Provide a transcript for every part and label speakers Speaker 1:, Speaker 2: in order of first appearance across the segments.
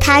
Speaker 1: 他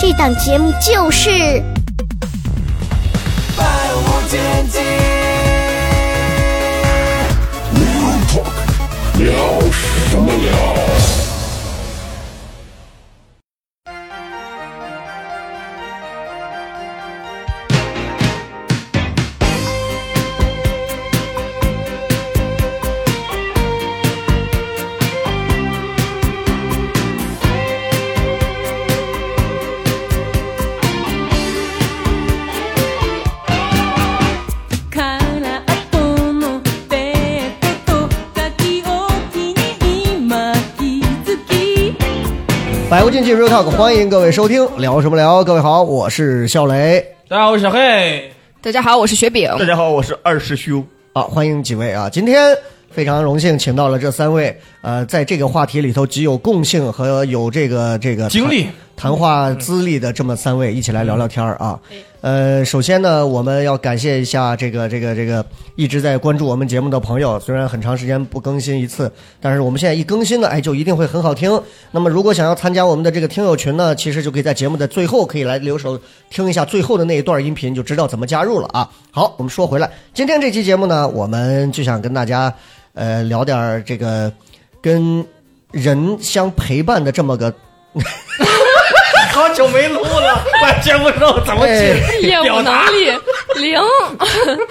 Speaker 1: 这档节目就是《
Speaker 2: 百无禁忌。
Speaker 3: 空っぽのペットと滝置きに今気づき
Speaker 4: 百无禁忌 Real Talk，欢迎各位收听，聊什么聊？各位好，我是笑雷
Speaker 5: 大家好，我是小黑。
Speaker 6: 大家好，我是雪饼。
Speaker 7: 大家好，我是二师兄。
Speaker 4: 啊，欢迎几位啊！今天非常荣幸请到了这三位，呃，在这个话题里头极有共性和有这个这个
Speaker 5: 经历
Speaker 4: 谈、谈话资历的这么三位，一起来聊聊天儿啊。呃，首先呢，我们要感谢一下这个这个这个一直在关注我们节目的朋友，虽然很长时间不更新一次，但是我们现在一更新呢，哎，就一定会很好听。那么，如果想要参加我们的这个听友群呢，其实就可以在节目的最后可以来留守听一下最后的那一段音频，就知道怎么加入了啊。好，我们说回来，今天这期节目呢，我们就想跟大家呃聊点儿这个跟人相陪伴的这么个
Speaker 5: 好久没录了， 完全不知道怎么
Speaker 4: 哎
Speaker 5: 去。
Speaker 6: 业务能力零，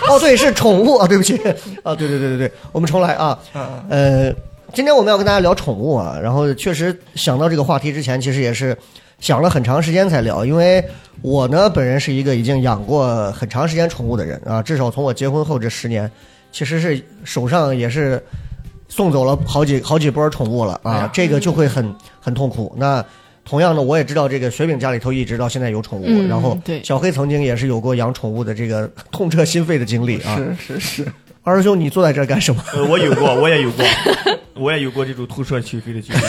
Speaker 4: 哦，对，是宠物啊，对不起啊，对对对对对，我们重来啊，呃，今天我们要跟大家聊宠物啊，然后确实想到这个话题之前，其实也是想了很长时间才聊，因为我呢本人是一个已经养过很长时间宠物的人啊，至少从我结婚后这十年，其实是手上也是送走了好几好几波宠物了
Speaker 5: 哎
Speaker 4: 啊，
Speaker 5: 呀
Speaker 4: 这个就会很很痛苦。那同样的，我也知道这个雪饼家里头一直到现在有宠物，
Speaker 6: 嗯
Speaker 4: 然后
Speaker 6: 对
Speaker 4: 小黑曾经也是有过养宠物的这个痛彻心扉的经历啊。
Speaker 5: 是是，
Speaker 4: 二师兄，你坐在这儿干什么？
Speaker 7: 呃，我有过，我也有过，我也有过这种痛彻心扉的经历。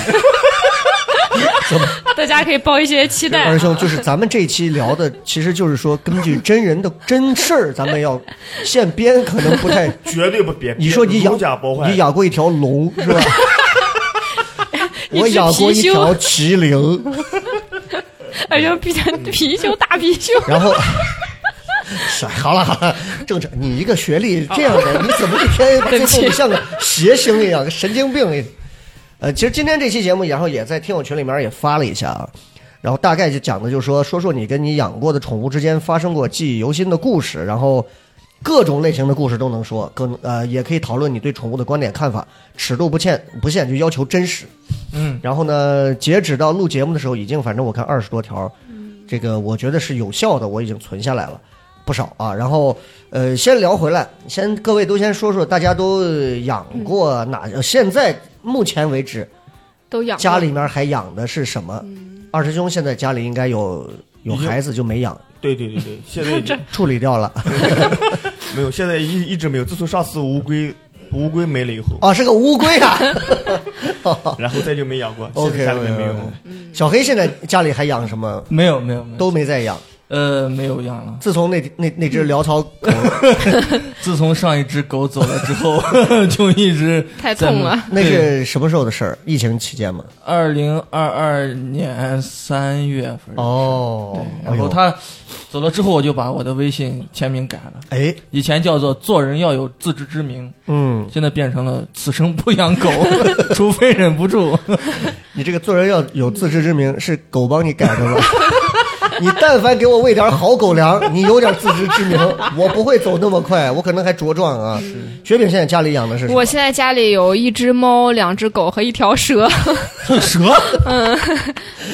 Speaker 6: 大家可以抱一些期 待
Speaker 4: 二师
Speaker 6: 啊。
Speaker 4: 兄，就是咱们这期聊的，其实就是说根据真人的真事儿，咱们要现编，可能不太。
Speaker 7: 绝对不别。
Speaker 4: 你说你
Speaker 7: 如
Speaker 4: 养
Speaker 7: 假包换，
Speaker 4: 你养过一条龙 是吧？我
Speaker 6: 一只
Speaker 4: 养过一
Speaker 6: 貔貅
Speaker 4: 条麒麟。
Speaker 6: 哎呦，貔貅貔貅大貔貅，
Speaker 4: 然后，是好了好了，正常。你一个学历这样的，你怎么一天把最后像个邪星一样，跟神经病一样？呃，其实今天这期节目，然后也在听友群里面也发了一下啊，然后大概就讲的就是说，说说你跟你养过的宠物之间发生过记忆犹新的故事，然后各种类型的故事都能说，更呃也可以讨论你对宠物的观点看法，尺度不限不限，就要求真实。
Speaker 5: 嗯，
Speaker 4: 然后呢，截止到录节目的时候，已经反正我看二十多条，这个我觉得是有效的，我已经存下来了不少啊。然后呃，先聊回来，先各位都先说说大家都养过哪，呃现在目前为止
Speaker 6: 都养过
Speaker 4: 家里面还养的是什么？二师兄现在家里应该有有
Speaker 7: 已经
Speaker 4: 孩子就没养，
Speaker 7: 对对对对，现在已经
Speaker 4: 处理掉了
Speaker 7: 没有，现在一一直没有。自从上次乌龟乌龟没了以后，
Speaker 4: 哦，是个乌龟啊。
Speaker 7: 然后再就没养过。现
Speaker 4: 哦 OK，
Speaker 7: 在家里面没
Speaker 4: OK，OK
Speaker 7: 有。
Speaker 4: 小黑现在家里还养什么？
Speaker 5: 没有没有没有，
Speaker 4: 都没再养。
Speaker 5: 呃没有养了。
Speaker 4: 自从那那那只潦草狗，
Speaker 5: 自从上一只狗走了之后， 就一直
Speaker 6: 太痛了。
Speaker 4: 那是什么时候的事儿？疫情期间吗？
Speaker 5: 二零二二年三月份。
Speaker 4: 哦，
Speaker 5: 然后他走了之后，我就把我的微信签名改了，
Speaker 4: 哎呦，哎，
Speaker 5: 以前叫做“做人要有自知之明
Speaker 4: 嗯”，，
Speaker 5: 现在变成了“此生不养 狗，除非忍不住”。
Speaker 4: 你这个做人要有自知之明，是狗帮你改的吗？ 你但凡给我喂点好狗粮，你有点自知 之明，我不会走那么快，我可能还茁壮啊。雪饼现在家里养的是什么
Speaker 6: 我？现在家里有一只猫、两只狗和一条蛇，
Speaker 5: 蛇，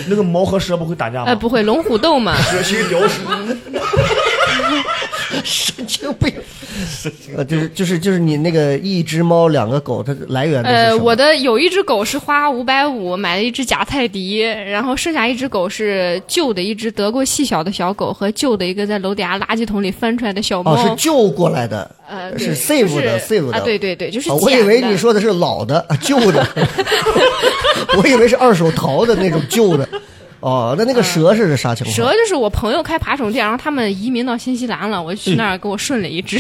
Speaker 7: 那个猫和蛇不会打架
Speaker 6: 哎，
Speaker 7: 吗？
Speaker 6: 不会 龙虎斗嘛？
Speaker 7: 蛇是一条蛇，
Speaker 4: 神经病！ 呃，就是就是就是你那个一只猫两个狗，它的来源都是
Speaker 6: 呃，
Speaker 4: 什么
Speaker 6: 我的有一只狗是花五百五买了一只假泰迪，然后剩下一只狗是旧的一只德国细小的小狗和旧的一个在楼底下垃圾桶里翻出来的小猫。
Speaker 4: 哦是救过来的，
Speaker 6: 呃，对
Speaker 4: 是
Speaker 6: 就
Speaker 4: save
Speaker 6: 是
Speaker 4: 的 save
Speaker 6: 啊，
Speaker 4: 的，
Speaker 6: 对对对，就是
Speaker 4: 啊
Speaker 6: 捡的、
Speaker 4: 我以为你说的是老的 啊旧 的，我以为是二手淘的那种旧的。哦，那那个蛇是啥情况？
Speaker 6: 啊蛇就是我朋友开爬虫店，然后他们移民到新西兰了，我去那儿给我顺了一只，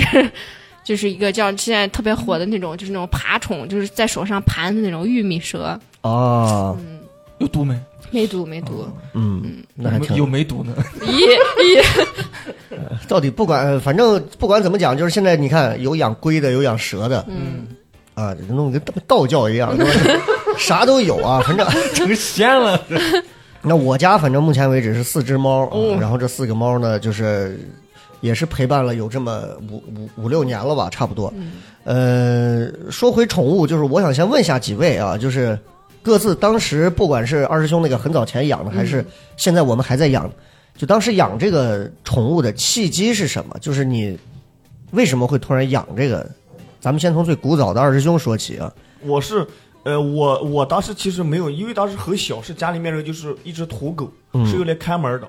Speaker 6: 就是一个叫现在特别火的那种，就是那种爬虫，就是在手上盘的那种玉米蛇，
Speaker 4: 哦，
Speaker 5: 有毒没？
Speaker 6: 没毒没毒，
Speaker 4: 嗯，那还挺
Speaker 5: 有没毒呢？
Speaker 6: 咦咦，
Speaker 4: 到底不管，呃反正不管怎么讲，就是现在你看有养龟的，有养蛇的，
Speaker 6: 嗯，
Speaker 4: 啊，弄得跟道教一样，是吧 啥都有啊，反正。
Speaker 5: 成仙了，
Speaker 4: 那我家反正目前为止是四只猫，啊
Speaker 6: 嗯
Speaker 4: 然后这四个猫呢，就是也是陪伴了有这么五五五六年了吧，差不多。
Speaker 6: 嗯
Speaker 4: 呃，说回宠物，就是我想先问一下几位啊，就是各自当时不管是二师兄那个很早前养的，还
Speaker 6: 嗯
Speaker 4: 是现在我们还在养的，就当时养这个宠物的契机是什么？就是你为什么会突然养这个？咱们先从最古早的二师兄说起啊。
Speaker 7: 我是，呃，我我当时其实没有，因为当时很小，是家里面人就是一只土狗，
Speaker 4: 嗯
Speaker 7: 是用来看门的。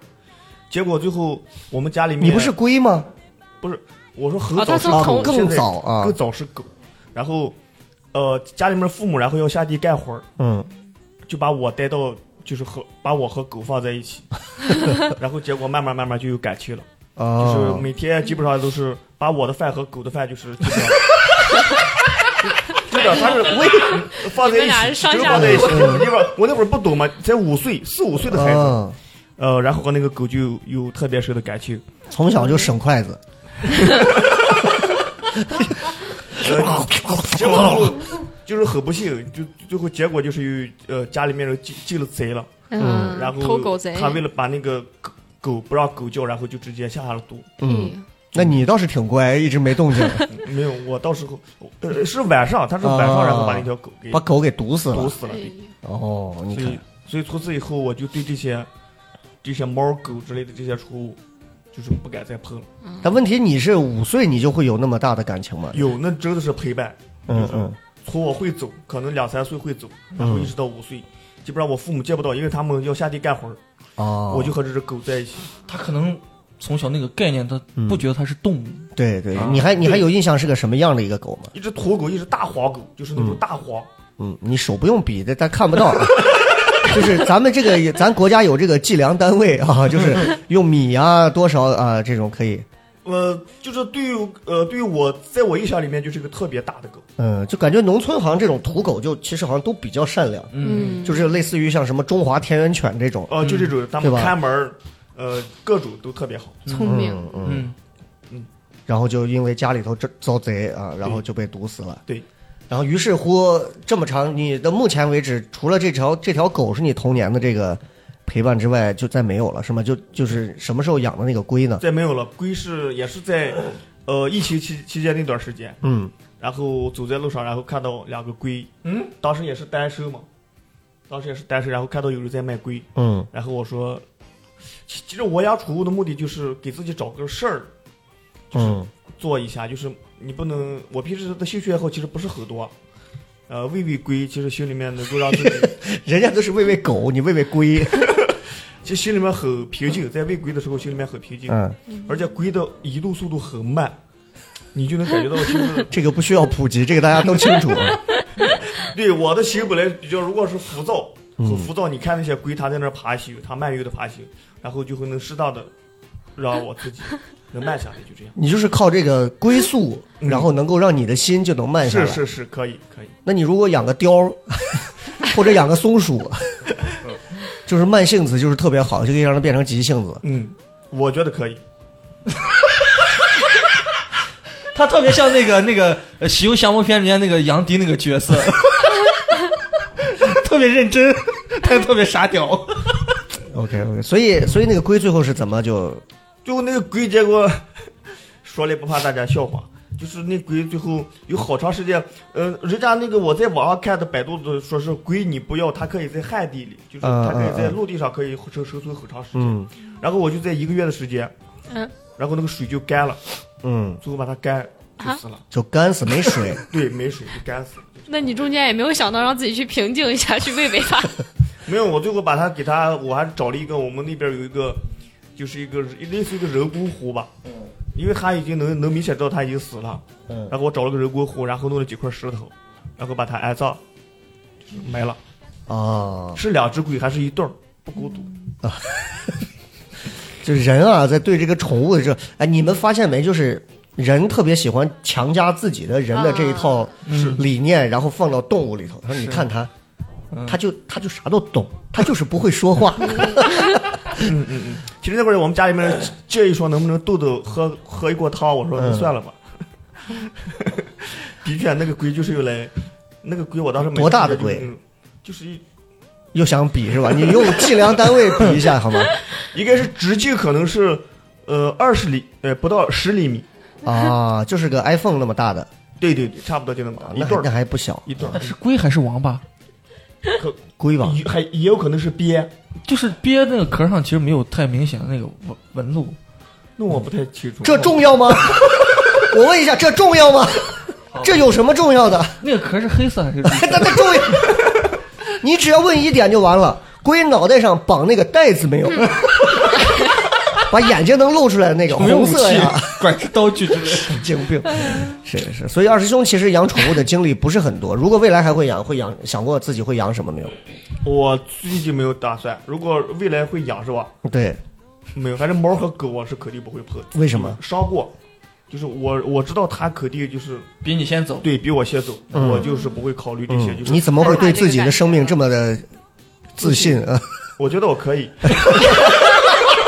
Speaker 7: 结果最后我们家里面，
Speaker 4: 你不是龟吗？
Speaker 7: 我说很
Speaker 6: 哦
Speaker 7: 早
Speaker 6: 他
Speaker 7: 是
Speaker 6: 从
Speaker 7: 狗，
Speaker 4: 啊
Speaker 6: 同，
Speaker 4: 更
Speaker 7: 现在
Speaker 4: 早啊
Speaker 7: 更，早是狗。然后，呃，家里面父母然后要下地干活儿，
Speaker 4: 嗯，
Speaker 7: 就把我带到，就是和把我和狗放在一 起，然后结果慢慢慢慢就有感情了。
Speaker 4: 哦
Speaker 7: 就是每天基本上都是把我的饭和狗的饭就是基本 上，真的，他是我也放在
Speaker 6: 你们俩是
Speaker 7: 一起，
Speaker 6: 上
Speaker 7: 就是
Speaker 6: 下
Speaker 7: 放在一起。
Speaker 4: 铺
Speaker 7: 因为我那会儿不懂嘛，才五岁，四五岁的孩子，
Speaker 4: 嗯
Speaker 7: 呃，然后和那个狗就有特别深的感情。
Speaker 4: 从小就省筷子，
Speaker 7: 呃，结果最后就是很不幸，就最后结果就是有呃家里面人进进了贼了，
Speaker 6: 嗯，
Speaker 7: 然后
Speaker 6: 偷狗贼，
Speaker 7: 他为了把那个狗狗不让狗叫，然后就直接下了 毒。
Speaker 4: 嗯，
Speaker 6: 嗯，
Speaker 4: 那你倒是挺乖，一直没动 静，
Speaker 7: 没有，我到时候呃是晚上，他是晚上，
Speaker 4: 啊
Speaker 7: 然后把那条狗给
Speaker 4: 把狗给毒死
Speaker 7: 毒
Speaker 4: 了。
Speaker 7: 死了。对
Speaker 4: 哦，你
Speaker 7: 所以
Speaker 4: 看，
Speaker 7: 所以从此以后，我就对这些这些猫狗之类的这些宠物，就是不敢再碰了。
Speaker 4: 但问题你是五岁你就会有那么大的感情吗？
Speaker 7: 有那真的是陪伴，
Speaker 4: 嗯嗯，
Speaker 7: 从我会走，可能两三岁会走，嗯然后一直到五岁。基本上我父母见不到，因为他们要下地干活儿，
Speaker 4: 哦，
Speaker 7: 我就和这只狗在一起。
Speaker 5: 他可能从小那个概念，他不觉得它是动物，
Speaker 4: 对对
Speaker 5: 啊，
Speaker 4: 你还你还有印象是个什么样的一个狗吗？
Speaker 7: 一只土狗，一只大黄狗，就是那种大黄。
Speaker 4: 嗯，你手不用比的，但看不到。啊 就是咱们这个，咱国家有这个计量单位 啊，就是用米啊多少啊这种可以，
Speaker 7: 呃，就是对于呃，对于我，在我印象里面就是一个特别大的狗。
Speaker 4: 嗯，就感觉农村好像这种土狗就其实好像都比较善良，
Speaker 6: 嗯，
Speaker 4: 就是类似于像什么中华田园犬这种，
Speaker 7: 呃，就这种，他
Speaker 4: 对嗯
Speaker 7: 们
Speaker 4: 吧
Speaker 7: 看门儿，呃，各种都特别好。
Speaker 6: 聪明，
Speaker 4: 嗯嗯。
Speaker 5: 嗯，
Speaker 4: 然后就因为家里头这遭贼啊，然后就被毒死了。
Speaker 7: 对，
Speaker 4: 然后于是乎这么长，你的目前为止，除了这条这条狗是你童年的这个陪伴之外，就再没有了，是吗？就就是什么时候养的那个龟呢？
Speaker 7: 再没有了，龟是也是在呃疫情期期间那段时间，
Speaker 4: 嗯，
Speaker 7: 然后走在路上，然后看到两个龟，
Speaker 5: 嗯，
Speaker 7: 当时也是单身嘛，当时也是单身，然后看到有人在卖龟，
Speaker 4: 嗯，
Speaker 7: 然后我说，其其实我养宠物的目的就是给自己找个事儿
Speaker 4: 嗯，
Speaker 7: 做一下，就是你不能，我平时的兴趣爱好其实不是很多。呃，喂喂龟，其实心里面能够让自己，
Speaker 4: 人家都是喂喂狗，你喂喂 龟，
Speaker 7: 其实心里面很平静，在喂龟的时候心里面很平静，
Speaker 4: 嗯，
Speaker 7: 而且龟的移动速度很慢，你就能感觉到其实
Speaker 4: 这个不需要普及，这个大家都清楚。啊
Speaker 7: 对，我的心本来比较，如果是浮躁，
Speaker 4: 嗯
Speaker 7: 很浮躁，你看那些龟，它在那儿爬行，它慢悠悠的爬行，然后就会能适当的让我自己能慢下来，就这样。
Speaker 4: 你就是靠这个龟速，然后能够让你的心就能慢下来。
Speaker 7: 嗯是是是，可以可以。
Speaker 4: 那你如果养个貂儿， 或者养个松鼠，就是慢性子，就是特别好，就可以让它变成急性子。
Speaker 7: 嗯，我觉得可以。
Speaker 5: 他特别像那 个那个呃《西游降魔篇》里面那个杨迪那个角色， 特别认真，但特别傻屌。
Speaker 4: OK OK，所以所以那个龟最后是怎么就
Speaker 7: 最后那个龟，结果 说了也不怕大家笑话，就是那龟最后有好长时间，呃，人家那个我在网上看的百度的说是龟你不要，它可以在旱地里，就是它可以在陆地上可以生生存很长时间。
Speaker 4: 嗯
Speaker 7: 然后我就在一个月的时间，
Speaker 6: 嗯，
Speaker 7: 然后那个水就干了。
Speaker 4: 嗯
Speaker 7: 最后把它干就死了。
Speaker 4: 就干死没水。
Speaker 7: 对，没水就干死了。
Speaker 6: 那你中间也没有想到让自己去平静一下，去喂喂它。
Speaker 7: 没有，我最后把它给它，我还找了一个我们那边有一个，就是一个类似于一个人工湖吧，嗯，因为它已经能能明显知道它已经死了，
Speaker 4: 嗯
Speaker 7: 然后我找了个人工湖，然后弄了几块石头，然后把它埋葬，就是埋了。
Speaker 4: 啊，
Speaker 7: 是两只鬼还是一对儿？不孤独。
Speaker 4: 就人啊，在对这个宠物的时候，哎，你们发现没？就是人特别喜欢强加自己的人的这一套理念，然后放到动物里头。他说：“你看它，它就它就啥都懂，它就是不会说话。嗯
Speaker 7: 嗯其实那会儿我们家里面建议说，能不能豆豆喝喝一锅汤？我说
Speaker 4: 嗯
Speaker 7: 那算了吧。 的确，那个龟就是用来，那个龟我当时买
Speaker 4: 多大的
Speaker 7: 就是
Speaker 4: 龟
Speaker 7: 那种？就是一
Speaker 4: 又想比是吧？你用计量单位比一下好吗？
Speaker 7: 应该是直径可能是呃二十厘，呃不到十厘米。
Speaker 4: 啊，就是个 iPhone 那么大的，
Speaker 7: 对对对，差不多就那么大，一
Speaker 4: 啊那
Speaker 7: 对
Speaker 4: 还那
Speaker 7: 儿
Speaker 4: 还不小，
Speaker 7: 一对儿，
Speaker 5: 是龟还是王八？
Speaker 7: 可
Speaker 4: 龟吧？
Speaker 7: 也还也有可能是鳖，
Speaker 5: 就是鳖那个壳上其实没有太明显的那个纹纹路，
Speaker 7: 那我不太清楚。
Speaker 4: 这重要吗？ 我问一下，这重要吗？这有什么重要的？
Speaker 5: 那个壳是黑色还是绿色？
Speaker 4: 那那重要？你只要问一点就完了。龟脑袋上绑那个带子没有？ 把眼睛能露出来的那个
Speaker 5: 没有武
Speaker 4: 红
Speaker 5: 器
Speaker 4: 色呀，，
Speaker 5: 管是刀具之类的。
Speaker 4: 神经病。是是是，所以二师兄其实养宠物的经历不是很多。如果未来还会养，会养想过自己会养什么没有？
Speaker 7: 我最近没有打算，如果未来会养是吧？
Speaker 4: 对，
Speaker 7: 没有，反正猫和狗啊我是肯定不会碰。
Speaker 4: 为什么？
Speaker 7: 伤过，就是我我知道它肯定就是
Speaker 5: 比你先走，
Speaker 7: 对比我先走，
Speaker 4: 嗯
Speaker 7: 我就是不会考虑这些。
Speaker 4: 嗯
Speaker 7: 就，是
Speaker 4: 你怎么会对自己的生命这么的自信啊
Speaker 7: 我觉得我可以。
Speaker 4: ？OK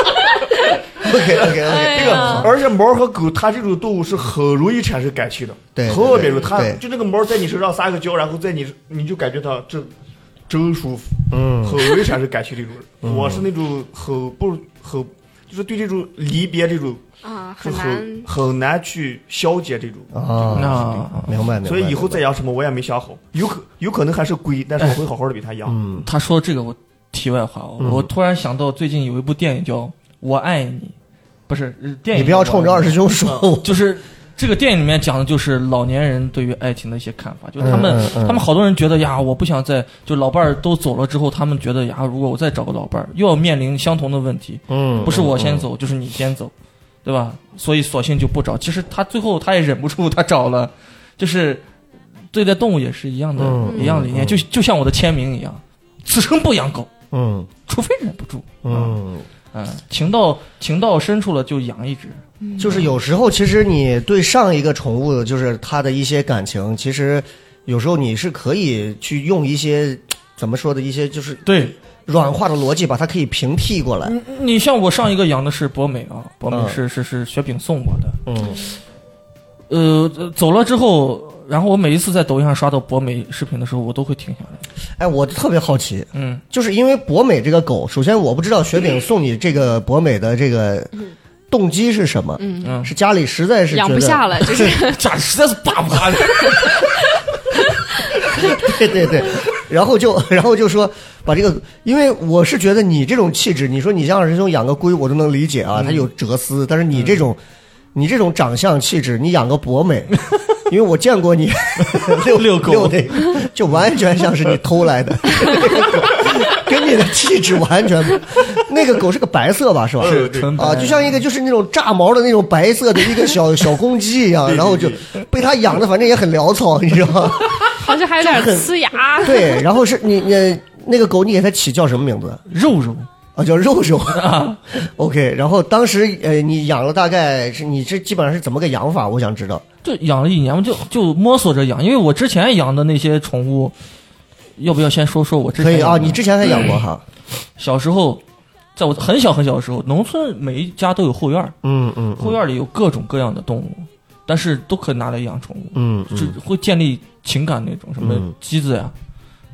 Speaker 4: OK
Speaker 6: 哎
Speaker 4: OK，
Speaker 7: 这个，而且猫和狗，它这种动物是很容易产生感情的，
Speaker 4: 对对
Speaker 7: 特别容易。
Speaker 4: 对
Speaker 7: 它
Speaker 4: 对
Speaker 7: 就那个猫在你身上撒个娇，然后在你你就感觉它真真舒服，
Speaker 4: 嗯
Speaker 7: 很容易产生感情这种人。我是那种很不很，就是对这种离别这种
Speaker 6: 啊，
Speaker 7: 是
Speaker 6: 很
Speaker 7: 很
Speaker 6: 难。
Speaker 7: 很难去消解这种。
Speaker 4: 啊，
Speaker 5: 那
Speaker 4: 明白明白。
Speaker 7: 所以以后
Speaker 4: 明白
Speaker 7: 再养什么我也没想好，有可有可能还是龟，但是我会好好的给它养。
Speaker 4: 嗯
Speaker 5: 他说这个我题外话，
Speaker 4: 嗯
Speaker 5: 我突然想到最近有一部电影叫《我爱你》，不是呃电影，
Speaker 4: 你不要冲着二师，兄说我。
Speaker 5: 就是。这个电影里面讲的就是老年人对于爱情的一些看法，就是他们，
Speaker 4: 嗯嗯嗯
Speaker 5: 他们好多人觉得呀，我不想再就老伴儿都走了之后，他们觉得呀，如果我再找个老伴儿，又要面临相同的问题，
Speaker 4: 嗯
Speaker 5: 不是我先走，就是你先走，对吧？所以索性就不找。其实他最后他也忍不住，他找了，就是对待动物也是一样的，
Speaker 4: 嗯
Speaker 5: 一样理念，就就像我的签名一样，此生不养狗，
Speaker 4: 嗯
Speaker 5: 除非忍不住。
Speaker 4: 嗯。
Speaker 5: 嗯，情到情到深处了就养一只，
Speaker 4: 就是有时候，其实你对上一个宠物，就是它的一些感情，其实有时候你是可以去用一些怎么说的一些就是
Speaker 5: 对。
Speaker 4: 软化的逻辑，把它可以平替过来。
Speaker 5: 你你像我上一个养的是博美啊，博美
Speaker 4: 嗯
Speaker 5: 是、是是雪饼送我的，
Speaker 4: 嗯
Speaker 5: 呃，呃走了之后，然后我每一次在抖音上刷到博美视频的时候，我都会停下来。
Speaker 4: 哎，我特别好奇，
Speaker 5: 嗯，
Speaker 4: 就是因为博美这个狗，首先我不知道雪饼送你这个博美的这个动机是什么，
Speaker 6: 嗯
Speaker 5: 嗯
Speaker 4: 是家里实在是
Speaker 6: 养
Speaker 4: 觉
Speaker 6: 不
Speaker 4: 得
Speaker 6: 下了，就是
Speaker 5: 这实在是爸不的。
Speaker 4: 对对对，然后就 然后就说把这个，因为我是觉得你这种气质，你说你像二师兄养个龟，我都能理解
Speaker 7: 嗯
Speaker 4: 啊，他有哲思，但是你这种、你这种长相气质，你养个博美，因为我见过 你遛
Speaker 5: 遛狗
Speaker 4: 遛那个，就完全像是你偷来 的，跟你的气质完全不。那个狗是个白色吧，是吧？
Speaker 7: 是对
Speaker 5: 纯白
Speaker 4: 啊，就像一个就是那种炸毛的那种白色的一个小小公鸡一样，
Speaker 7: 对对
Speaker 4: 然后就被它养的，反正也很潦草，你知道吗？
Speaker 6: 好像还有点呲牙。
Speaker 4: 对，然后是你你那个狗，你给它起叫什么名字？
Speaker 5: 肉肉，
Speaker 4: 啊，叫肉 肉。OK，然后当时呃，你养了大概是你这基本上是怎么个养法？我想知道。
Speaker 5: 就养了一年，我就就摸索着养，因为我之前养的那些宠物，要不要先说说我之
Speaker 4: 可
Speaker 5: 前
Speaker 4: 以啊，
Speaker 5: 养的
Speaker 4: 你之前还养过哈？
Speaker 5: 小时候，在我很小很小的时候，农村每一家都有后院儿，
Speaker 4: 嗯嗯
Speaker 5: 后院里有各种各样的动物，但是都可以拿来养宠物，
Speaker 4: 嗯
Speaker 5: 就会建立情感那种，什么
Speaker 4: 嗯
Speaker 5: 鸡子呀、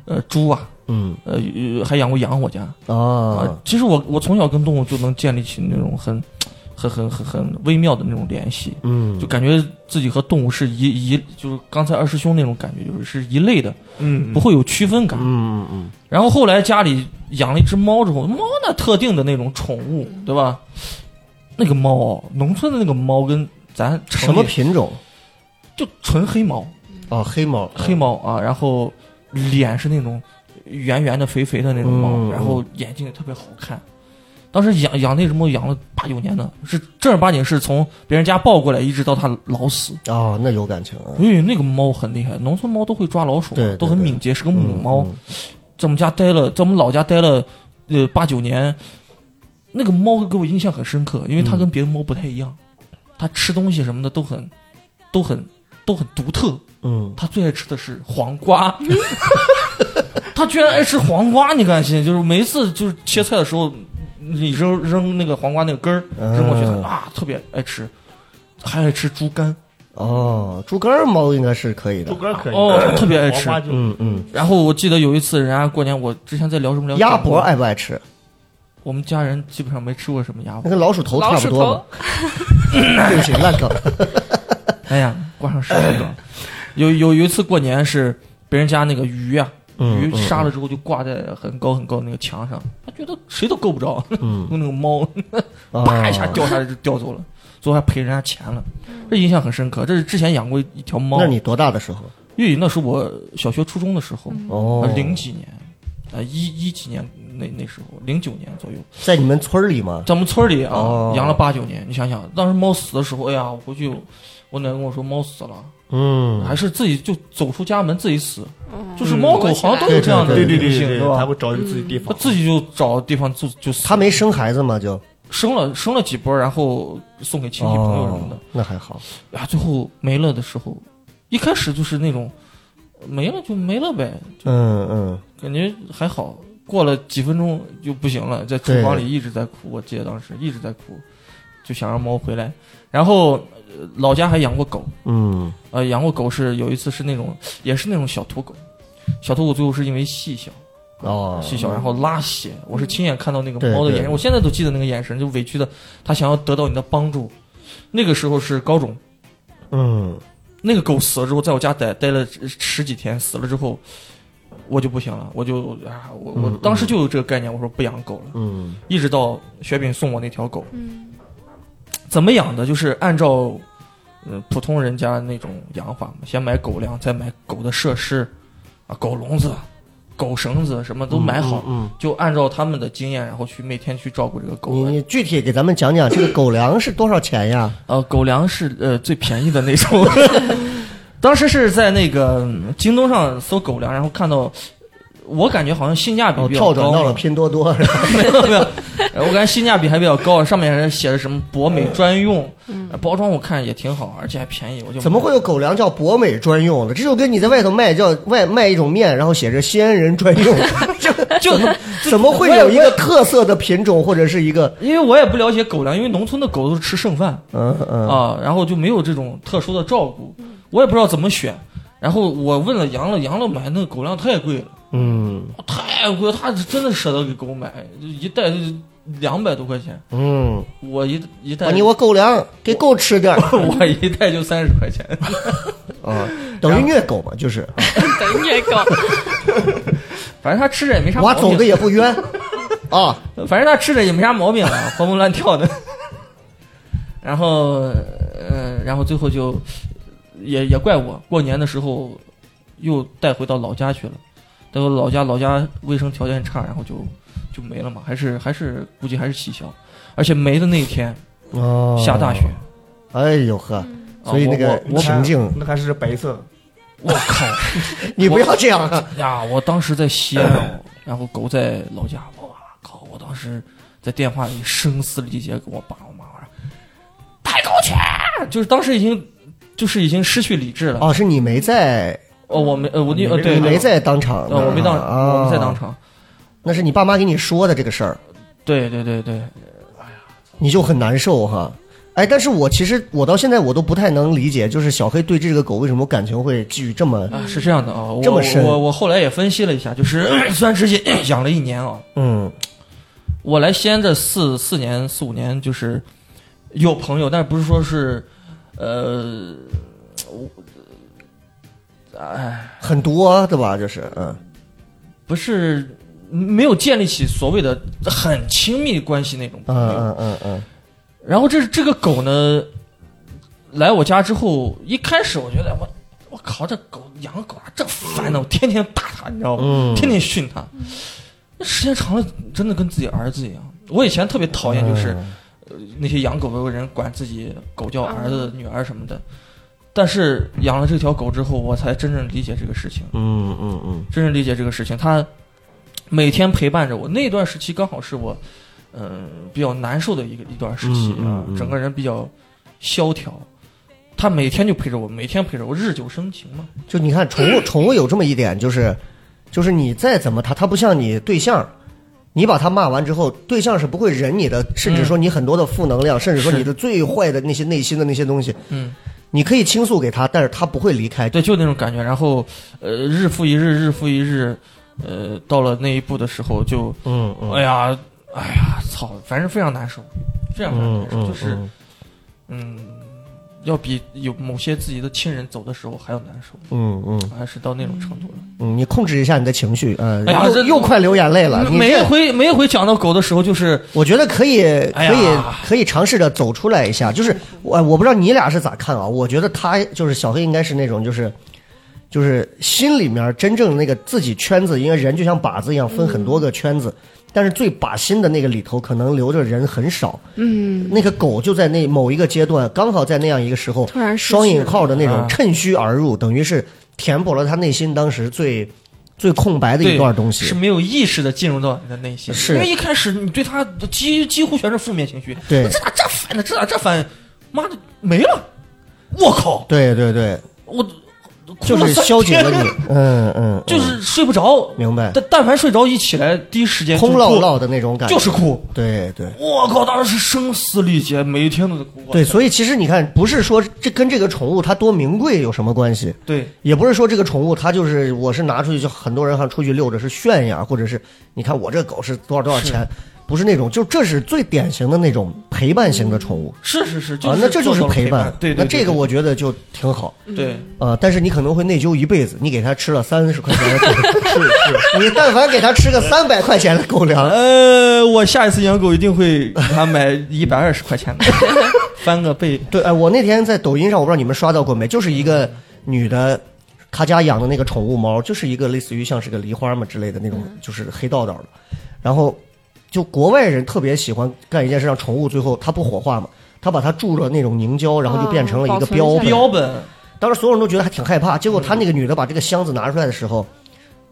Speaker 5: 呃猪啊，
Speaker 4: 嗯
Speaker 5: 呃呃还养过羊，我家
Speaker 4: 啊，
Speaker 5: 其实我我从小跟动物就能建立起那种很很很很很微妙的那种联系，
Speaker 4: 嗯
Speaker 5: 就感觉自己和动物是一一，就是刚才二师兄那种感觉，就是是一类的，
Speaker 7: 嗯
Speaker 5: 不会有区分感。
Speaker 4: 嗯嗯嗯
Speaker 5: 然后后来家里养了一只猫之后，猫那特定的那种宠物，对吧？那个猫，农村的那个猫跟咱城
Speaker 4: 什么
Speaker 5: 里
Speaker 4: 品种？
Speaker 5: 就纯黑毛，
Speaker 4: 哦，黑毛，
Speaker 5: 黑毛
Speaker 4: 嗯
Speaker 5: 啊，然后脸是那种圆圆的、肥肥的那种毛，
Speaker 4: 嗯
Speaker 5: 然后眼睛也特别好看。当时养养那只猫养了八九年呢，是正儿八经是从别人家抱过来，一直到它老死。
Speaker 4: 哦，那有感情啊。
Speaker 5: 因为那个猫很厉害，农村猫都会抓老鼠，
Speaker 4: 对对
Speaker 5: 都很敏捷，是个母
Speaker 4: 嗯
Speaker 5: 猫。在我们家待了，在我们老家待了，呃，八九年，那个猫给我印象很深刻，因为它
Speaker 4: 嗯
Speaker 5: 跟别的猫不太一样，它吃东西什么的都很，都很，都很独特。
Speaker 4: 嗯，
Speaker 5: 它最爱吃的是黄瓜， 它居然爱吃黄瓜，你敢信？就是每一次就是切菜的时候，你扔扔那个黄瓜那个根儿
Speaker 4: 嗯
Speaker 5: 扔过去，它啊特别爱吃，还爱吃猪肝。
Speaker 4: 哦，猪肝儿猫应该是可以的
Speaker 7: 猪。肝可以，
Speaker 5: 哦特别爱吃
Speaker 7: 黄瓜就
Speaker 4: 嗯嗯，
Speaker 5: 然后我记得有一次，人家过年，我之前在聊什么聊
Speaker 4: 鸭
Speaker 5: 饺子
Speaker 4: 脖爱不爱吃？
Speaker 5: 我们家人基本上没吃过什么鸭
Speaker 4: 那
Speaker 5: 脖。
Speaker 4: 跟老鼠头
Speaker 6: 老
Speaker 4: 差
Speaker 6: 鼠
Speaker 4: 不多
Speaker 6: 头
Speaker 4: 吧。对不起，烂 梗。
Speaker 5: 哎呀，挂上十几 个。有有有一次过年是别人家那个鱼啊，
Speaker 4: 嗯
Speaker 5: 鱼杀了之后就挂在很高很高那个墙上，他觉得谁都够不 着，
Speaker 4: 嗯，
Speaker 5: 用那个猫
Speaker 4: 嗯
Speaker 5: 啪一下掉下来就掉走了，最后还赔人家钱了，这印象很深刻。这是之前养过一条猫
Speaker 4: 那，你多大的时候？
Speaker 5: 粤语那是我小学初中的时候，
Speaker 4: 哦
Speaker 5: 呃，零几年，啊一一几年那那时候，零九年左右。
Speaker 4: 在你们村儿里吗？
Speaker 5: 在我们村儿里啊，
Speaker 4: 哦
Speaker 5: 养了八九年。你想想，当时猫死的时候，哎呀，我回去，我奶奶跟我说猫死了，
Speaker 4: 嗯，
Speaker 5: 还是自己就走出家门自己死，
Speaker 6: 嗯
Speaker 5: 就是猫狗好像都有这样的
Speaker 7: 对对
Speaker 5: 习
Speaker 7: 对
Speaker 5: 性，
Speaker 7: 对
Speaker 5: 是
Speaker 7: 对，他
Speaker 5: 吧？
Speaker 7: 会找一个自己地
Speaker 5: 它
Speaker 7: 方，
Speaker 5: 自己就找地方就就死了
Speaker 4: 他没生孩子吗？就
Speaker 5: 生了生了几波，然后送给亲戚朋友什么
Speaker 4: 哦
Speaker 5: 的，
Speaker 4: 那还好。
Speaker 5: 啊，最后没了的时候，一开始就是那种没了就没了呗，
Speaker 4: 嗯嗯，
Speaker 5: 感觉还好。过了几分钟就不行了，在厨
Speaker 4: 对
Speaker 5: 房里一直在哭，我记得当时一直在哭，就想让猫回来。然后呃老家还养过狗，
Speaker 4: 嗯，
Speaker 5: 呃，养过狗是有一次是那种也是那种小土狗，小土狗最后是因为细小
Speaker 4: 哦，
Speaker 5: 细小，然后拉血，我是亲眼看到那个
Speaker 4: 对
Speaker 5: 猫的
Speaker 4: 对
Speaker 5: 眼神，我现在都记得那个眼神，就委屈的，它想要得到你的帮助。那个时候是高中，
Speaker 4: 嗯，
Speaker 5: 那个狗死了之后，在我家待待了十十几天，死了之后，我就不行了，我就啊，我我
Speaker 4: 嗯
Speaker 5: 当时就有这个概念，我说不养狗了，
Speaker 4: 嗯
Speaker 5: 一直到雪饼送我那条狗，
Speaker 6: 嗯
Speaker 5: 怎么养的？就是按照，呃，普通人家那种养法嘛，先买狗粮，再买狗的设施，啊，狗笼子、狗绳子什么都买好，
Speaker 4: 嗯，
Speaker 5: 就按照他们的经验，然后去每天去照顾这个狗。啊
Speaker 4: 你你具体给咱们讲讲这个狗粮是多少钱呀？
Speaker 5: 呃，狗粮是呃最便宜的那种。 当时是在那个嗯京东上搜狗粮，然后看到，我感觉好像性价比
Speaker 4: 哦，
Speaker 5: 比较
Speaker 4: 跳转
Speaker 5: 高啊
Speaker 4: 到了
Speaker 5: 嘛。
Speaker 4: 拼多多。
Speaker 5: 没有没有，呃我感觉性价比还比较高，上面还写着什么博
Speaker 4: 嗯
Speaker 5: 美专用，呃包装我看也挺好，而且还便宜，我就
Speaker 4: 怎么会有狗粮叫博美专用的？这就跟你在外头卖叫外卖一种面，然后写着西安人专用， 就
Speaker 5: 就
Speaker 4: 怎么会有一个特色的品种或者是一个
Speaker 5: 因为我也不了解狗粮，因为农村的狗都是吃剩饭
Speaker 4: 嗯嗯
Speaker 5: 啊，然后就没有这种特殊的照顾，我也不知道怎么选。然后我问了杨乐，杨乐买那个狗粮太贵了，
Speaker 4: 嗯
Speaker 5: 太贵了，他真的舍得给狗买，就一袋两百多块钱，
Speaker 4: 嗯，
Speaker 5: 我一一袋
Speaker 4: 把你我狗粮给狗吃点儿
Speaker 5: 我一袋就三十块钱，
Speaker 4: 啊，等于虐狗嘛，就是
Speaker 6: 等虐狗，
Speaker 5: 反正他吃着也没啥毛
Speaker 4: 我
Speaker 5: 病，
Speaker 4: 走的也不 冤啊，
Speaker 5: 反正他吃着也没啥毛病啊，活蹦乱跳的。然后，呃，然后最后就也也怪我，过年的时候又带回到老家去了。带回老家，老家卫生条件差，然后就就没了嘛，还是还是估计还是气消，而且没的那一天
Speaker 4: 哦
Speaker 5: 下大雪，，
Speaker 4: 哎呦呵，
Speaker 5: 啊
Speaker 4: 所以
Speaker 5: 我
Speaker 4: 那个
Speaker 5: 我我
Speaker 4: 情境，
Speaker 7: 那还是白色，
Speaker 5: 我靠
Speaker 4: 你不要这样啊，
Speaker 5: 呀！我当时在西安
Speaker 4: 哎
Speaker 5: 哦，然后狗在老家，我靠！我当时在电话里声嘶力竭跟我爸我妈我说：“带狗去！”就是当时已经就是已经失去理智了。
Speaker 4: 哦，是你没在，
Speaker 5: 哦，我没呃，我那呃
Speaker 7: 你没
Speaker 5: 对，
Speaker 4: 你没
Speaker 5: 对，
Speaker 4: 在当场，
Speaker 5: 呃，我没当，
Speaker 4: 啊
Speaker 5: 我没在当，场。
Speaker 4: 那是你爸妈给你说的这个事儿。
Speaker 5: 对对对对，
Speaker 4: 你就很难受哈。哎，但是我其实我到现在我都不太能理解，就是小黑对这个狗为什么感情会寄予这么
Speaker 5: 啊，是这样的啊。我
Speaker 4: 这么深
Speaker 5: 我我后来也分析了一下，就是 虽然直接养了一年啊，
Speaker 4: 嗯
Speaker 5: 我来西安这四四年四五年，就是有朋友，但是不是说是，呃，
Speaker 4: 很多对吧？就是嗯
Speaker 5: 不是没有建立起所谓的很亲密关系那种朋
Speaker 4: 嗯
Speaker 5: 友。
Speaker 4: 嗯嗯嗯
Speaker 5: 然后这这个狗呢，来我家之后，一开始我觉得我我靠，这狗养狗啊，这烦的，我天天打它，你知道吗？
Speaker 4: 嗯
Speaker 5: 天天训它。那时间长了，真的跟自己儿子一样。我以前特别讨厌，就是、
Speaker 4: 嗯
Speaker 5: 那些养狗的人管自己狗叫儿子、女儿什么的。但是养了这条狗之后，我才真正理解这个事情，
Speaker 4: 嗯嗯嗯
Speaker 5: 真正理解这个事情。它每天陪伴着我，那段时期刚好是我，嗯、比较难受的一个一段时期
Speaker 4: 嗯
Speaker 5: 啊
Speaker 4: 嗯，嗯
Speaker 5: 整个人比较萧条。它每天就陪着我，每天陪着我，日久生情嘛。
Speaker 4: 嗯，就你看宠 物，宠物有这么一点，就是就是你再怎么它，它不像你对象。你把它骂完之后，对象是不会忍你的，甚至说你很多的负能量，甚至说
Speaker 5: 是
Speaker 4: 你的最坏的那些内心的那些东西，
Speaker 5: 嗯，
Speaker 4: 你可以倾诉给他，但是他不会离开。
Speaker 5: 对，就那种感觉。然后，呃，日复一日，日复一日，呃，到了那一步的时候就，
Speaker 4: 嗯嗯
Speaker 5: 哎呀，哎呀，操，反正非常难受，非常非常
Speaker 4: 嗯
Speaker 5: 难受，
Speaker 4: 嗯，
Speaker 5: 就是
Speaker 4: 嗯
Speaker 5: 嗯，要比有某些自己的亲人走的时候还要难受，
Speaker 4: 嗯嗯
Speaker 5: 还是到那种程度了。
Speaker 4: 嗯，你控制一下你的情绪，呃，
Speaker 5: 哎呀
Speaker 4: 又
Speaker 5: 这
Speaker 4: 又快流眼泪了。啊你
Speaker 5: 每一
Speaker 4: 这
Speaker 5: 回每一回讲到狗的时候，就是
Speaker 4: 我觉得可以，
Speaker 5: 哎
Speaker 4: 可以
Speaker 5: 呀，
Speaker 4: 可以尝试着走出来一下。就是哎我，我不知道你俩是咋看啊？我觉得他就是小黑，应该是那种就是，就是心里面真正那个自己圈子，因为人就像靶子一样分很多个圈子，但是最靶心的那个里头，可能留着人很少。
Speaker 6: 嗯，
Speaker 4: 那个狗就在那某一个阶段，刚好在那样一个时候，
Speaker 6: 突然失去了
Speaker 4: 双引号的那种
Speaker 5: 啊
Speaker 4: 趁虚而入，等于是填补了他内心当时最最空白的一
Speaker 5: 对
Speaker 4: 段东西。
Speaker 5: 是没有意识的进入到你的内心，
Speaker 4: 是
Speaker 5: 因为一开始你对它几几乎全是负面情绪，
Speaker 4: 对
Speaker 5: 这咋这烦呢？这咋这烦？妈的，没了！我靠，
Speaker 4: 对对对，
Speaker 5: 我
Speaker 4: 就
Speaker 5: 哭 了
Speaker 4: 是
Speaker 5: 三
Speaker 4: 消解
Speaker 5: 天
Speaker 4: 了你，嗯嗯，嗯
Speaker 5: 就是睡不着。
Speaker 4: 明白，
Speaker 5: 但但凡睡着，一起来第一时间
Speaker 4: 空落
Speaker 5: 落落，
Speaker 4: 落的那种感觉，
Speaker 5: 就是哭。
Speaker 4: 对对
Speaker 5: 我靠，当时声嘶力竭，每天都在哭。
Speaker 4: 对，所以其实你看，不是说这跟这个宠物它多名贵有什么关系，
Speaker 5: 对，
Speaker 4: 也不是说这个宠物它就是我是拿出去就很多人还出去遛着是炫耀，或者是你看我这狗是多少多少钱，不是那种，就这是最典型的那种陪伴型的宠物。
Speaker 5: 是是是，就
Speaker 4: 啊，那这就是
Speaker 5: 做到了陪
Speaker 4: 伴，
Speaker 5: 对对，
Speaker 4: 那
Speaker 5: 对
Speaker 4: 这个我觉得就挺好，
Speaker 5: 对
Speaker 4: 啊，但是你可能会内疚一辈子。你给它吃了三十块钱的狗，
Speaker 7: 是是，
Speaker 4: 你但凡给它吃个三百块钱的狗粮，
Speaker 5: 呃，我下一次养狗一定会给它买一百二十块钱的，翻个倍。
Speaker 4: 对，哎，我那天在抖音上，我不知道你们刷到过没，就是一个女的，她家养的那个宠物猫，就是一个类似于像是个狸花嘛之类的那种，
Speaker 6: 嗯
Speaker 4: 就是黑道道的。然后，就国外人特别喜欢干一件事，让宠物最后它不火化嘛，他把它注了那种凝胶，然后就变成了一个
Speaker 6: 哦保 存
Speaker 4: 标
Speaker 6: 下
Speaker 4: 本。
Speaker 6: 来
Speaker 5: 标本，
Speaker 4: 当时所有人都觉得还挺害怕，结果他
Speaker 5: 嗯
Speaker 4: 那个女的把这个箱子拿出来的时候，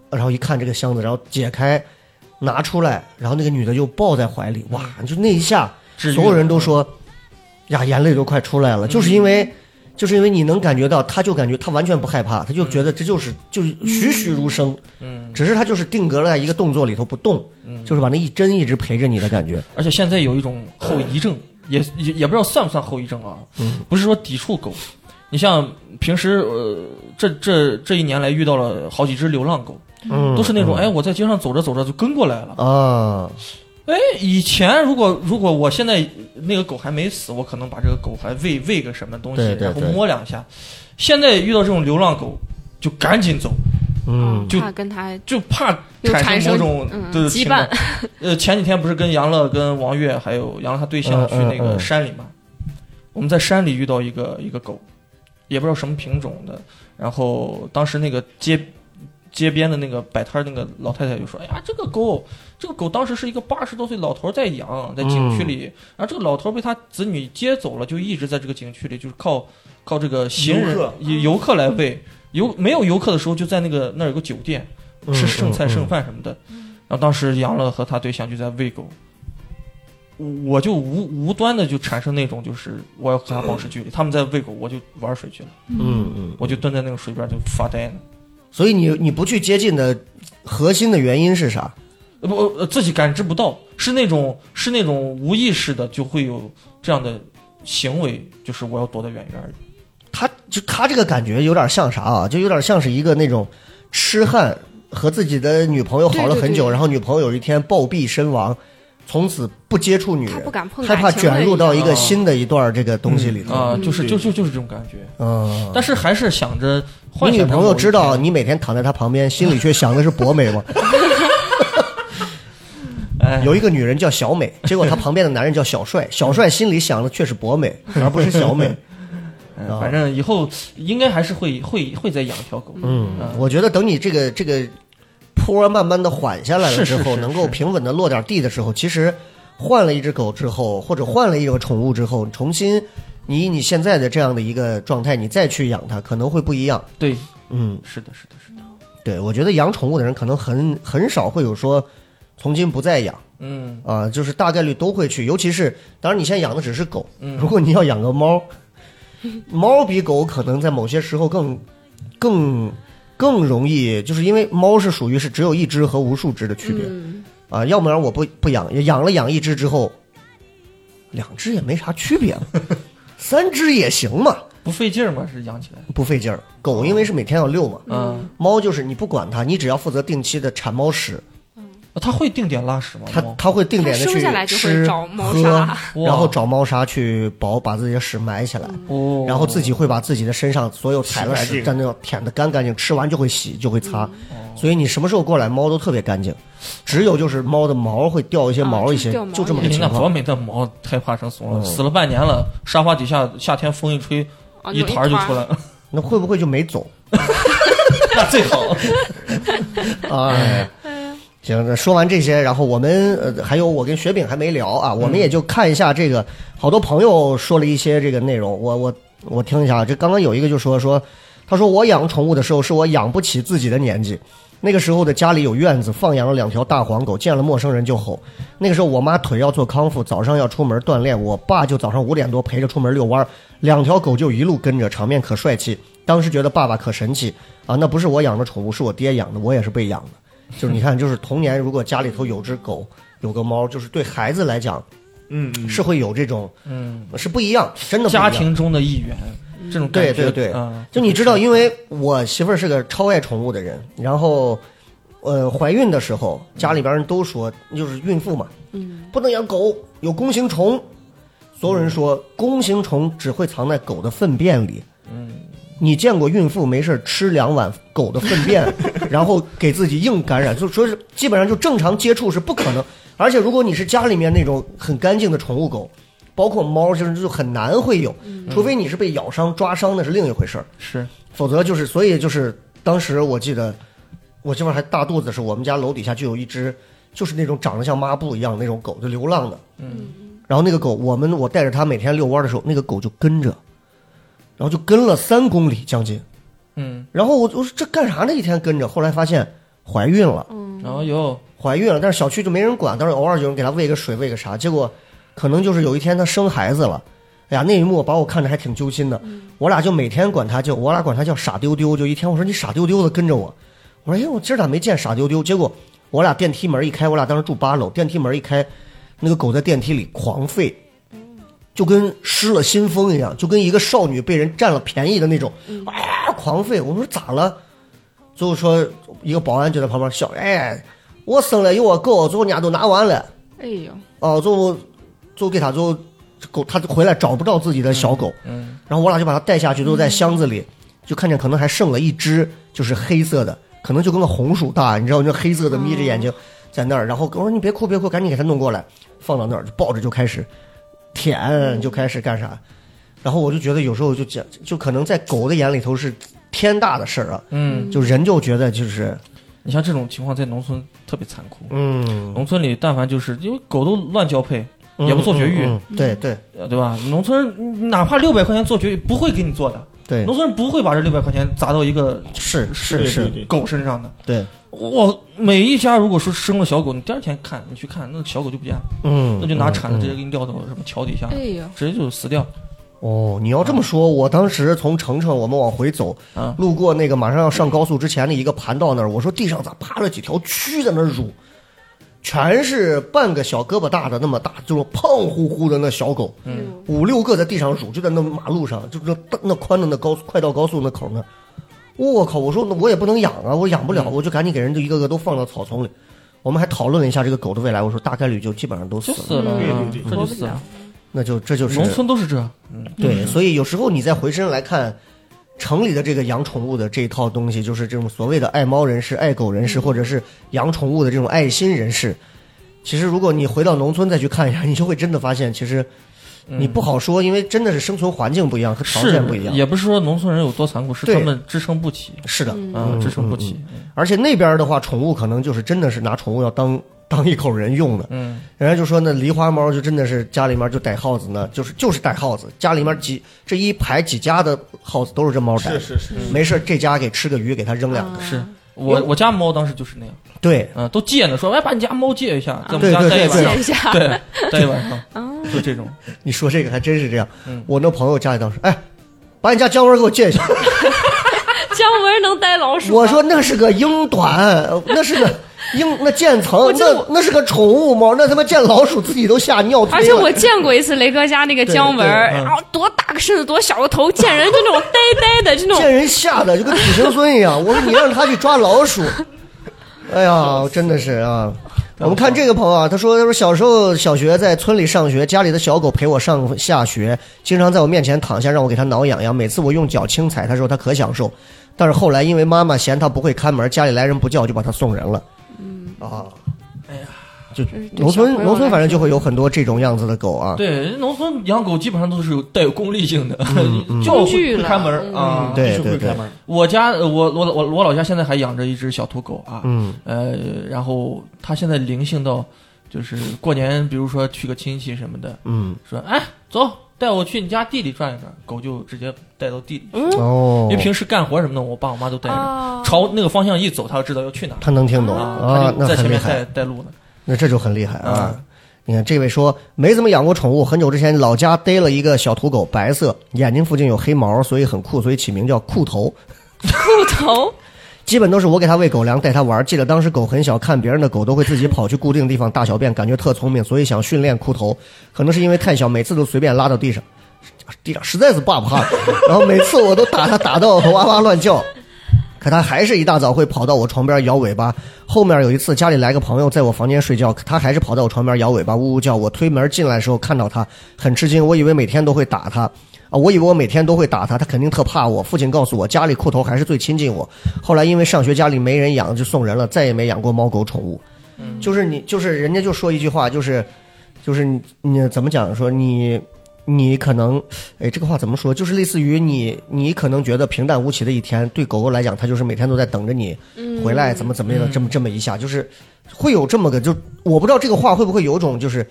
Speaker 4: 然后一看这个箱子，然后解开，拿出来，然后那个女的就抱在怀里，哇，就那一下，
Speaker 5: 嗯治愈
Speaker 4: 所有人都说，呀，眼泪都快出来了，就是因
Speaker 5: 嗯
Speaker 4: 为，就是因为你能感觉到，他就感觉他完全不害怕，他就觉得这就是就是栩栩如生，
Speaker 5: 嗯，
Speaker 4: 只是他就是定格了在一个动作里头不动，就是把那一针一直陪着你的感觉，
Speaker 5: 而且现在有一种后遗症，也也也不知道算不算后遗症啊，
Speaker 4: 嗯
Speaker 5: 不是说抵触狗。你像平时呃，这这这一年来遇到了好几只流浪狗，
Speaker 4: 嗯，
Speaker 5: 都是那种哎，我在街上走着走着就跟过来了。
Speaker 4: 啊，
Speaker 5: 哎，以前如果如果我现在那个狗还没死，我可能把这个狗还喂喂个什么东西，
Speaker 4: 对对
Speaker 5: 然后
Speaker 4: 对
Speaker 5: 摸两下。现在遇到这种流浪狗，就赶紧走，
Speaker 4: 嗯，
Speaker 5: 就
Speaker 6: 怕跟他
Speaker 5: 就怕
Speaker 6: 又
Speaker 5: 产
Speaker 6: 产
Speaker 5: 生
Speaker 6: 生
Speaker 5: 某种
Speaker 6: 嗯
Speaker 5: 对
Speaker 6: 羁绊。
Speaker 5: 呃，前几天不是跟杨乐、跟王悦还有杨乐他对象
Speaker 4: 嗯
Speaker 5: 去那
Speaker 4: 嗯
Speaker 5: 个
Speaker 4: 嗯
Speaker 5: 山里嘛？我们在山里遇到一个一个狗，也不知道什么品种的。然后当时那个街街边的那个摆摊儿那个老太太就说：“哎呀，这个狗，这个狗当时是一个八十多岁老头儿在养，在景区
Speaker 4: 嗯
Speaker 5: 里。然后这个老头儿被他子女接走了，就一直在这个景区里，就是靠靠这个行人
Speaker 7: 游客
Speaker 5: 游游客来喂。游
Speaker 4: 嗯
Speaker 5: 没有游客的时候，就在那个那儿有个酒店吃剩
Speaker 4: 嗯
Speaker 5: 菜剩饭什么的。然后当时杨乐和他对象就在喂狗，我就无无端的就产生那种就是我要和他保持距离，他们在喂狗，我就玩水去了，
Speaker 4: 嗯嗯。
Speaker 5: 我就蹲在那个水边就发呆呢。
Speaker 4: 所以你你不去接近的核心的原因是啥？
Speaker 5: 呃不，呃自己感知不到，是那种是那种无意识的就会有这样的行为，就是我要躲得远远的。
Speaker 4: 他就他这个感觉有点像啥啊？就有点像是一个那种痴汉和自己的女朋友好了很久，
Speaker 6: 对对对
Speaker 4: 然后女朋友有一天暴毙身亡，从此不接触女
Speaker 6: 他
Speaker 4: 人
Speaker 6: 不，敢碰
Speaker 4: 害
Speaker 6: 感
Speaker 4: 怕
Speaker 6: 情
Speaker 4: 卷入到一个
Speaker 5: 哦
Speaker 4: 新的一段这个东西里头。
Speaker 5: 啊、就是
Speaker 7: 对
Speaker 5: 就就就是这种感觉，
Speaker 4: 嗯，
Speaker 5: 但是还是想着幻
Speaker 4: 你
Speaker 5: 想
Speaker 4: 女
Speaker 5: 着
Speaker 4: 朋友
Speaker 5: 某一
Speaker 4: 知道
Speaker 5: 天
Speaker 4: 你每天躺在她旁边，心里却想的是博 美吗？
Speaker 5: 哎
Speaker 4: 有一个女人叫小 美，结果她旁边的男人叫小帅，小帅心里想的却是博美，而不是小美。啊
Speaker 5: 嗯反正以后应该还是会会会再养一条狗。
Speaker 4: 嗯，
Speaker 5: 嗯
Speaker 4: 我觉得等你这个这个坡慢慢的缓下来了
Speaker 5: 是
Speaker 4: 之
Speaker 5: 是
Speaker 4: 后，
Speaker 5: 是
Speaker 4: 能够
Speaker 5: 是
Speaker 4: 平稳的落点地的时候，其实换了一只狗之后，或者换了一个宠物之后，重新你以你现在的这样的一个状态，你再去养它，可能会不一样。
Speaker 5: 对，
Speaker 4: 嗯，
Speaker 5: 是的，是的，是的。
Speaker 4: 对，我觉得养宠物的人可能很很少会有说从今不再养
Speaker 5: 嗯，
Speaker 4: 啊、就是大概率都会去，尤其是当然你现在养的只是狗，
Speaker 5: 嗯
Speaker 4: 如果你要养个猫，猫比狗可能在某些时候更更更容易，就是因为猫是属于是只有一只和无数只的区别啊、
Speaker 6: 嗯，
Speaker 4: 要不然我不不养，养了养一只之后，两只也没啥区别了，三只也行嘛，
Speaker 5: 不费劲儿嘛，是养起来。
Speaker 4: 不费劲儿。狗因为是每天要遛嘛，
Speaker 5: 嗯，
Speaker 4: 猫就是你不管它，你只要负责定期的铲猫屎。
Speaker 5: 哦它会定点拉屎吗？
Speaker 4: 它
Speaker 5: 猫
Speaker 4: 它会定点的去
Speaker 6: 它哦生下来就会
Speaker 4: 吃
Speaker 6: 找猫
Speaker 4: 喝，
Speaker 6: 砂
Speaker 4: 然后找猫砂去保，把自己的屎埋起来，
Speaker 5: 哦，
Speaker 4: 然后自己会把自己的身上所有踩了
Speaker 7: 洗干
Speaker 4: 屎，
Speaker 7: 净
Speaker 4: 在那种舔的干干净，吃完就会洗就会擦，
Speaker 6: 嗯
Speaker 4: 所以你什么时候过来，猫都特别干净，只有就是猫的毛会掉一些
Speaker 6: 啊
Speaker 4: 毛一些
Speaker 6: 掉毛，
Speaker 4: 就这么
Speaker 5: 哎
Speaker 4: 个情
Speaker 5: 那博
Speaker 4: 况。
Speaker 5: 美的毛太怕生怂了，
Speaker 4: 嗯
Speaker 5: 死了半年了，沙发底下夏天风一吹，
Speaker 6: 哦
Speaker 5: 一
Speaker 6: 有
Speaker 5: 团儿就出来了，
Speaker 4: 那会不会就没走？
Speaker 5: 那最 好。
Speaker 4: 哎，行，那说完这些，然后我们呃还有我跟雪饼还没聊啊，我们也就看一下这个，好多朋友说了一些这个内容，我我我听一下啊，这刚刚有一个就说说，他说我养宠物的时候是我养不起自己的年纪。那个时候的家里有院子，放养了两条大黄狗，见了陌生人就吼。那个时候我妈腿要做康复，早上要出门锻炼，我爸就早上五点多陪着出门遛弯儿，两条狗就一路跟着，场面可帅气。当时觉得爸爸可神奇啊，那不是我养的宠物，是我爹养的，我也是被养的。就是你看，就是童年如果家里头有只狗，有个猫，就是对孩子来讲
Speaker 7: 嗯嗯，
Speaker 4: 是会有这种
Speaker 5: 嗯，
Speaker 4: 是不一样，真的不一
Speaker 5: 家
Speaker 4: 样。
Speaker 5: 庭中的一员，这种感
Speaker 4: 对
Speaker 5: 觉，
Speaker 4: 对对
Speaker 5: 嗯，
Speaker 4: 就你知道，因为我媳妇儿是个超爱宠物的人，然后，呃，怀孕的时候家里边人都说，就是孕妇嘛，嗯，不能养狗，有弓形虫。所有人
Speaker 5: 嗯
Speaker 4: 说，弓形虫只会藏在狗的粪便里。嗯，你见过孕妇没事儿吃两碗狗的粪 便，然后给自己硬感染？就说是基本上就正常接触是不可能。而且如果你是家里面那种很干净的宠物狗，包括猫，就是就很难会有，除非你是被咬伤、抓伤，那是另一回事儿。
Speaker 5: 是
Speaker 4: 否则就是，所以就是当时我记得，我媳妇儿还大肚子的时候，我们家楼底下就有一只，就是那种长得像抹布一样那种狗，就流浪的。
Speaker 5: 嗯。
Speaker 4: 然后那个狗，我们我带着它每天遛弯的时候，那个狗就跟着，然后就跟了三公里将近。
Speaker 5: 嗯，
Speaker 4: 然后我我说这干啥呢？一天跟着，后来发现怀孕了，
Speaker 5: 然后有
Speaker 4: 怀孕了，但是小区就没人管，但是偶尔有人给它喂个水，喂个啥，结果可能就是有一天它生孩子了，哎呀，那一幕把我看着还挺揪心的。我俩就每天管它叫，我俩管它叫傻丢丢，就一天我说你傻丢丢的跟着我，我说哎，我今儿咋没见傻丢丢？结果我俩电梯门一开，我俩当时住八楼，电梯门一开，那个狗在电梯里狂吠。就跟失了心疯一样，就跟一个少女被人占了便宜的那种，啊，狂吠。我说咋了？最后说一个保安就在旁边笑，哎，我生了一窝狗，最后人家都拿完了，
Speaker 6: 哎呦，
Speaker 4: 哦，最后最后给他最后狗，他就回来找不着自己的小狗，
Speaker 5: 嗯，
Speaker 4: 然后我俩就把它带下去，都在箱子里，就看见可能还剩了一只，就是黑色的，可能就跟个红薯大，你知道，就黑色的，眯着眼
Speaker 5: 哦
Speaker 4: 睛在那儿。然后我说你别哭别哭，赶紧给它弄过来，放到那儿，就抱着就开始
Speaker 5: 嗯
Speaker 4: 舔，就开始干啥。然后我就觉得有时候就讲，就可能在狗的眼里头是天大的事儿啊，
Speaker 5: 嗯，
Speaker 4: 就人就觉得就是
Speaker 5: 你像这种情况在农村特别残酷，
Speaker 4: 嗯，
Speaker 5: 农村里但凡就是因为狗都乱交配，也不做绝育
Speaker 4: 嗯，嗯嗯对对
Speaker 5: 呃对吧？农村哪怕六百块钱做绝育不会给你做的，
Speaker 4: 对，
Speaker 5: 农村人不会把这六百块钱砸到一个
Speaker 4: 是是
Speaker 7: 对
Speaker 4: 是
Speaker 7: 对，对
Speaker 5: 狗身上的。
Speaker 4: 对，
Speaker 5: 我每一家如果说生了小狗，你第二天看你去看，那小狗就不见了，
Speaker 4: 嗯，
Speaker 5: 那就拿铲子
Speaker 4: 嗯
Speaker 5: 直接给你撂到什么桥底下
Speaker 6: 哎，呦，
Speaker 5: 直接就死掉
Speaker 4: 哦，你要这么说，我当时从程程我们往回走，
Speaker 5: 啊！
Speaker 4: 路过那个马上要上高速之前的一个盘道那儿，我说地上咋趴了几条蛆在那儿蠕，全是半个小胳膊大的那么大，就是胖乎乎的那小狗，
Speaker 5: 嗯
Speaker 4: 五六个在地上蠕，就在那马路上，就那那宽的那高快到高速那口那儿。我靠！我说那我也不能养啊，我养不了，我就赶紧给人就一个个都放到草丛里。我们还讨论了一下这个狗的未来，我说大概率就基本上都死
Speaker 5: 就
Speaker 4: 了，
Speaker 5: 死了，
Speaker 6: 对
Speaker 5: 啊
Speaker 7: 对对
Speaker 5: 这就死了。
Speaker 4: 那就这就是
Speaker 5: 农村都嗯是这，
Speaker 4: 对，所以有时候你再回身来看城里的这个养宠物的这一套东西，就是这种所谓的爱猫人士、爱狗人
Speaker 5: 嗯
Speaker 4: 士，或者是养宠物的这种爱心人士。其实，如果你回到农村再去看一下，你就会真的发现，其实
Speaker 5: 嗯
Speaker 4: 你不好说，因为真的是生存环境不一样和条件不一样。
Speaker 5: 也不是说农村人有多残酷，是
Speaker 4: 对嗯
Speaker 5: 他们支撑不起
Speaker 4: 是的，
Speaker 5: 啊，支撑不起。
Speaker 4: 而且那边的话，宠物可能就是真的是拿宠物要当当一口人用的。
Speaker 5: 嗯，
Speaker 4: 人家就说那狸花猫就真的是家里面就逮耗子呢，就是就是逮耗子，家里面几这一排几家的耗子都是这猫逮
Speaker 7: 是
Speaker 4: 的，
Speaker 7: 是是，
Speaker 4: 没事儿这家给吃个鱼，给它扔两个。
Speaker 5: 是我我家猫当时就是那样，
Speaker 6: 嗯
Speaker 4: 对，
Speaker 5: 啊，都借呢，说哎把你家猫借一下，在我
Speaker 4: 对
Speaker 5: 们家
Speaker 4: 对
Speaker 5: 待一
Speaker 4: 对对
Speaker 5: 晚上
Speaker 6: 哎解一， 下，
Speaker 5: 对，待一晚上，
Speaker 6: 哦
Speaker 5: 就这种。
Speaker 4: 你说这个还真是这样。
Speaker 5: 嗯
Speaker 4: 我那朋友家里当时，哎，把你家姜文给我借一 下。
Speaker 6: 姜文能逮老鼠吗？
Speaker 4: 我说那是个英短，那是个英那渐层
Speaker 6: 我，记得
Speaker 4: 那那是个宠物猫，那他妈见老鼠自己都吓尿
Speaker 6: 而
Speaker 4: 飞
Speaker 6: 且我
Speaker 4: 了。
Speaker 6: 见过一次雷哥家那个姜文儿，
Speaker 4: 对对对嗯
Speaker 6: 然后多大个身子，多小个头，见人就那种呆呆的，就那 种
Speaker 4: 见人吓得就跟土行孙一样。我说你让他去抓老鼠，哎呀，真的是啊。我们看这个朋友啊，他说他说小时候小学在村里上学，家里的小狗陪我上下学，经常在我面前躺下让我给它挠痒痒。每次我用脚轻踩它时候，它可享受。但是后来因为妈妈嫌它不会看门，家里来人不叫，就把它送人了。嗯啊，哎呀，就农村
Speaker 6: 对小朋友
Speaker 4: 农村
Speaker 6: 来
Speaker 4: 反正就会有很多这种样子的狗啊。
Speaker 5: 对，农村养狗基本上都是有带有功利性的，
Speaker 4: 嗯
Speaker 5: 就
Speaker 6: 工具
Speaker 5: 会
Speaker 6: 了嗯
Speaker 5: 看门儿啊。
Speaker 4: 对
Speaker 7: 就是会
Speaker 4: 对对
Speaker 7: 开门。
Speaker 5: 我家呃我我我我老家现在还养着一只小土狗啊，
Speaker 4: 嗯，
Speaker 5: 呃，然后它现在灵性到，就是过年比如说去个亲戚什么的，
Speaker 4: 嗯
Speaker 5: 说哎走，带我去你家地里转一转，狗就直接带到地里，
Speaker 6: 嗯
Speaker 4: 哦
Speaker 5: 因为平时干活什么的，我爸我妈都带着，
Speaker 6: 啊，
Speaker 5: 朝那个方向一走，它就知道要去哪
Speaker 4: 他能听懂
Speaker 5: 啊，
Speaker 4: 啊，
Speaker 5: 它
Speaker 4: 那很
Speaker 5: 就在前
Speaker 4: 厉
Speaker 5: 面
Speaker 4: 害。
Speaker 5: 带带路呢。
Speaker 4: 那这就很厉害啊
Speaker 5: 啊！
Speaker 4: 你看这位说没怎么养过宠物，很久之前老家逮了一个小土狗，白色，眼睛附近有黑毛，所以很酷，所以起名叫酷头。
Speaker 6: 裤头，
Speaker 4: 基本都是我给它喂狗粮，带它玩。记得当时狗很小，看别人的狗都会自己跑去固定地方大小便，感觉特聪明，所以想训练裤头。可能是因为太小，每次都随便拉到地上， 地上实在是爸不怕。然后每次我都打它，打到哇哇乱叫。可它还是一大早会跑到我床边摇尾巴。后面有一次家里来个朋友，在我房间睡觉，可它还是跑到我床边摇尾巴，呜呜叫。我推门进来的时候看到它，很吃惊，我以为每天都会打它。啊，我以为我每天都会打它，它肯定特怕我。父亲告诉我，家里裤头还是最亲近我。后来因为上学家里没人养，就送人了，再也没养过猫狗宠物。就是你，就是人家就说一句话，就是，就是你你怎么讲？说你你可能，哎，这个话怎么说？就是类似于你你可能觉得平淡无奇的一天，对狗狗来讲，它就是每天都在等着你回来，怎么怎么
Speaker 6: 嗯
Speaker 4: 样的，这么这么一下，就是会有这么个，就我不知道这个话会不会有种就是。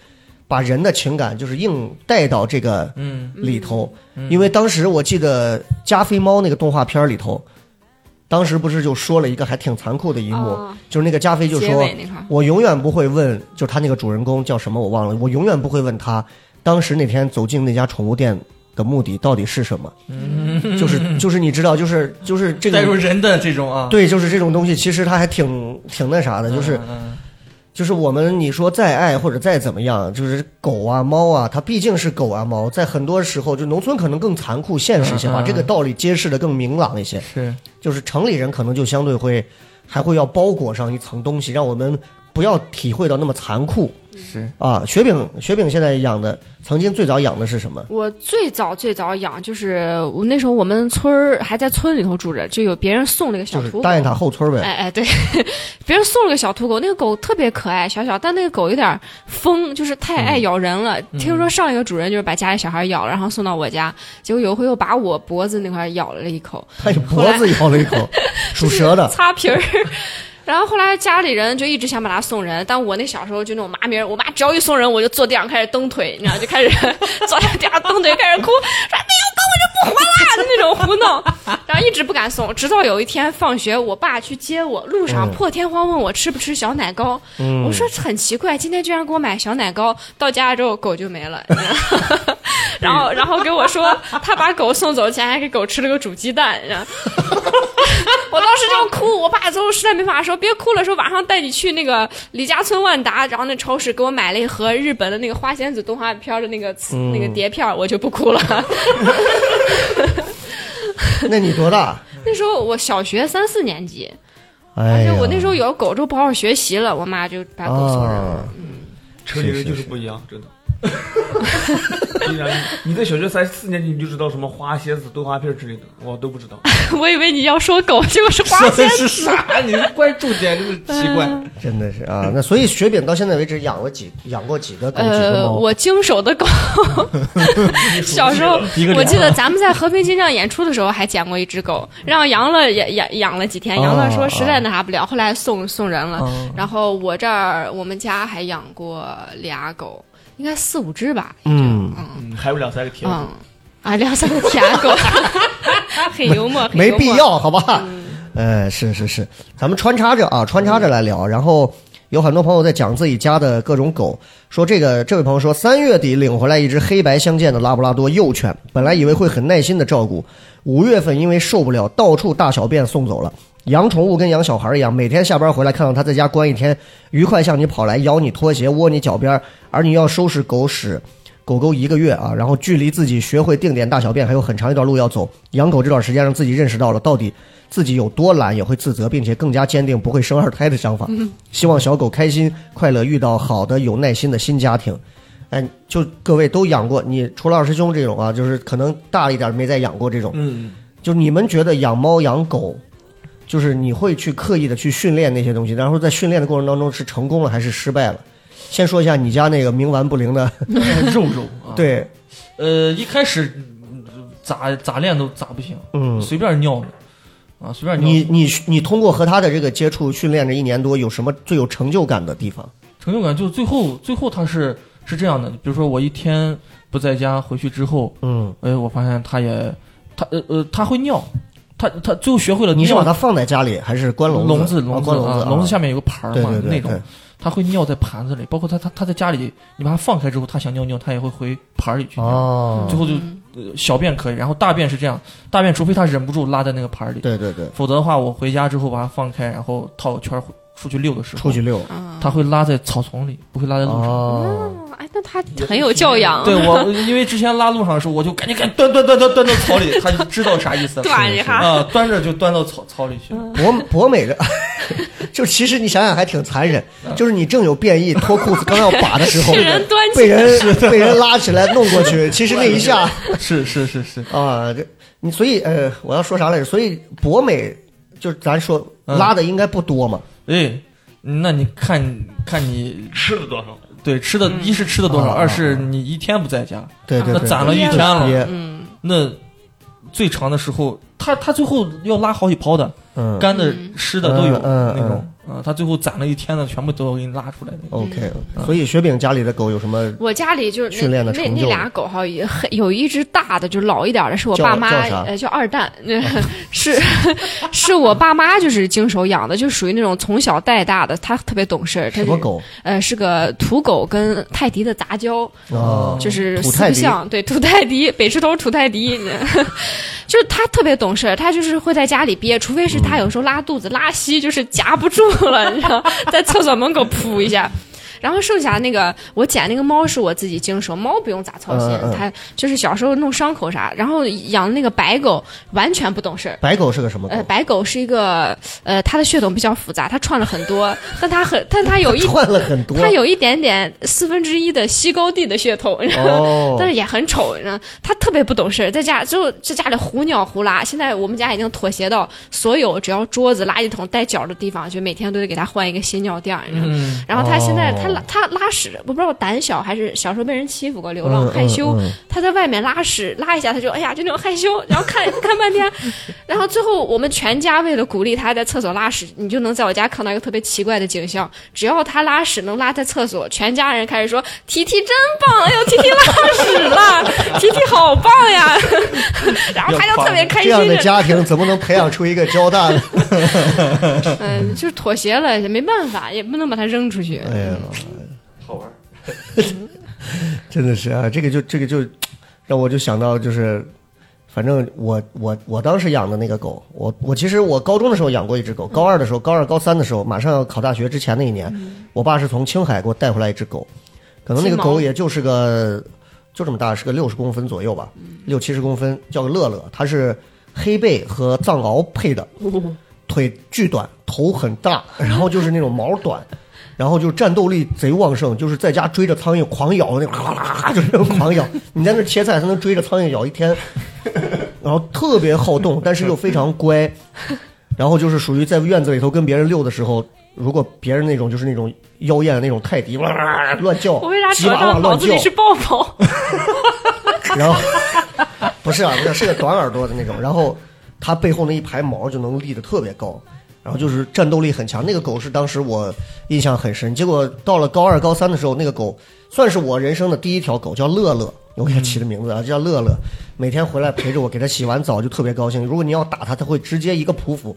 Speaker 4: 把人的情感就是硬带到这个
Speaker 5: 嗯，
Speaker 4: 里头，因为当时我记得《加菲猫》那个动画片里头，当时不是就说了一个还挺残酷的一幕，
Speaker 6: 哦
Speaker 4: 就是那个加菲就
Speaker 6: 结
Speaker 4: 说
Speaker 6: 尾那块儿：“
Speaker 4: 我永远不会问，就他那个主人公叫什么我忘了，我永远不会问他当时那天走进那家宠物店的目的到底是什么。就是就是你知道，就是就是这
Speaker 5: 嗯带入
Speaker 4: 个。
Speaker 5: 人的这种啊，
Speaker 4: 对，就是这种东西，其实它还挺挺那啥的，就是
Speaker 5: 嗯嗯
Speaker 4: 就是我们你说再爱或者再怎么样，就是狗啊猫啊，它毕竟是狗啊猫，在很多时候就农村可能更残酷现实一些，
Speaker 5: 嗯
Speaker 4: 把
Speaker 5: 嗯
Speaker 4: 这个道理揭示的更明朗一些。
Speaker 5: 是
Speaker 4: 就是城里人可能就相对会还会要包裹上一层东西，让我们不要体会到那么残酷
Speaker 6: 嗯
Speaker 5: 是，
Speaker 4: 啊。雪饼雪饼现在养的，曾经最早养的是什么？
Speaker 6: 我最早最早养就是我那时候我们村儿还在村里头住着，就有别人送了个小
Speaker 4: 就是
Speaker 6: 土狗
Speaker 4: 大，雁塔后村呗。
Speaker 6: 哎哎对， 别人送了个小土狗，那个狗特别可爱，小小，但那个狗有点疯，就是太爱咬人了。听说上一个主人就是把家里小孩咬了，然后送到我家，结果有一回又把我脖子那块儿咬了一口，
Speaker 4: 它有脖子咬了一 口，属蛇的。
Speaker 6: 擦皮儿。 然后后来家里人就一直想把它送人，但我那小时候就那种麻名儿，我妈只要一送人，我就坐地上开始蹬腿，你知道，就开始坐在地上蹬腿，开始哭，说哎没有狗我就不活啦，就那种胡闹， 然后一直不敢送，直到有一天放学，我爸去接我，路上破天荒问我吃不吃小奶糕，我说很奇怪，今天居然给我买小奶糕，到家之后狗就没了，你知 道然后然后给我说他把狗送走前还给狗吃了个煮鸡蛋，然后。 我当时就哭，我爸最后实在没法说，别哭了，说晚上带你去那个李家村万达，然后那超市给我买了一盒日本的那个花仙子动画片的那个磁、那个碟片儿，我就不哭了。
Speaker 4: 那你多 大？
Speaker 6: 那时候我小学三四年级，而
Speaker 4: 哎
Speaker 6: 且
Speaker 4: 呀，
Speaker 6: 我那时候有了狗之后不好好学习了，我妈就把狗送人了。
Speaker 4: 啊，
Speaker 7: 城里人就是不一样，真的。 依然，你在小学三四年级你就知道什么花蝎子、豆花片之类的，我都不知道。
Speaker 6: 我以为你要说狗，结果是花
Speaker 5: 说
Speaker 6: 仙
Speaker 5: 的。是啥？你关注点就是奇怪。
Speaker 4: 真的是啊。那所以雪饼到现在为止养了几养过几个狗几个
Speaker 6: 呃，
Speaker 4: 猫？
Speaker 6: 我经手的狗， 小时候
Speaker 5: 一个脸
Speaker 6: 我记得咱们在和平金上演出的时候还捡过一只狗，让杨乐也养养了几天，
Speaker 4: 哦
Speaker 6: 杨乐说实在那啥不了，后来送送人了
Speaker 4: 哦。
Speaker 5: 啊
Speaker 6: 然后我这儿我们家还养过俩狗，应该四五只吧，
Speaker 4: 嗯，
Speaker 7: 嗯， 还有两三个天。
Speaker 6: 嗯，啊，两三个舔 狗，很幽 默，很
Speaker 4: 没
Speaker 6: 幽默
Speaker 4: 必。要，好吧？呃，是是是，咱们穿插着啊，穿插着来聊。然后有很多朋友在讲自己家的各种狗，说这个这位朋友说，三月底领回来一只黑白相间的拉布拉多幼犬，本来以为会很耐心的照顾，五月份因为受不了到处大小便送走了。养宠物跟养小孩一样，每天下班回来看到它在家关一天，愉快向你跑来，咬你拖鞋，窝你脚边儿，而你要收拾狗屎。狗狗一个月啊，然后距离自己学会定点大小便还有很长一段路要走。养狗这段时间让自己认识到了到底自己有多懒，也会自责，并且更加坚定不会生二胎的想法。希望小狗开心快乐，遇到好的有耐心的新家庭。哎，就各位都养过，你除了二师兄这种啊，就是可能大一点没再养过这种。
Speaker 7: 嗯，
Speaker 4: 就你们觉得养猫养狗，就是你会去刻意的去训练那些东西，然后在训练的过程当中是成功了还是失败了？先说一下你家那个冥顽不灵的，
Speaker 5: 肉肉 啊，，
Speaker 4: 哎对，
Speaker 5: 呃，一开始嗯咋咋练都咋不行，
Speaker 4: 嗯，
Speaker 5: 随便尿了啊，随便尿。
Speaker 4: 你你你通过和他的这个接触训练这一年多，有什么最有成就感的地方？
Speaker 5: 成就感就是最后最后他是是这样的，比如说我一天不在家回去之后，
Speaker 4: 嗯，
Speaker 5: 哎，我发现他也他呃呃他会尿，他他最后学会了
Speaker 4: 你是
Speaker 5: 尿
Speaker 4: 把它放在家里还是关笼
Speaker 5: 笼
Speaker 4: 子？
Speaker 5: 笼
Speaker 4: 啊
Speaker 5: 子
Speaker 4: 关笼子，
Speaker 5: 笼子
Speaker 4: 子
Speaker 5: 下面有个盘儿
Speaker 4: 对
Speaker 5: 嘛
Speaker 4: 对对
Speaker 5: 那
Speaker 4: 对
Speaker 5: 种，他会尿在盘子里，包括他他他在家里，你把它放开之后，他想尿尿，他也会回盘儿里去尿。
Speaker 4: 哦
Speaker 5: 最，后就、
Speaker 6: 嗯
Speaker 5: 呃小便可以，然后大便是这样，大便除非他忍不住拉在那个盘儿里，
Speaker 4: 对对对，
Speaker 5: 否则的话，我回家之后把它放开，然后套个圈儿回出去溜的时候，
Speaker 4: 出去遛
Speaker 6: 嗯
Speaker 5: 他会拉在草丛里，不会拉在路上。
Speaker 4: 哦，
Speaker 6: 哦哎，那他很有教养， 啊
Speaker 5: 对我，因为之前拉路上的时候，我就赶紧赶紧端端端端端到草里，他就知道啥意思了。
Speaker 6: 短一
Speaker 5: 啊、
Speaker 6: 下，
Speaker 5: 端着就端到草草里去了。
Speaker 4: 博博美的， 就其实你想想还挺残忍，就是你正有便意脱裤子刚要把的时候
Speaker 6: 被，嗯人端
Speaker 4: 被
Speaker 6: 起，
Speaker 4: 人被人拉起来弄过 去，其实那一下
Speaker 5: 是是是是，
Speaker 4: 啊，这你所以呃，我要说啥来着？所以博美就是咱说
Speaker 5: 嗯
Speaker 4: 拉的应该不多嘛，
Speaker 5: 哎，那你看看你
Speaker 7: 吃了多少？
Speaker 5: 对吃的，一是吃的多少，
Speaker 4: 啊
Speaker 5: 二是你一天不在家，
Speaker 4: 对对
Speaker 5: 那
Speaker 4: 对，
Speaker 5: 攒了一天
Speaker 4: 也
Speaker 5: 了，
Speaker 6: 嗯，
Speaker 5: 那最长的时候，他他最后要拉好几泡的，
Speaker 4: 嗯
Speaker 5: 干的、湿的都有
Speaker 4: 嗯嗯
Speaker 5: 那种啊，他最后攒了一天的，全部都要给你拉出来那种。
Speaker 4: OK，所
Speaker 5: 嗯
Speaker 4: 以雪饼家里的狗有什么？
Speaker 6: 我家里就是那
Speaker 4: 训练的
Speaker 6: 那
Speaker 4: 成就
Speaker 6: 那俩狗哈，也很有一只大的，就老一点的，是我
Speaker 4: 叫
Speaker 6: 爸妈
Speaker 4: 叫啥
Speaker 6: 呃叫二蛋， 是是我爸妈就是经手养的，就属于那种从小带大的，它特别懂事儿。它
Speaker 4: 什么？狗？
Speaker 6: 呃，是个土狗跟泰迪的杂交，
Speaker 4: 哦，
Speaker 6: 就是
Speaker 4: 土
Speaker 6: 四
Speaker 4: 泰
Speaker 6: 不
Speaker 4: 迪
Speaker 6: 像，对，土泰迪，北石头土泰迪， 就是它特别懂事儿，它就是会在家里憋，除非是
Speaker 4: 嗯
Speaker 6: 它有时候拉肚子、拉稀，就是夹不住了，你知道，在厕所门口扑一下。然后剩下那个我捡那个猫是我自己经手，猫不用咋操心
Speaker 4: 嗯，嗯
Speaker 6: 它就是小时候弄伤口啥。然后养那个白狗完全不懂事儿，
Speaker 4: 白狗是个什么狗
Speaker 6: 呃，？白狗是一个呃，它的血统比较复杂，它串了很多，但它很，但它 有一
Speaker 4: 串了很多。
Speaker 6: 它有一点点四分之一的西高地的血统，然后
Speaker 4: 哦，
Speaker 6: 但是也很丑，然后它特别不懂事儿，在家就在家里胡鸟胡拉。现在我们家已经妥协到所有只要桌子、垃圾桶带角的地方，就每天都得给它换一个新尿垫儿。你知道吗
Speaker 5: 嗯，
Speaker 6: 然后它现在
Speaker 4: 哦
Speaker 6: 它拉它拉屎，我不知道胆小还是小时候被人欺负过，流浪
Speaker 4: 嗯
Speaker 6: 害羞，
Speaker 4: 嗯嗯
Speaker 6: 他在外面拉屎拉一下，他就哎呀就那种害羞，然后看看半天，然后最后我们全家为了鼓励他在厕所拉屎，你就能在我家看到一个特别奇怪的景象，只要他拉屎能拉在厕所，全家人开始说提提真棒，哎呦提提拉屎了， 提提好棒呀， 然后他就特别开
Speaker 4: 这
Speaker 6: 心
Speaker 4: 样的
Speaker 6: 着
Speaker 4: 家庭怎么能培养出一个交大的？
Speaker 6: 嗯，就是妥协了，也没办法，也不能把他扔出去。
Speaker 4: 哎呀，
Speaker 5: 好玩。
Speaker 4: 真的是啊，这个就这个就让我就想到就是，反正我我我当时养的那个狗，我我其实我高中的时候养过一只狗，高二的时候，高二高三的时候，马上要考大学之前那一年，我爸是从青海给我带回来一只狗，可能那个
Speaker 6: 金毛
Speaker 4: 狗也就是个就这么大，是个六十公分左右吧，六七十公分，叫个乐乐，它是黑背和藏獒配的，腿巨短，头很大，然后就是那种毛短。然后就战斗力贼旺盛，就是在家追着苍蝇狂咬，那个就是那种狂咬。你在那切菜，它能追着苍蝇咬一天，然后特别好动，但是又非常乖。然后就是属于在院子里头跟别人溜的时候，如果别人那种就是那种妖艳的那种泰迪，哇乱叫，
Speaker 6: 我为啥
Speaker 4: 吉
Speaker 6: 觉
Speaker 4: 娃娃
Speaker 6: 得脑
Speaker 4: 乱
Speaker 6: 子
Speaker 4: 叫
Speaker 6: 里，是抱抱？
Speaker 4: 然后不是啊，不是是个短耳朵的那种，然后它背后那一排毛就能立得特别高，然后就是战斗力很强。那个狗是当时我印象很深，结果到了高二高三的时候，那个狗算是我人生的第一条狗，叫乐乐。我给它起的名字啊，叫乐乐，每天回来陪着我，给它洗完澡就特别高兴。如果你要打它，它会直接一个匍匐，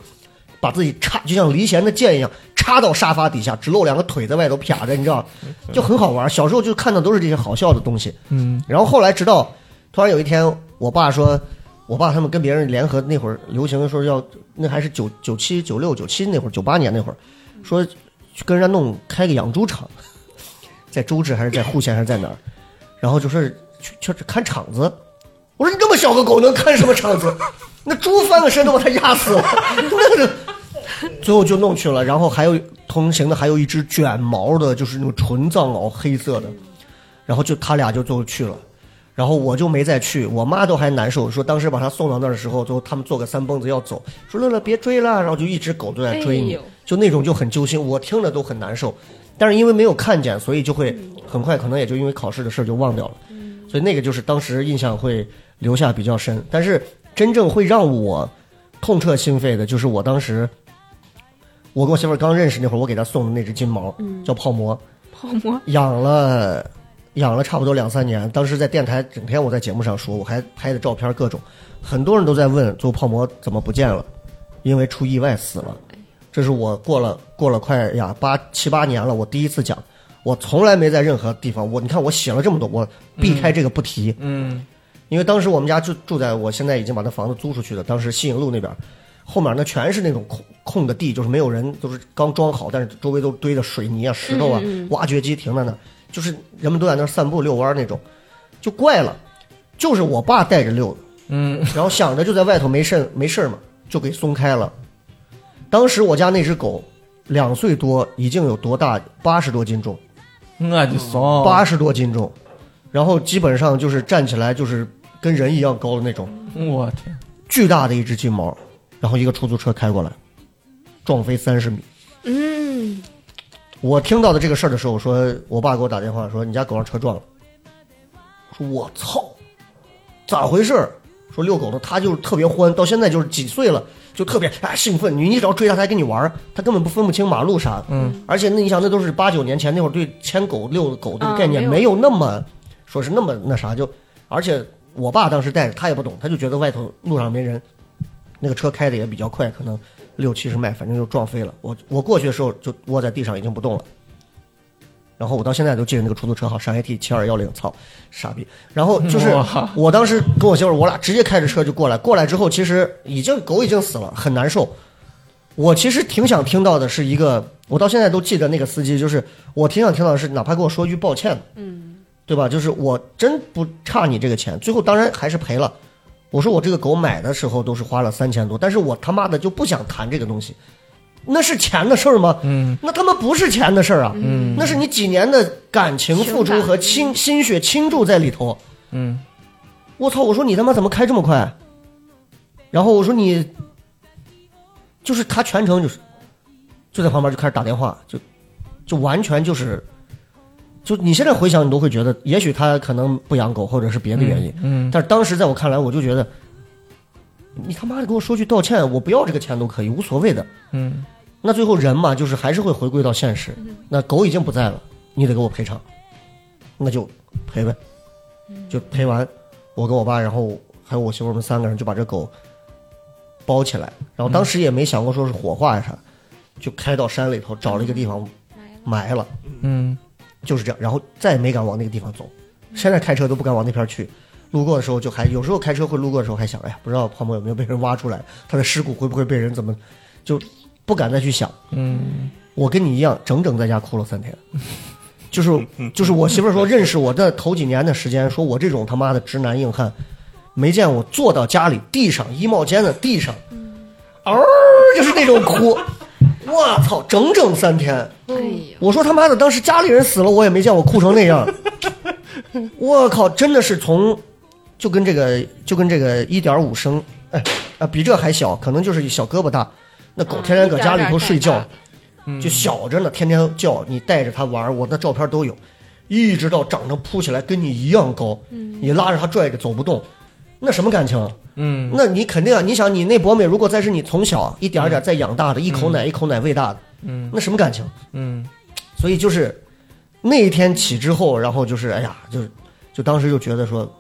Speaker 4: 把自己插，就像离弦的箭一样插到沙发底下，只露两个腿在外头撇着，你知道，就很好玩。小时候就看的都是这些好笑的东西。
Speaker 5: 嗯，
Speaker 4: 然后后来直到突然有一天，我爸说，我爸他们跟别人联合那会儿流行说要那还是九九七九六九七那会儿九八年那会儿，说去跟人家弄开个养猪场， 在周至还是在户县还是在哪儿，然后就说去去看场子。我说你这么小个狗能看什么场子？ 那猪翻个身都把它压死了， 那个。最后就弄去了，然后还有同行的还有一只卷毛的，就是那种纯藏獒黑色的，然后就他俩就最后去了，然后我就没再去，我妈都还难受，说当时把他送到那儿的时候，最后他们做个三蹦子要走，说乐乐别追了，然后就一只狗都在追
Speaker 6: 哎
Speaker 4: 你
Speaker 6: 呦，
Speaker 4: 就那种就很揪心，我听着都很难受，但是因为没有看见，所以就会很快可能也就因为考试的事儿就忘掉了，
Speaker 6: 嗯
Speaker 4: 所以那个就是当时印象会留下比较深，但是真正会让我痛彻心扉的就是我当时。我跟我媳妇儿刚认识那会儿，我给她送的那只金毛、叫泡馍，
Speaker 6: 泡沫，
Speaker 4: 养了养了差不多两三年。当时在电台整天我在节目上说，我还拍的照片各种，很多人都在问做泡馍怎么不见了，因为出意外死了。这是我过了过了快呀八七八年了，我第一次讲，我从来没在任何地方我你看我写了这么多，我避开这个不提，
Speaker 5: 嗯，
Speaker 4: 因为当时我们家就住在我现在已经把那房子租出去了，当时西营路那边，后面那全是那种空空的地，就是没有人，都是刚装好，但是周围都堆着水泥啊、石头啊，挖掘机停在那儿，就是人们都在那儿散步遛弯儿那种，就怪了，就是我爸带着遛的，
Speaker 5: 嗯，
Speaker 4: 然后想着就在外头没事没事儿嘛，就给松开了。当时我家那只狗两岁多，已经有多大？八十多斤重。
Speaker 5: 我嗯就骚，
Speaker 4: 嗯八十多斤重，然后基本上就是站起来就是跟人一样高的那种，
Speaker 5: 我天，
Speaker 4: 巨大的一只金毛，然后一个出租车开过来，撞飞三十米。
Speaker 6: 嗯，
Speaker 4: 我听到的这个事儿的时候，我说我爸给我打电话说你家狗让车撞了，我说我操，咋回事儿？说遛狗的他就是特别欢，到现在就是几岁了就特别啊兴奋，你你只要追它，它还跟你玩儿，它根本不分不清马路啥的。
Speaker 5: 嗯，
Speaker 4: 而且那你想那都是八九年前那会儿对牵狗遛狗这个
Speaker 6: 啊
Speaker 4: 概念、
Speaker 6: 没
Speaker 4: 没有那么说是那么那啥就，而且我爸当时带着他也不懂，他就觉得外头路上没人，那个车开的也比较快，可能六七十迈，反正就撞飞了。我我过去的时候就窝在地上已经不动了。然后我到现在都记得那个出租车号上 AT 七二幺零，操，傻逼。然后就是
Speaker 5: 哇
Speaker 4: 我当时跟我媳妇儿，我俩直接开着车就过来。过来之后，其实已经狗已经死了，很难受。我其实挺想听到的是一个，我到现在都记得那个司机，就是我挺想听到的是，哪怕跟我说一句抱歉的，嗯，对吧？就是我真不差你这个钱，最后当然还是赔了。我说我这个狗买的时候都是花了三千多，但是我他妈的就不想谈这个东西，那是钱的事儿吗？
Speaker 5: 嗯，
Speaker 4: 那他妈不是钱的事儿啊，
Speaker 5: 嗯
Speaker 4: 那是你几年的感情付出和倾心血倾注在里头。
Speaker 5: 嗯，
Speaker 4: 我操！我说你他妈怎么开这么快？啊然后我说你，就是他全程就是就在旁边就开始打电话，就就完全就是，就你现在回想你都会觉得，也许他可能不养狗或者是别的原因，
Speaker 5: 嗯，
Speaker 4: 但是当时在我看来，我就觉得你他妈的给我说句道歉，我不要这个钱都可以，无所谓的。
Speaker 5: 嗯，
Speaker 4: 那最后人嘛，就是还是会回归到现实。那狗已经不在了，你得给我赔偿，那就赔呗，就赔完。我跟我爸，然后还有我媳妇儿，我们三个人就把这狗包起来，然后当时也没想过说是火化呀啥，就开到山里头找了一个地方埋了，
Speaker 5: 嗯，
Speaker 4: 就是这样，然后再也没敢往那个地方走。现在开车都不敢往那边去，路过的时候就还有时候开车会路过的时候还想，哎呀，不知道泡沫有没有被人挖出来，他的尸骨会不会被人怎么，就不敢再去想。
Speaker 5: 嗯，
Speaker 4: 我跟你一样，整整在家哭了三天。就是就是我媳妇儿说，认识我的头几年的时间，说我这种他妈的直男硬汉，没见我坐到家里地上衣帽间的地上，嗷、就是那种哭。 我操，整整三天。
Speaker 6: 哎呦，
Speaker 4: 我说他妈的，当时家里人死了，我也没见我哭成那 样。我靠，真的是从，就跟这个就跟这个一点五升，哎啊，比这还小，可能就是小胳膊大。那狗天天搁家里头睡觉，
Speaker 5: 嗯
Speaker 4: 就小着呢，天天叫你带着它玩儿，我那照片都有，一直到长成扑起来跟你一样高，你拉着它拽着走不动，那什么感情啊？
Speaker 5: 嗯，
Speaker 4: 那你肯定啊！你想，你那博美如果再是你从小一点儿点儿再养大的，一口奶一口奶喂大的，
Speaker 5: 嗯
Speaker 4: 那什么感情？
Speaker 5: 嗯
Speaker 4: 所以就是那一天起之后，然后就是哎呀，就是就当时就觉得说，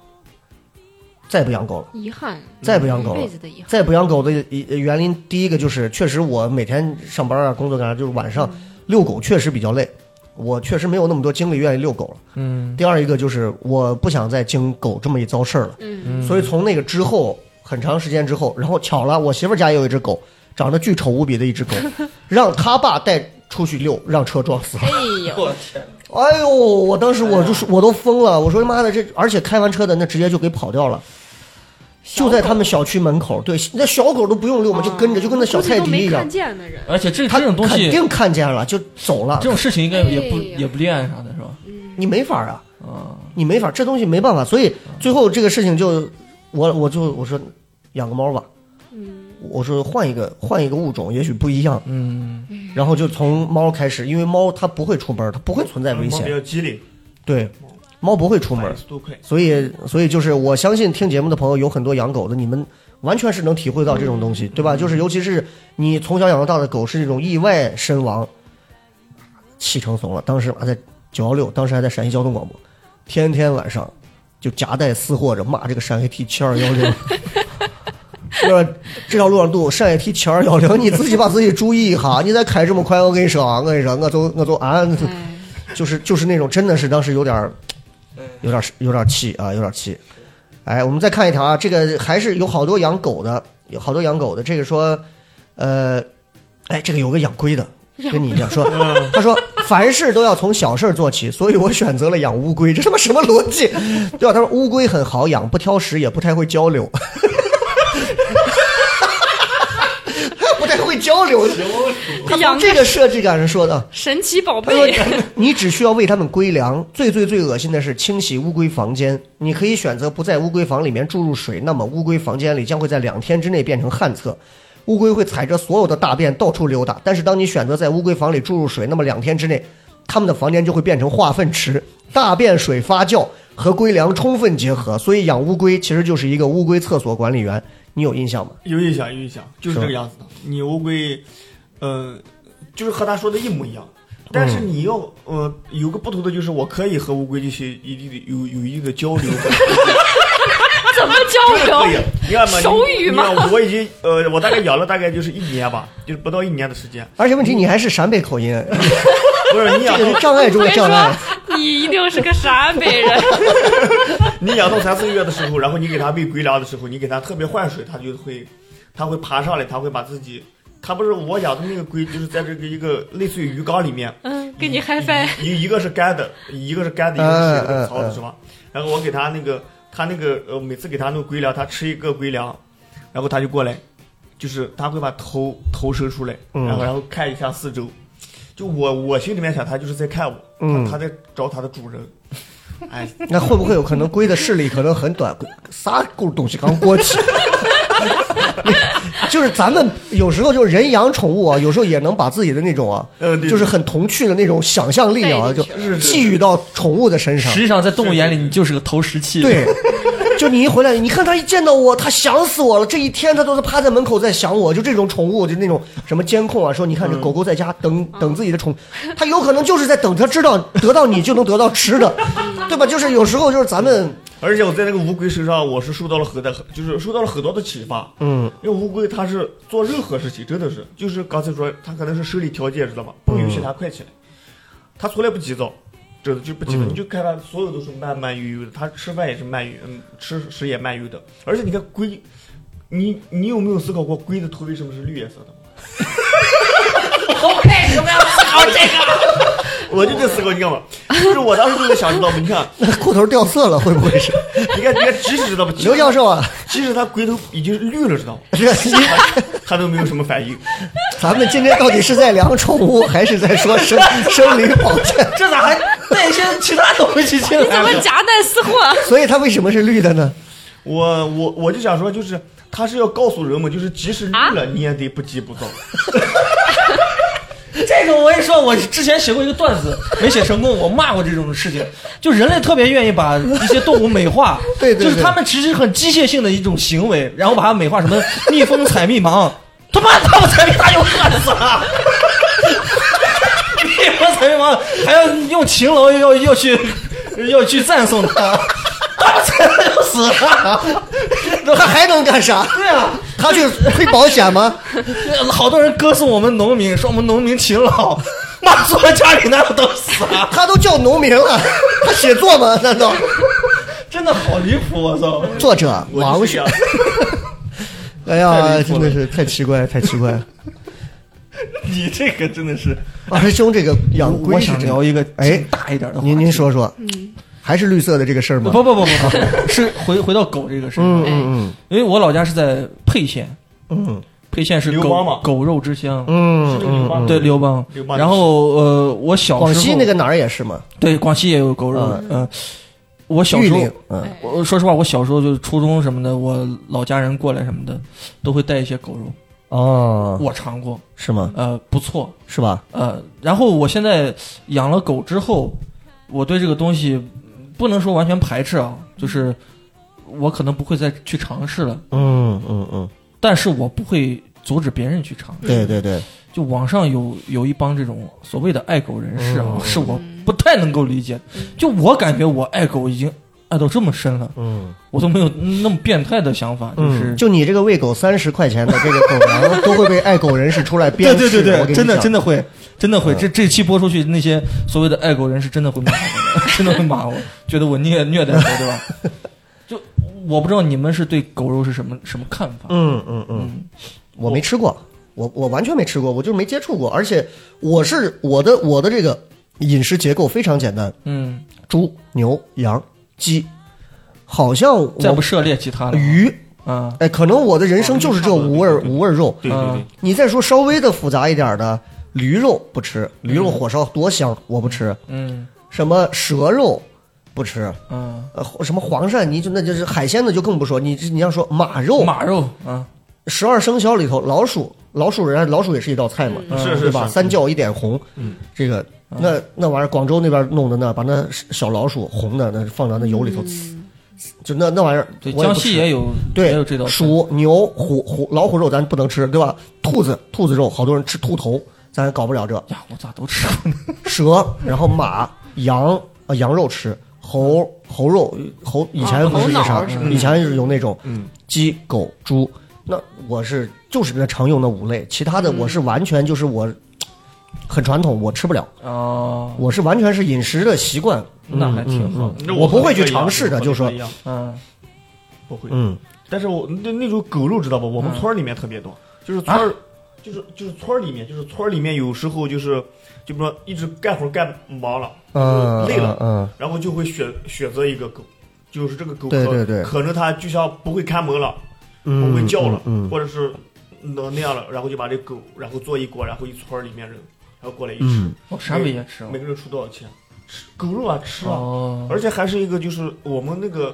Speaker 4: 再不养狗了，
Speaker 6: 遗憾，
Speaker 4: 再不养狗
Speaker 6: 一辈
Speaker 4: 了，
Speaker 6: 子的遗憾。
Speaker 4: 再不养狗的呃原因，第一个就是确实我每天上班啊，工作干啥，就是晚上遛狗确实比较累，我确实没有那么多精力愿意遛狗了。
Speaker 5: 嗯
Speaker 4: 第二一个就是我不想再经狗这么一遭事儿了。
Speaker 6: 嗯，
Speaker 5: 嗯，
Speaker 4: 所以从那个之后，很长时间之后，然后巧了，我媳妇儿家也有一只狗，长得巨丑无比的一只狗，让他爸带出去遛，让车撞死了。
Speaker 6: 哎呦，
Speaker 5: 我天，
Speaker 4: 哎呦，我当时我就是我都疯了，我说妈的这，而且开完车的那直接就给跑掉了。就在他们小区门口，对，那小狗都不用遛嘛，就跟着，就跟那小
Speaker 6: 啊估计
Speaker 4: 菜
Speaker 6: 都
Speaker 4: 迪
Speaker 6: 没
Speaker 4: 一样
Speaker 6: 看，见的人，
Speaker 5: 而且这
Speaker 4: 他
Speaker 5: 这种东
Speaker 4: 肯
Speaker 5: 西，
Speaker 4: 定啊看见了就走了
Speaker 5: 这，种事情应该也不
Speaker 6: 哎呀
Speaker 5: 也不练啥的是吧？
Speaker 4: 你没法啊。
Speaker 5: 啊，
Speaker 4: 你没法，这东西没办法，所以最后这个事情就，我我就我说养个猫吧，嗯，我说换一个换一个物种，也许不一样，
Speaker 5: 嗯
Speaker 4: 然后就从猫开始，因为猫它不会出门，它不会存在危
Speaker 7: 嗯猫比
Speaker 4: 险，
Speaker 7: 较机灵，
Speaker 4: 对，猫不会出
Speaker 7: 反
Speaker 4: 门
Speaker 7: 应，速度快。
Speaker 4: 所以所以就是我相信听节目的朋友有很多养狗的，你们完全是能体会到这种东西，对吧？就是尤其是你从小养到大的狗是那种意外身亡，气成怂了。当时还在九幺六，当时还在陕西交通广播，天天晚上就夹带私货着骂这个陕 A T 七二幺零。说这条路上堵陕 A T 七二幺零，你自己把自己注意一下，你再开这么快，我跟你说啊，我跟你说，我都我都俺
Speaker 6: 哎，
Speaker 4: 就是就是那种真的是当时有点儿
Speaker 5: 嗯，
Speaker 4: 有点儿有点儿气啊，有点儿气。哎，我们再看一条啊，这个还是有好多养狗的，有好多养狗的。这个说，呃，哎，这个有个养龟的，跟你一样说，他说凡事都要从小事儿做起，所以我选择了养乌龟，这他妈什么逻辑？对吧？他说乌龟很好养，不挑食，也不太会交流。不太会交流，他从这个设计感上说的，
Speaker 6: 神奇宝
Speaker 4: 他说
Speaker 6: 贝，：“
Speaker 4: 你只需要喂它们归粮。最最最恶心的是清洗乌龟房间。你可以选择不在乌龟房里面注入水，那么乌龟房间里将会在两天之内变成旱厕。乌龟会踩着所有的大便到处溜达。但是当你选择在乌龟房里注入水，那么两天之内，它们的房间就会变成化粪池，大便水发酵和龟粮充分结合。所以养乌龟其实就是一个乌龟厕所管理员。你有印象吗？
Speaker 7: 有印象，有印象，就是
Speaker 4: 是吧
Speaker 7: 这个样子的。你乌龟，呃，就是和他说的一模一样，但
Speaker 4: 嗯
Speaker 7: 是你要，呃，有个不同的就是，我可以和乌龟进行一定的有有一定的交 流，
Speaker 6: 怎么
Speaker 7: 真的
Speaker 6: 交
Speaker 7: 可以
Speaker 6: 流？。
Speaker 7: 你看嘛，你
Speaker 6: 手语吗
Speaker 7: 你看我已经，呃，我大概养了大概就是一年吧，就是不到一年的时间。
Speaker 4: 而且问题你还是陕北口 音，
Speaker 7: 不是你
Speaker 4: 这
Speaker 7: 养
Speaker 4: 个
Speaker 7: 到
Speaker 4: 是障碍中
Speaker 6: 我
Speaker 4: 的
Speaker 6: 跟你
Speaker 4: 障碍。
Speaker 6: 说，你一定是个陕北 人。
Speaker 7: 你养到三四个月的时候，然后你给它喂龟粮的时候，你给它特别换水，它就会，它会爬上来，它会把自己，它不是我养的那个龟，就是在这个一个类似于鱼缸里面，
Speaker 6: 嗯，跟你嗨翻。
Speaker 7: 一一个是干的，一个是干的，一个是水的，槽子是吧？然后我给它那个，它那个呃，每次给它弄龟粮，它吃一个龟粮，然后它就过来，就是它会把头头伸出来，
Speaker 4: 嗯
Speaker 7: 然后然后看一下四周，就我我心里面想，它就是在看我，
Speaker 4: 嗯
Speaker 7: 它它在找它的主人，哎，
Speaker 4: 那会不会有可能龟的视力可能很短，啥狗东西刚过去？ 就是咱们有时候就是人养宠物啊，有时候也能把自己的那种啊，
Speaker 7: 嗯对
Speaker 4: 就是很童趣的那种想象力啊，
Speaker 6: 带
Speaker 4: 就
Speaker 6: 进去
Speaker 4: 寄予到宠物的身上
Speaker 5: 实。际上在动物眼里你就是个投石器。
Speaker 4: 对，就你一回来，你看它一见到我，它想死我了。这一天它都是趴在门口在想我，就这种宠物，就那种什么监控啊，说你看这狗狗在家等
Speaker 6: 嗯
Speaker 4: 等自己的宠，它有可能就是在等它知道得到你就能得到吃的，对吧？就是有时候就是咱们。
Speaker 7: 而且我在那个乌龟身上，我是受到了很大，就是受到了很多的启发。
Speaker 4: 嗯，
Speaker 7: 因为乌龟它是做任何事情，真的是，就是刚才说它可能是生理条件，知道吧？不
Speaker 4: 嗯
Speaker 7: 允许它快起来，它从来不急躁，真的就不急躁。
Speaker 4: 嗯
Speaker 7: 你就看它所有都是慢慢悠悠的，它吃饭也是慢悠，嗯，吃食也慢悠的。而且你看龟，你你有没有思考过龟的头为什么是绿颜色的吗？ 我为什么要思考这个？我就在思考，你干嘛？就是我当时就在想，知道吗？你看，
Speaker 4: 裤头掉色了，会不会是
Speaker 7: 你看，你看，即使知道吧，即使
Speaker 4: 刘教授啊？
Speaker 7: 即使他龟头已经是绿了，知道吗？
Speaker 4: 这
Speaker 7: 他都没有什么反应。
Speaker 4: 咱们今天到底是在聊宠物，还是在说生 生理保健？
Speaker 5: 这咋还带一些其他东西进
Speaker 4: 嗯
Speaker 6: 怎么
Speaker 5: 来？
Speaker 6: 夹带私货？
Speaker 4: 所以它为什么是绿的呢？
Speaker 7: 我我我就想说，就是他是要告诉人们，就是即使绿了，你也得不急不躁。
Speaker 5: 这个我也说，我之前写过一个段子，没写成功，我骂过这种事情。就人类特别愿意把一些动物美化，
Speaker 4: 对对对
Speaker 5: 就是他们其实很机械性的一种行为，然后把它美化什么蜜蜂采蜜忙，他妈他们采蜜它就饿死了。 蜜蜂采蜜忙还要用勤劳要要去要去赞颂它，它们采它就死了。
Speaker 4: 它还能干啥？
Speaker 5: 对啊，
Speaker 4: 它去亏保险吗？
Speaker 5: 好多人歌颂我们农民，说我们农民勤劳，妈说家里那都死了，
Speaker 4: 它都叫农民了，它写作吗？ 难道？
Speaker 5: 真的好离谱，我操！
Speaker 4: 作者
Speaker 7: 我就
Speaker 4: 王
Speaker 7: 是这
Speaker 4: 雪
Speaker 7: 样，
Speaker 4: 哎呀，
Speaker 5: 离谱
Speaker 4: 真
Speaker 5: 了
Speaker 4: 的是太奇怪，太奇怪了。
Speaker 5: 你这个真的是，
Speaker 4: 二师兄，这个养龟
Speaker 5: 我
Speaker 4: 是
Speaker 5: 想
Speaker 4: 真的
Speaker 5: 聊一个
Speaker 4: 哎
Speaker 5: 大一点的话题，
Speaker 4: 您您说说，还是绿色的这个事儿
Speaker 5: 不
Speaker 4: 吗？
Speaker 5: 不不不不，是回回到狗这个事
Speaker 4: 嗯
Speaker 5: 情，
Speaker 4: 嗯
Speaker 5: 因为我老家是在沛县，
Speaker 4: 嗯
Speaker 5: 沛县是
Speaker 7: 刘邦嘛
Speaker 5: 狗狗肉之乡，
Speaker 4: 嗯
Speaker 7: 是这个
Speaker 4: 嗯
Speaker 7: 吗
Speaker 4: 嗯，
Speaker 5: 对刘邦
Speaker 7: 刘。邦
Speaker 5: 然后呃，我小时候
Speaker 4: 广西那个哪儿也是嘛，
Speaker 5: 对广西也有狗肉，
Speaker 4: 嗯
Speaker 5: 嗯，我小
Speaker 4: 玉
Speaker 5: 时候
Speaker 4: 林，嗯
Speaker 5: 我说实话，我小时候就是初中什么的，我老家人过来什么的，都会带一些狗肉，
Speaker 4: 哦，
Speaker 5: 我尝过，
Speaker 4: 是吗？
Speaker 5: 呃，不错，
Speaker 4: 是吧？
Speaker 5: 呃，然后我现在养了狗之后，我对这个东西嗯不能说完全排斥啊，就是我可能不会再去尝试了，
Speaker 4: 嗯嗯嗯，
Speaker 5: 但是我不会阻止别人去尝。
Speaker 4: 对对对，
Speaker 5: 就网上有有一帮这种所谓的爱狗人士啊，
Speaker 4: 嗯
Speaker 5: 是我不太能够理解的。就我感觉我爱狗已经爱到这么深了，
Speaker 4: 嗯
Speaker 5: 我都没有那么变态的想法，就是、
Speaker 4: 嗯，就你这个喂狗三十块钱的这个狗粮，都会被爱狗人士出来鞭
Speaker 5: 对
Speaker 4: 笞。
Speaker 5: 对对
Speaker 4: 我跟
Speaker 5: 对，
Speaker 4: 你
Speaker 5: 真的
Speaker 4: 讲
Speaker 5: 真的会，真的会。
Speaker 4: 嗯
Speaker 5: 这这期播出去，那些所谓的爱狗人士真的会骂我 的，真的会骂我，觉得我虐虐待狗，对吧？ 就我不知道你们是对狗肉是什么什么看法？
Speaker 4: 嗯嗯嗯，我没吃过，我我完全没吃过，我就是没接触过，而且我是我的我的这个饮食结构非常简单，
Speaker 5: 嗯，
Speaker 4: 猪、牛、羊、鸡，好像
Speaker 5: 再不
Speaker 4: 我
Speaker 5: 涉猎其他的
Speaker 4: 鱼，
Speaker 5: 啊，
Speaker 4: 哎，可能我的人生就是这五味儿五味儿肉。
Speaker 7: 对对对，
Speaker 4: 你再说稍微的复杂一点儿的，驴肉不吃，驴肉火烧多香，我不吃。
Speaker 5: 嗯
Speaker 4: 什么蛇肉不吃，
Speaker 5: 嗯，
Speaker 4: 呃，什么黄鳝泥就那就是海鲜的就更不说，你你要说马肉，
Speaker 5: 马肉啊，
Speaker 4: 十二生肖里头，老鼠，老鼠人家老鼠也是一道菜嘛，
Speaker 5: 嗯
Speaker 7: 是是
Speaker 4: 对吧？
Speaker 7: 是
Speaker 4: 三叫一点红，
Speaker 7: 嗯，
Speaker 4: 这个那那玩意儿，广州那边弄的那，把那小老鼠红的那放到那油里头，呲就那那玩意儿，
Speaker 5: 对，
Speaker 4: 我也
Speaker 5: 江
Speaker 4: 不
Speaker 5: 西
Speaker 4: 吃
Speaker 5: 也有
Speaker 4: 对，
Speaker 5: 也有这道菜
Speaker 4: 鼠、牛、虎、虎、老虎肉咱不能吃，对吧？兔子、兔子肉，好多人吃兔头，咱搞不了这。
Speaker 5: 呀，我咋都吃过呢？
Speaker 4: 蛇，然后马、羊，呃，羊肉吃，猴、猴肉，猴以前不是那啥
Speaker 6: 啊猴脑是吧，
Speaker 4: 以前有那种，
Speaker 7: 嗯，
Speaker 4: 鸡、狗、猪，那我是就是那常用的五类，其他的我
Speaker 6: 嗯
Speaker 4: 是完全就是我很传统，我吃不了，
Speaker 5: 哦，
Speaker 4: 我是完全是饮食的习惯，
Speaker 5: 那
Speaker 4: 嗯
Speaker 5: 还挺好的，
Speaker 7: 那
Speaker 4: 我不会去
Speaker 7: 和你们
Speaker 4: 尝试的
Speaker 7: 一样
Speaker 4: 就说
Speaker 7: 啊我和你们一样
Speaker 5: 嗯
Speaker 7: 不会。
Speaker 4: 嗯，
Speaker 7: 但是我那那种狗肉知道吧？我们村儿里面特别多，就是村儿，就是就是村儿里面，就是村儿里面有时候就是，就比如说一直干活干忙了，
Speaker 4: 嗯，
Speaker 7: 累了，
Speaker 4: 嗯，
Speaker 7: 然后就会选选择一个狗，就是这个狗
Speaker 4: 对
Speaker 7: 可
Speaker 4: 对对
Speaker 7: 可能它就像不会看门了，
Speaker 4: 嗯
Speaker 7: 不会叫了，
Speaker 4: 嗯，
Speaker 7: 或者是能那样了，然后就把这狗然后做一锅，然后一村儿里面人然后过来一吃，
Speaker 4: 嗯，
Speaker 5: 我陕北也吃哦
Speaker 7: 每个人出多少钱？吃狗肉啊，吃啊，
Speaker 5: 哦，
Speaker 7: 而且还是一个就是我们那个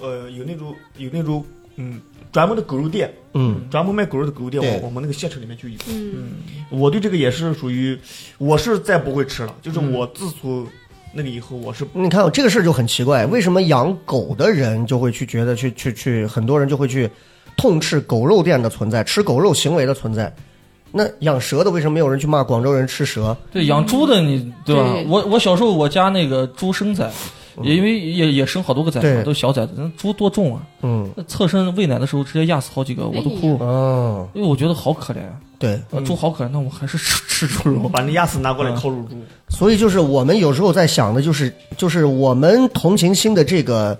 Speaker 7: 呃有那种有那种嗯专门的狗肉店。
Speaker 4: 嗯，
Speaker 7: 专门卖狗肉的狗肉店，
Speaker 4: 对
Speaker 7: 我我们那个县城里面就有。
Speaker 6: 嗯，
Speaker 7: 我对这个也是属于，我是再不会吃了，就是
Speaker 4: 嗯
Speaker 7: 我自从那个以后，我是
Speaker 4: 你看这个事儿就很奇怪，为什么养狗的人就会去觉得去去去，很多人就会去痛斥狗肉店的存在，吃狗肉行为的存在。那养蛇的为什么没有人去骂广州人吃蛇？
Speaker 5: 对，养猪的你对吧？
Speaker 6: 对
Speaker 5: 我我小时候我家那个猪生崽，也因为也也生好多个崽嘛
Speaker 4: 对，
Speaker 5: 都是小崽子，那猪多重啊！
Speaker 4: 嗯，
Speaker 5: 那侧身喂奶的时候直接压死好几个，我都哭，
Speaker 4: 哦，
Speaker 5: 因为我觉得好可怜啊，
Speaker 4: 对，
Speaker 5: 啊猪好可怜，那我还是吃吃猪肉吧。
Speaker 7: 把那鸭子拿过来
Speaker 5: 嗯
Speaker 7: 烤乳猪。
Speaker 4: 所以就是我们有时候在想的就是，就是我们同情心的这个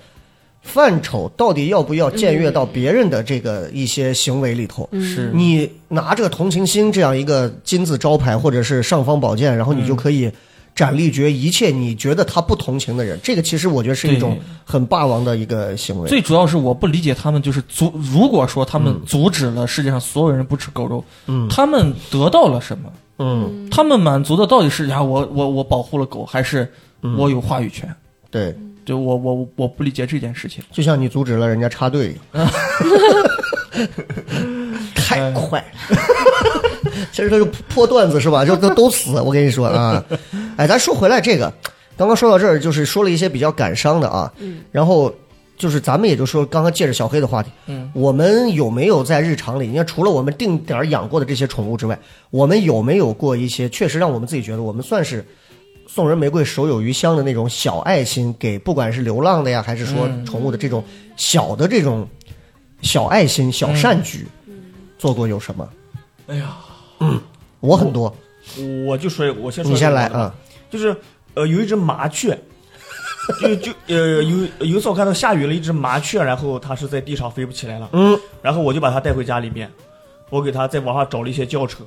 Speaker 4: 范畴，到底要不要僭越到别人的这个一些行为里头？
Speaker 5: 是，
Speaker 4: 你拿着同情心这样一个金字招牌，或者是尚方宝剑，然后你就可以斩立决一切你觉得他不同情的人。这个其实我觉得是一种
Speaker 5: 对
Speaker 4: 很霸王的一个行为。
Speaker 5: 最主要是我不理解他们，就是阻，如果说他们阻止了世界上所有人不吃狗肉，
Speaker 4: 嗯
Speaker 5: 他们得到了什么？
Speaker 4: 嗯，
Speaker 5: 他们满足的到底是呀，我我我保护了狗，还是我有话语权？
Speaker 4: 对，
Speaker 5: 就我我我不理解这件事情。
Speaker 4: 就像你阻止了人家插队一样。太快了，其实这个破段子是吧？就都都死，我跟你说啊，哎，咱说回来这个，刚刚说到这儿，就是说了一些比较感伤的啊，然后就是咱们也就说，刚刚借着小黑的话题，
Speaker 5: 嗯，
Speaker 4: 我们有没有在日常里，你看除了我们定点儿养过的这些宠物之外，我们有没有过一些确实让我们自己觉得我们算是送人玫瑰手有余香的那种小爱心，给不管是流浪的呀，还是说
Speaker 5: 嗯
Speaker 4: 宠物的这种小的这种小爱心、小善举，做过有什么？嗯
Speaker 5: 哎呀，
Speaker 4: 我很多，
Speaker 7: 我就说一个，我先说
Speaker 4: 你先来
Speaker 7: 啊。
Speaker 4: 啊，
Speaker 7: 就是呃有一只麻雀， 就就呃有有一次我看到下雨了，一只麻雀，然后它是在地上飞不起来了，
Speaker 4: 嗯，
Speaker 7: 然后我就把它带回家里面，我给它在网上找了一些教程。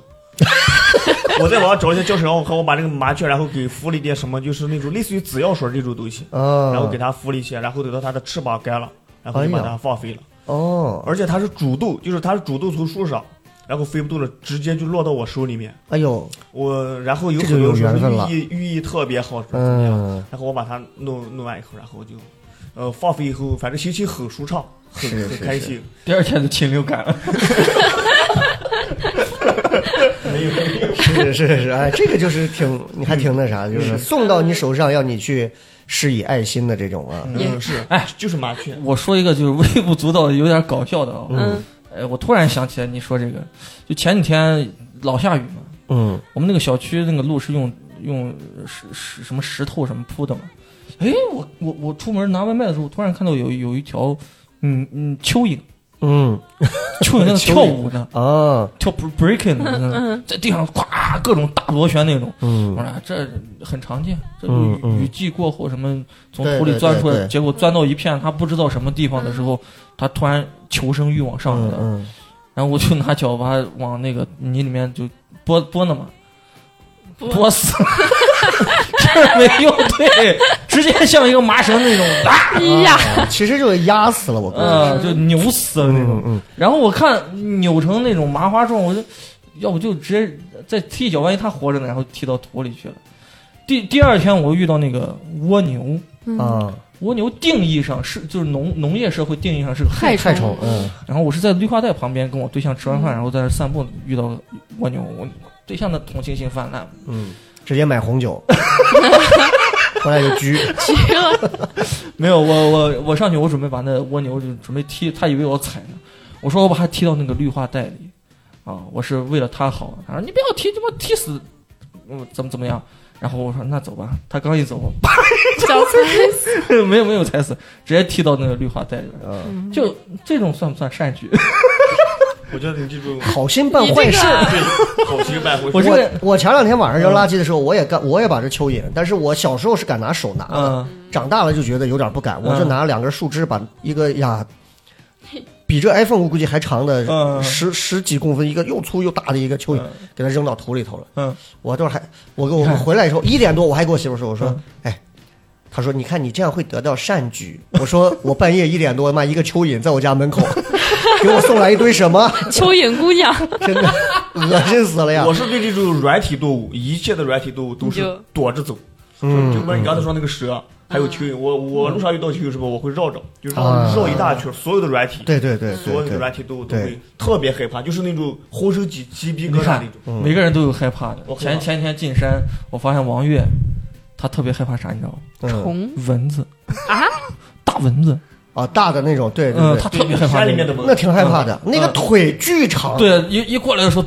Speaker 7: 我在网上找一些教程，然后我把那个麻雀，然后给敷了一点什么，就是那种类似于紫药水这种东西，
Speaker 4: 啊，
Speaker 7: 然后给它敷了一些，然后等到它的翅膀干了，然后就把
Speaker 4: 哎
Speaker 7: 它
Speaker 4: 呀
Speaker 7: 放飞了。
Speaker 4: 哦，
Speaker 7: 而且它是主动，就是它是主动从树上，然后飞不动了，直接就落到我手里面。
Speaker 4: 哎呦，
Speaker 7: 我然后有
Speaker 4: 这
Speaker 7: 很
Speaker 4: 就有
Speaker 7: 多时候
Speaker 4: 缘分了
Speaker 7: 寓意寓意特别好，怎么样？
Speaker 4: 嗯，
Speaker 7: 然后我把它弄弄完以后，然后就，呃，放飞以后，反正心情很舒畅，很
Speaker 4: 是
Speaker 7: 很
Speaker 4: 是
Speaker 7: 开
Speaker 4: 是
Speaker 7: 心。
Speaker 5: 第二天就禽流感了。
Speaker 7: 没有没有，
Speaker 4: 是是是，哎，这个就是挺，你还挺那啥，就是送到你手上，要你去施以爱心的这种啊，
Speaker 7: 嗯是，
Speaker 5: 哎，
Speaker 7: 就是麻雀，
Speaker 5: 我说一个就是微不足道、有点搞笑的啊、
Speaker 6: 嗯
Speaker 5: 哎，我突然想起来你说这个，就前几天老下雨嘛，
Speaker 4: 嗯，
Speaker 5: 我们那个小区那个路是用用石石什么石头什么铺的嘛。哎，我我我出门拿外卖的时候，突然看到有有一条，嗯嗯，蚯蚓，
Speaker 4: 嗯
Speaker 5: 蚯蚓在那
Speaker 4: 蚯蚓
Speaker 5: 跳舞呢，
Speaker 4: 啊，
Speaker 5: 跳 bre- breaking 呢，在那在地上咵各种大螺旋那种。我
Speaker 4: 嗯，
Speaker 5: 说啊这很常见，这
Speaker 4: 嗯嗯
Speaker 5: 雨雨季过后，什么从
Speaker 4: 对
Speaker 5: 土里
Speaker 4: 对
Speaker 5: 钻
Speaker 4: 对
Speaker 5: 出来，
Speaker 4: 对
Speaker 5: 结果钻到一片他不知道什么地方的时候，他突然求生欲往上
Speaker 4: 嗯
Speaker 5: 来了，
Speaker 4: 嗯，
Speaker 5: 然后我就拿脚把它往那个泥里面就拨拨呢嘛，
Speaker 6: 拨
Speaker 5: 拨死 了，这儿没用，对，直接像一个麻绳那种，啊，
Speaker 6: 哎呀，
Speaker 4: 其实就是压死了我估计，
Speaker 5: 嗯，就扭死了那种
Speaker 4: 嗯。嗯，
Speaker 5: 然后我看扭成那种麻花状，我就要不就直接再踢一脚，万一它活着呢，然后踢到土里去了。第第二天我又遇到那个蜗牛，
Speaker 4: 嗯啊，
Speaker 5: 蜗牛定义上是就是农农业社会定义上是个害虫。
Speaker 4: 害虫，嗯
Speaker 5: 然后我是在绿化带旁边跟我对象吃完饭，然后在那散步遇到蜗牛，我对象的同情心泛滥。
Speaker 4: 嗯，直接买红 酒，回来就狙，
Speaker 5: 没有，我我我上去，我准备把那蜗牛就准备踢，他以为我踩呢，我说我把它踢到那个绿化带里，啊，我是为了它好。他说你不要踢，这不踢死，我怎么怎么样？然后我说那走吧。他刚一走，我 啪，
Speaker 6: 小崔，
Speaker 5: 没有没有踩死，直接踢到那个绿化带里边。
Speaker 4: 嗯，
Speaker 5: 就这种算不算善举？
Speaker 7: 我觉得你这 种
Speaker 4: 好心办坏事。
Speaker 7: 对好心办回
Speaker 5: 我这
Speaker 7: 事，
Speaker 5: 个
Speaker 4: 我我前两天晚上扔垃圾的时候，我也干，我也把这蚯蚓，但是我小时候是敢拿手拿的，
Speaker 5: 嗯，
Speaker 4: 长大了就觉得有点不敢，我就
Speaker 5: 嗯
Speaker 4: 拿两根树枝把一个 呀，比这 iPhone 我估计还长的
Speaker 5: 嗯
Speaker 4: 十十几公分，一个又粗又大的一个蚯蚓
Speaker 5: 嗯，
Speaker 4: 给它扔到土里头了。
Speaker 5: 嗯，
Speaker 4: 我都还我给我回来以后一点多，我还跟我媳妇说，我说
Speaker 5: 嗯
Speaker 4: 哎。她说：“你看，你这样会得到善举。”我说：“我半夜一点多，妈一个蚯蚓在我家门口， 给我送来一堆什么，
Speaker 6: 蚯蚓姑娘，
Speaker 4: 真的恶心死了呀！”
Speaker 7: 我是对这种软体动物，一切的软体动物都
Speaker 6: 你
Speaker 7: 是
Speaker 6: 就
Speaker 7: 躲着走，
Speaker 4: 嗯
Speaker 7: 就就跟你刚才说那个蛇。还
Speaker 5: 嗯
Speaker 7: 有蚯蚓，我我路上遇到蚯蚓什么，我会绕着，就绕
Speaker 4: 啊
Speaker 7: 绕一大圈，所有的软体，
Speaker 4: 对对对，
Speaker 7: 所有
Speaker 4: 对
Speaker 7: 的
Speaker 4: 对
Speaker 7: 软体动物都
Speaker 4: 对
Speaker 7: 会特别害怕，就是那种浑身起鸡皮疙
Speaker 5: 你
Speaker 7: 瘩
Speaker 5: 看
Speaker 7: 那种。
Speaker 5: 每个人都有害怕的
Speaker 7: 我。害怕
Speaker 5: 前前几天进山，我发现王月，他特别害怕啥，你知道吗？
Speaker 4: 嗯
Speaker 6: 红
Speaker 5: 蚊子啊，大蚊子，
Speaker 4: 啊，大的那种，对对
Speaker 5: 嗯，他
Speaker 4: 对，
Speaker 5: 特别害怕
Speaker 7: 山
Speaker 5: 那
Speaker 7: 里
Speaker 5: 个
Speaker 7: 面的蚊
Speaker 4: 那挺害怕的，那个腿巨长，
Speaker 5: 对，一一过来的时候，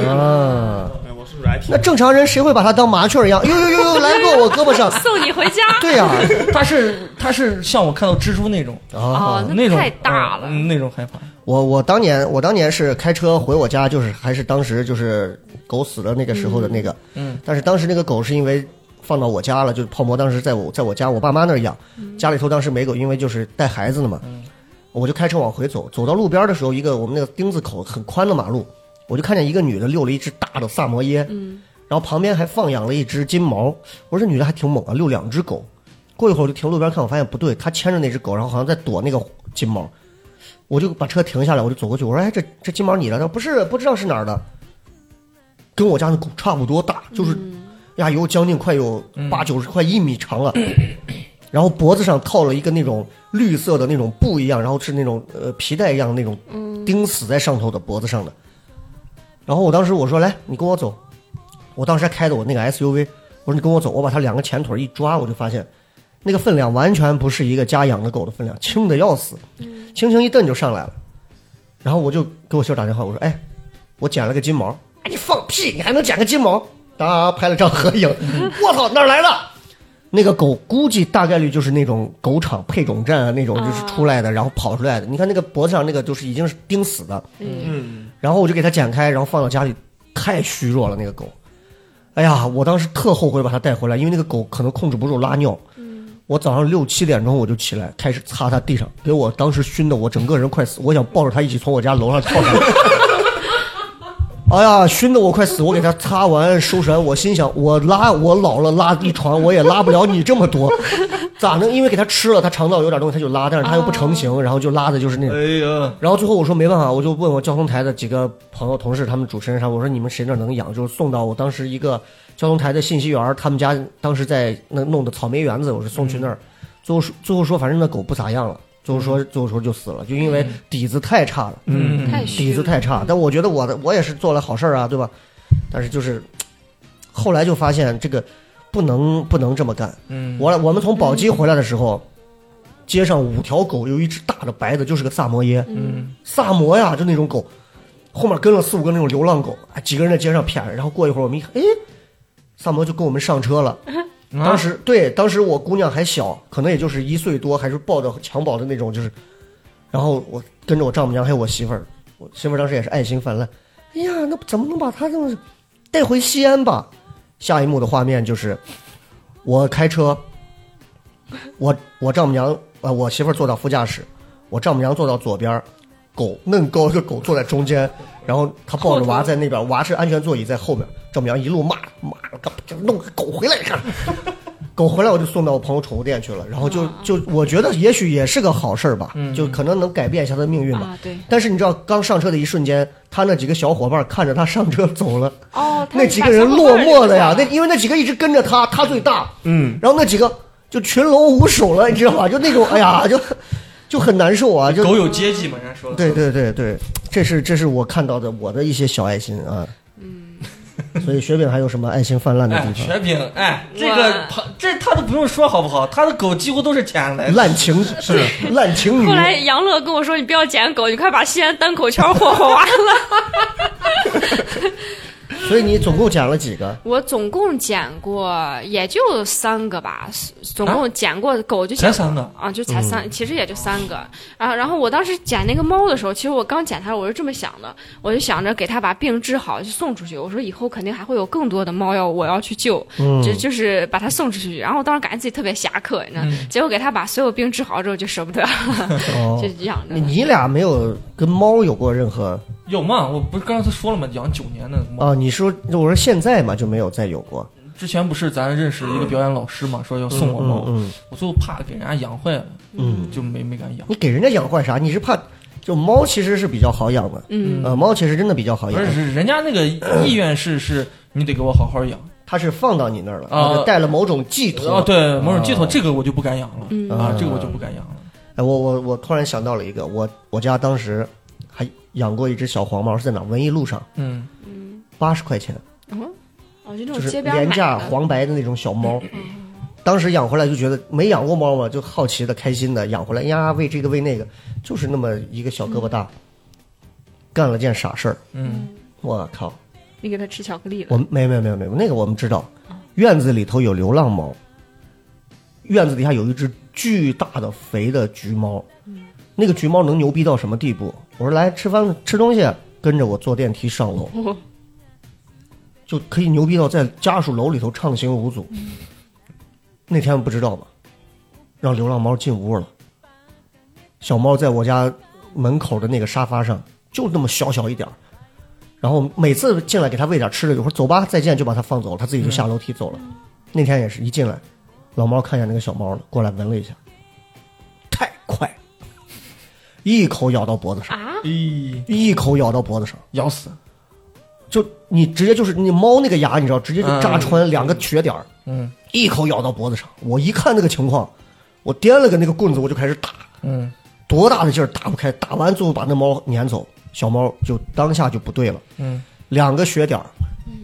Speaker 4: 啊，
Speaker 7: 哎，我是软体
Speaker 4: 那，正常人谁会把它当麻雀一样？呦呦呦呦，来过我胳膊上，
Speaker 6: 送你回家。
Speaker 4: 对呀，
Speaker 5: 他是他是像我看到蜘蛛那种，
Speaker 4: 啊
Speaker 6: 哦，那
Speaker 5: 那种
Speaker 6: 太大了
Speaker 5: 嗯那种害怕。
Speaker 4: 我我当年我当年是开车回我家，就是还是当时就是狗死的那个时候的那个，
Speaker 5: 嗯，
Speaker 4: 但是当时那个狗是因为放到我家了，就是泡馍当时在我在我家我爸妈那儿养，家里头当时没狗，因为就是带孩子呢嘛，
Speaker 5: 嗯
Speaker 4: 我就开车往回走，走到路边的时候，一个我们那个丁字口很宽的马路，我就看见一个女的遛了一只大的萨摩耶，然后旁边还放养了一只金毛。我说这女的还挺猛啊，遛两只狗。过一会儿我就停路边看，我发现不对，她牵着那只狗，然后好像在躲那个金毛。我就把车停下来，我就走过去，我说：“哎，这这金毛你的？”他说：“不是，不知道是哪儿的，跟我家的狗差不多大，就是、呀，有将近快有八九十块一米长了。然后脖子上套了一个那种绿色的那种布一样，然后是那种呃皮带一样的那种钉死在上头的脖子上的。然后我当时我说来，你跟我走。我当时还开的我那个 SUV，我说你跟我走，我把它两个前腿一抓，我就发现那个分量完全不是一个家养的狗的分量，轻的要死，轻轻一蹬就上来了。然后我就给我媳妇打电话，我说哎，我捡了个金毛，哎你放屁，你还能捡个金毛？啊，拍了张合影，我操，哪儿来的？那个狗估计大概率就是那种狗场配种站啊那种就是出来的，然后跑出来的。你看那个脖子上那个就是已经是钉死的，
Speaker 7: 嗯，
Speaker 4: 然后我就给它剪开，然后放到家里，太虚弱了那个狗。哎呀，我当时特后悔把它带回来，因为那个狗可能控制不住拉尿。我早上六七点钟我就起来，开始擦它地上，给我当时熏的我整个人快死，我想抱着它一起从我家楼上跳下来。哎呀，熏得我快死！我给它擦完收拾完，我心想，我拉我老了拉一床，我也拉不了你这么多，咋能？因为给它吃了，它肠道有点东西，它就拉，但是它又不成形，然后就拉的就是那种。
Speaker 5: 哎呀，
Speaker 4: 然后最后我说没办法，我就问我交通台的几个朋友、同事，他们主持人啥，我说你们谁那儿能养？就是送到我当时一个交通台的信息员儿，他们家当时在那弄的草莓园子，我是送去那儿。
Speaker 5: 嗯
Speaker 4: 最后说最后说，反正那狗不咋样了。最后说最后说就死了，就因为底子太差了，
Speaker 5: 嗯，
Speaker 6: 太虚
Speaker 4: 底子太差。但我觉得我的我也是做了好事儿啊，对吧？但是就是后来就发现这个不能不能这么干。
Speaker 5: 嗯，
Speaker 4: 我我们从宝鸡回来的时候，街上五条狗，有一只大的白的，就是个萨摩耶。
Speaker 5: 嗯
Speaker 4: 萨摩呀，就那种狗，后面跟了四五个那种流浪狗，哎，几个人在街上骗，然后过一会儿我们一看，哎，萨摩就跟我们上车了。
Speaker 5: 啊
Speaker 4: 当时对，当时我姑娘还小，可能也就是一岁多，还是抱着襁褓的那种，就是，然后我跟着我丈母娘还有我媳妇儿，我媳妇儿当时也是爱心泛滥，哎呀，那怎么能把她这么带回西安吧？下一幕的画面就是我开车，我我丈母娘啊、呃我媳妇儿坐到副驾驶，我丈母娘坐到左边儿，狗嫩高的狗坐在中间，然后她抱着娃在那边，娃是安全座椅在后边，丈母娘一路骂骂，干这弄个狗回来干。狗回来我就送到我朋友宠物店去了，然后就就我觉得也许也是个好事儿吧，就可能能改变一下它的命运吧。
Speaker 6: 啊，对，
Speaker 4: 但是你知道，刚上车的一瞬间，他那几个小伙伴看着他上车走了，
Speaker 6: 哦，他
Speaker 4: 那几个人落寞的呀。那
Speaker 6: 把小伙伴儿
Speaker 4: 因为那几个一直跟着他，他最大，
Speaker 7: 嗯，
Speaker 4: 然后那几个就群龙无首了，你知道吧？就那种，哎呀，就就很难受啊。就
Speaker 5: 狗有阶级嘛，人家说的
Speaker 4: 对对对对，这是这是我看到的我的一些小爱心啊。嗯，所以雪饼还有什么爱心泛滥的
Speaker 5: 哎，
Speaker 4: 地方？
Speaker 5: 雪饼，哎，这个旁这他都不用说好不好？他的狗几乎都是捡来的。
Speaker 4: 滥情是滥情女
Speaker 6: 后，来杨乐跟我说：“你不要捡狗，你快把西安单口圈霍霍完了。
Speaker 4: 所以你总共捡了几个”？
Speaker 6: 我总共捡过也就三个吧，总共捡过狗就捡
Speaker 5: 才三嗯个，
Speaker 6: 啊，就才三，其实也就三个。然后，然后我当时捡那个猫的时候，其实我刚捡它，我是这么想的，我就想着给它把病治好就送出去。我说以后肯定还会有更多的猫要我要去救，
Speaker 5: 嗯
Speaker 6: 就就是把它送出去。然后我当时感觉自己特别侠客，你知道，
Speaker 5: 嗯
Speaker 6: 结果给它把所有病治好之后就舍不得，
Speaker 4: 哦哎
Speaker 6: 就，养着。
Speaker 4: 你俩没有跟猫有过任何
Speaker 5: 有嘛？我不是刚才说了吗？养九年的猫，
Speaker 4: 啊？你说我说现在嘛就没有再有过。
Speaker 5: 之前不是咱认识一个表演老师嘛，说要送我猫，
Speaker 4: 嗯
Speaker 5: 我最后怕给人家养坏了，
Speaker 4: 嗯，
Speaker 5: 就没没敢养。
Speaker 4: 你给人家养坏啥？你是怕就猫其实是比较好养的，
Speaker 6: 嗯，
Speaker 4: 呃，猫其实真的比较好
Speaker 5: 不
Speaker 4: 养
Speaker 5: 是，，是人家那个意愿是是，你得给我好好养。
Speaker 4: 它是放到你那儿了，
Speaker 5: 啊
Speaker 4: 或者带了某种寄托。
Speaker 5: 哦，对，某种寄托，
Speaker 4: 啊
Speaker 5: 这个我就不敢养了
Speaker 6: 嗯
Speaker 5: 啊，这个我就不敢养了。
Speaker 4: 哎，我我我突然想到了一个，我我家当时还养过一只小黄毛，是在哪儿？文艺路上，
Speaker 5: 嗯，
Speaker 4: 八十块钱，
Speaker 6: 哦，就那
Speaker 4: 就
Speaker 6: 种
Speaker 4: 是
Speaker 6: 街边儿
Speaker 4: 廉
Speaker 6: 买
Speaker 4: 价
Speaker 6: 的。嗯
Speaker 4: 黄白的那种小猫。当时养回来就觉得没养过猫嘛，就好奇的、开心的养回来哎呀，喂这个喂那个，就是那么一个小胳膊大，
Speaker 6: 嗯
Speaker 4: 干了件傻事儿，
Speaker 5: 嗯，
Speaker 4: 我靠！
Speaker 6: 你给它吃巧克力了
Speaker 4: 我，们没有没有没有没有，那个我们知道，院子里头有流浪猫，院子底下有一只巨大的肥的橘猫，
Speaker 6: 嗯
Speaker 4: 那个橘猫能牛逼到什么地步？我说来吃饭吃东西，跟着我坐电梯上楼，
Speaker 6: 哦
Speaker 4: 就可以牛逼到在家属楼里头畅行无阻。
Speaker 6: 嗯
Speaker 4: 那天不知道吧，让流浪猫进屋了，小猫在我家门口的那个沙发上，就那么小小一点儿然后每次进来给它喂点吃的，有时候走吧，再见就把它放走了，它自己就下楼梯走了。那天也是一进来，老猫看见那个小猫了，过来闻了一下，太快了，一口咬到脖子上，
Speaker 6: 啊，
Speaker 5: 咦，
Speaker 4: 一口咬到脖子上，
Speaker 5: 哎咬死！
Speaker 4: 就你直接就是你猫那个牙，你知道，直接就扎穿两个血点儿，
Speaker 5: 嗯
Speaker 4: 一口咬到脖子上。我一看那个情况，我掂了个那个棍子，我就开始打，
Speaker 5: 嗯，
Speaker 4: 多大的劲儿打不开，打完最后把那猫撵走，小猫就当下就不对了，
Speaker 5: 嗯，
Speaker 4: 两个血点儿，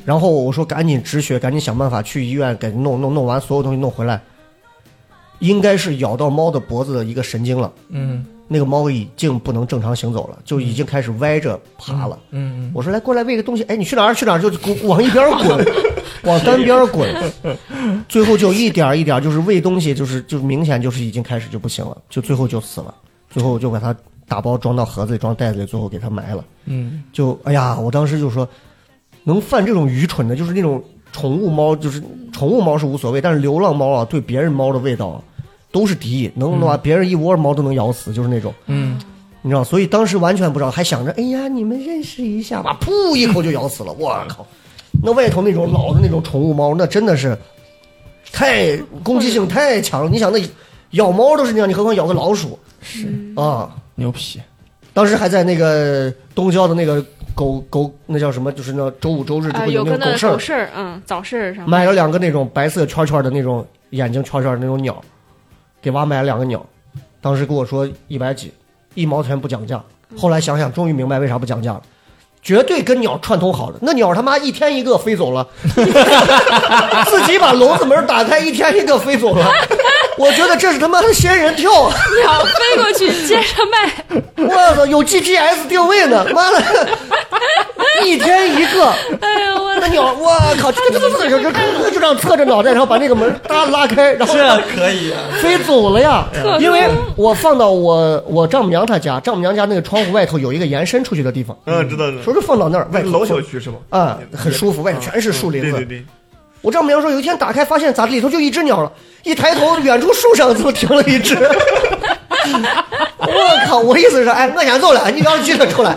Speaker 4: 然后我说赶紧止血，赶紧想办法去医院给弄弄弄完所有东西弄回来，应该是咬到猫的脖子的一个神经了，
Speaker 5: 嗯
Speaker 4: 那个猫已经不能正常行走了，就已经开始歪着爬了。
Speaker 5: 嗯
Speaker 4: 我说来过来喂个东西，哎，你去哪儿去哪儿就滚往一边儿 滚，往单边儿滚，最后就一点儿一点儿就是喂东西，就是就明显就是已经开始就不行了，就最后就死了，最后就把它打包装到盒子里装袋子里，最后给它埋了。
Speaker 5: 嗯
Speaker 4: 就哎呀，我当时就说，能犯这种愚蠢的，就是那种宠物猫，就是宠物猫是无所谓，但是流浪猫啊，对别人猫的味道啊都是敌意，能把别人一窝猫都能咬死，就是那种。
Speaker 5: 嗯
Speaker 4: 你知道，所以当时完全不知道，还想着，哎呀，你们认识一下吧，噗一口就咬死了，我靠！那外头那种老的那种宠物猫，那真的是太攻击性太强了。你想，那咬猫都是那样，你何况咬个老鼠？是啊，
Speaker 5: 牛皮，
Speaker 4: 当时还在那个东郊的那个狗狗，那叫什么？就是那周五周日就
Speaker 6: 啊，
Speaker 4: 会
Speaker 6: 有
Speaker 4: 那
Speaker 6: 个那
Speaker 4: 狗剩
Speaker 6: 狗，事儿，嗯，早市儿上，
Speaker 4: 买了两个那种白色圈圈的那种眼睛圈圈的那种鸟，给娃买了两个鸟，当时跟我说一百几，一毛钱不讲价。
Speaker 6: 嗯
Speaker 4: 后来想想，终于明白为啥不讲价了，绝对跟鸟串通好的。那鸟他妈一天一个飞走了， 自己把笼子门打开，一天一个飞走了。我觉得这是他妈的仙人跳，啊
Speaker 6: 鸟飞过去接着 卖，
Speaker 4: 我操，有 GPS 定位呢，妈的，一天一个。
Speaker 6: 哎呦我
Speaker 4: 那鸟，我靠，就就就就就就这样侧着脑袋，然后把那个门搭拉开，然后
Speaker 7: 可以啊，
Speaker 4: 飞走了呀
Speaker 6: 可！
Speaker 4: 因为我放到我我丈母娘她家，丈母娘家那个窗户外头有一个延伸出去的地方，
Speaker 7: 嗯，知道了
Speaker 4: 说，是放到那儿外头
Speaker 7: 老小区是吧？
Speaker 4: 啊，很舒服，外头全是树林
Speaker 7: 嗯对对
Speaker 4: 子。
Speaker 7: 对，
Speaker 4: 我丈母娘说有一天打开发现咋里头就一只鸟了，一抬头远处树上怎么停了一只？ 我靠！我意思是，哎，我先走了，你让记得出来。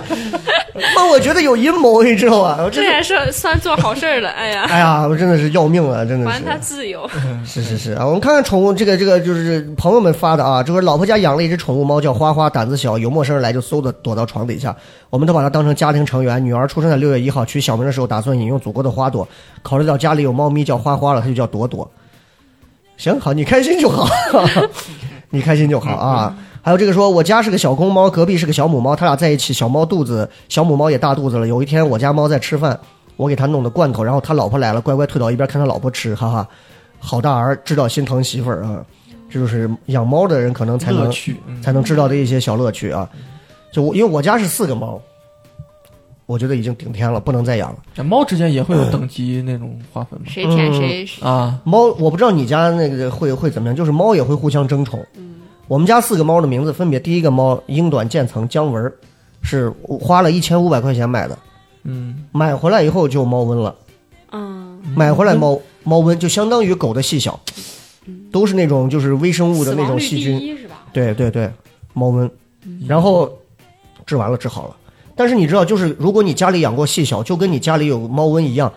Speaker 4: 那我觉得有阴谋，你知道吧？我
Speaker 6: 这
Speaker 4: 真的，
Speaker 6: 也是算做好事儿了，哎呀，
Speaker 4: 哎呀，我真的是要命了， 真的是。
Speaker 6: 还他自由，
Speaker 4: 是是是啊，我们看看宠物这个这个就是朋友们发的啊，就是老婆家养了一只宠物猫叫花花，胆子小，有陌生人来就嗖的躲到床底下，我们都把它当成家庭成员。女儿出生在六月一号，取小名的时候打算引用祖国的花朵，考虑到家里有猫咪叫花花了，它就叫朵朵。行好，你开心就好， 你开心就好啊。还有这个说，我家是个小公猫，隔壁是个小母猫，它俩在一起，小猫肚子，小母猫也大肚子了。有一天我家猫在吃饭，我给它弄的罐头，然后它老婆来了，乖乖退到一边看它老婆吃，哈哈。好大儿知道心疼媳妇儿啊，这就是养猫的人可能才
Speaker 5: 乐
Speaker 4: 能
Speaker 5: 趣，嗯
Speaker 4: 才能知道的一些小乐趣啊。就我因为我家是四个猫，我觉得已经顶天了，不能再养了。
Speaker 5: 这猫之间也会有等级那种划分吗？
Speaker 6: 谁舔谁是
Speaker 5: 啊，
Speaker 4: 猫，我不知道你家那个会会怎么样，就是猫也会互相争宠。
Speaker 6: 嗯
Speaker 4: 我们家四个猫的名字分别，第一个猫英短渐层姜文儿，是我花了一千五百块钱买的，
Speaker 5: 嗯，
Speaker 4: 买回来以后就猫瘟了，
Speaker 6: 嗯，嗯
Speaker 4: 买回来猫猫瘟就相当于狗的细小，都是那种就是微生物的
Speaker 6: 死
Speaker 4: 那
Speaker 6: 亡
Speaker 4: 种
Speaker 6: 率
Speaker 4: 细
Speaker 6: 第
Speaker 4: 菌。
Speaker 6: 一是吧？
Speaker 4: 对对对，猫瘟，然后治完了治好了。但是你知道，就是如果你家里养过细小，就跟你家里有猫瘟一样，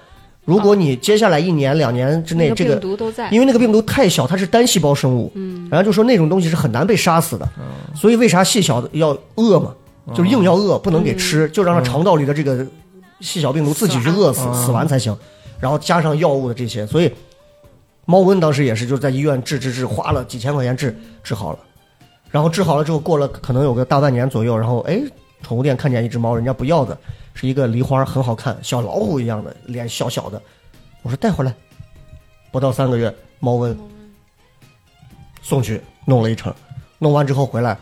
Speaker 4: 如果你接下来一年两年之内，
Speaker 6: 那
Speaker 4: 这
Speaker 6: 病
Speaker 4: 个
Speaker 6: 毒都在，
Speaker 4: 因为那个病毒太小，它是单细胞生物，嗯，然后就说那种东西是很难被杀死的，所以为啥细小的要饿嘛，就是硬要饿，不能给吃，就让它肠道里的这个细小病毒自己去饿死，
Speaker 5: 死完
Speaker 4: 死完才行，然后加上药物的这些，所以猫瘟当时也是就在医院治治治，花了几千块钱治治好了，然后治好了之后过了可能有个大半年左右，然后哎，宠物店看见一只猫，人家不要的，是一个狸花，很好看，小老虎一样的脸小小的，我说带回来。不到三个月，猫瘟送去弄了一程，弄完之后回来，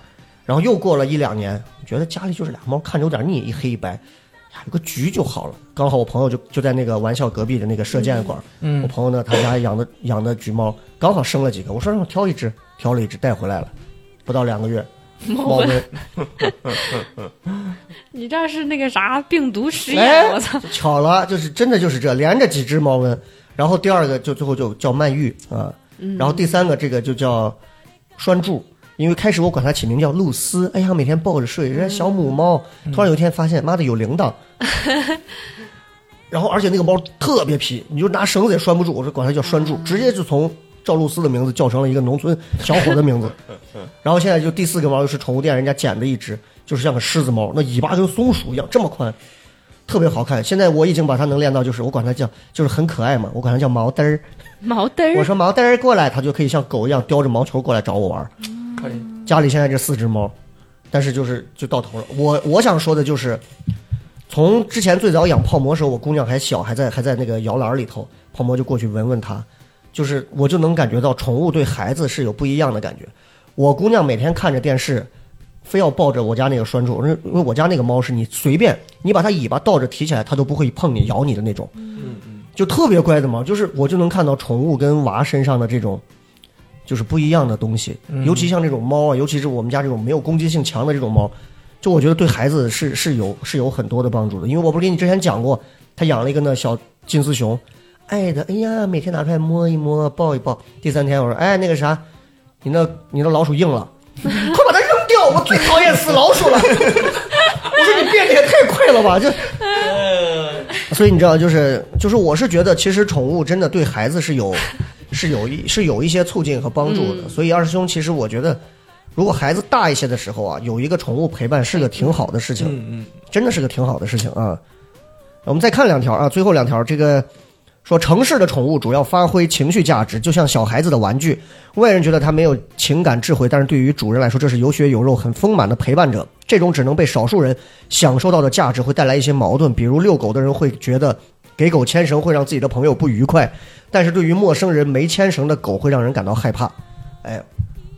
Speaker 4: 然后又过了一两年，觉得家里就是俩猫，看着有点腻，一黑一白，呀，有个橘就好了。刚好我朋友就就在那个玩笑隔壁的那个射箭馆，
Speaker 5: 嗯
Speaker 4: 我朋友呢他家养的养的橘猫刚好生了几个，我说让我挑一只，挑了一只带回来了，不到两个月，猫
Speaker 6: 猫瘟，
Speaker 4: 瘟
Speaker 6: 你这是那个啥病毒实
Speaker 4: 哎
Speaker 6: 验，我操！
Speaker 4: 巧了，就是真的就是这，连着几只猫瘟。然后第二个就最后就叫曼玉啊，然后第三个这个就叫栓柱，因为开始我管它起名叫露丝，哎呀，每天抱着睡，人家小母猫，突然有一天发现，妈的有铃铛，然后而且那个猫特别皮，你就拿绳子也拴不住，我就管它叫拴住，直接就从赵露思的名字叫成了一个农村小伙的名字。然后现在就第四个猫又是宠物店人家捡的一只，就是像个狮子猫，那尾巴跟松鼠一样这么宽，特别好看。现在我已经把它能练到，就是我管它叫就是很可爱嘛，我管它叫毛嘚儿。
Speaker 6: 毛嘚
Speaker 4: 我
Speaker 6: 儿，
Speaker 4: 说毛嘚儿过来，它就可以像狗一样叼着毛球过来找我玩儿。
Speaker 5: 可以。
Speaker 4: 家里现在这四只猫，但是就是就到头了。我我想说的就是，从之前最早养泡馍时候，我姑娘还小，还在还在那个摇篮里头，泡馍就过去闻闻它，就是我就能感觉到宠物对孩子是有不一样的感觉。我姑娘每天看着电视，非要抱着我家那个拴住，因为因为我家那个猫是你随便你把它尾巴倒着提起来，它都不会碰你咬你的那种，就特别乖的猫。就是我就能看到宠物跟娃身上的这种。就是不一样的东西，尤其像这种猫啊，尤其是我们家这种没有攻击性强的这种猫，就我觉得对孩子是是有是有很多的帮助的。因为我不是跟你之前讲过，他养了一个那小金丝熊，爱的，哎呀，每天拿出来摸一摸，抱一抱。第三天我说，哎，那个啥，你那你那老鼠硬了，快把它扔掉！我最讨厌死老鼠了。 我说你变得也太快了吧，就。 所以你知道，就是就是，我是觉得其实宠物真的对孩子是有 是有一是有一些促进和帮助的。所以二师兄，其实我觉得，如果孩子大一些的时候啊，有一个宠物陪伴是个挺好的事情，
Speaker 5: 嗯
Speaker 4: 真的是个挺好的事情啊。我们再看两条啊，最后两条，这个说城市的宠物主要发挥情绪价值，就像小孩子的玩具。外人觉得它没有情感智慧，但是对于主人来说，这是有血有肉、很丰满的陪伴者。这种只能被少数人享受到的价值，会带来一些矛盾。比如遛狗的人会觉得给狗牵绳会让自己的朋友不愉快，但是对于陌生人没牵绳的狗会让人感到害怕。哎，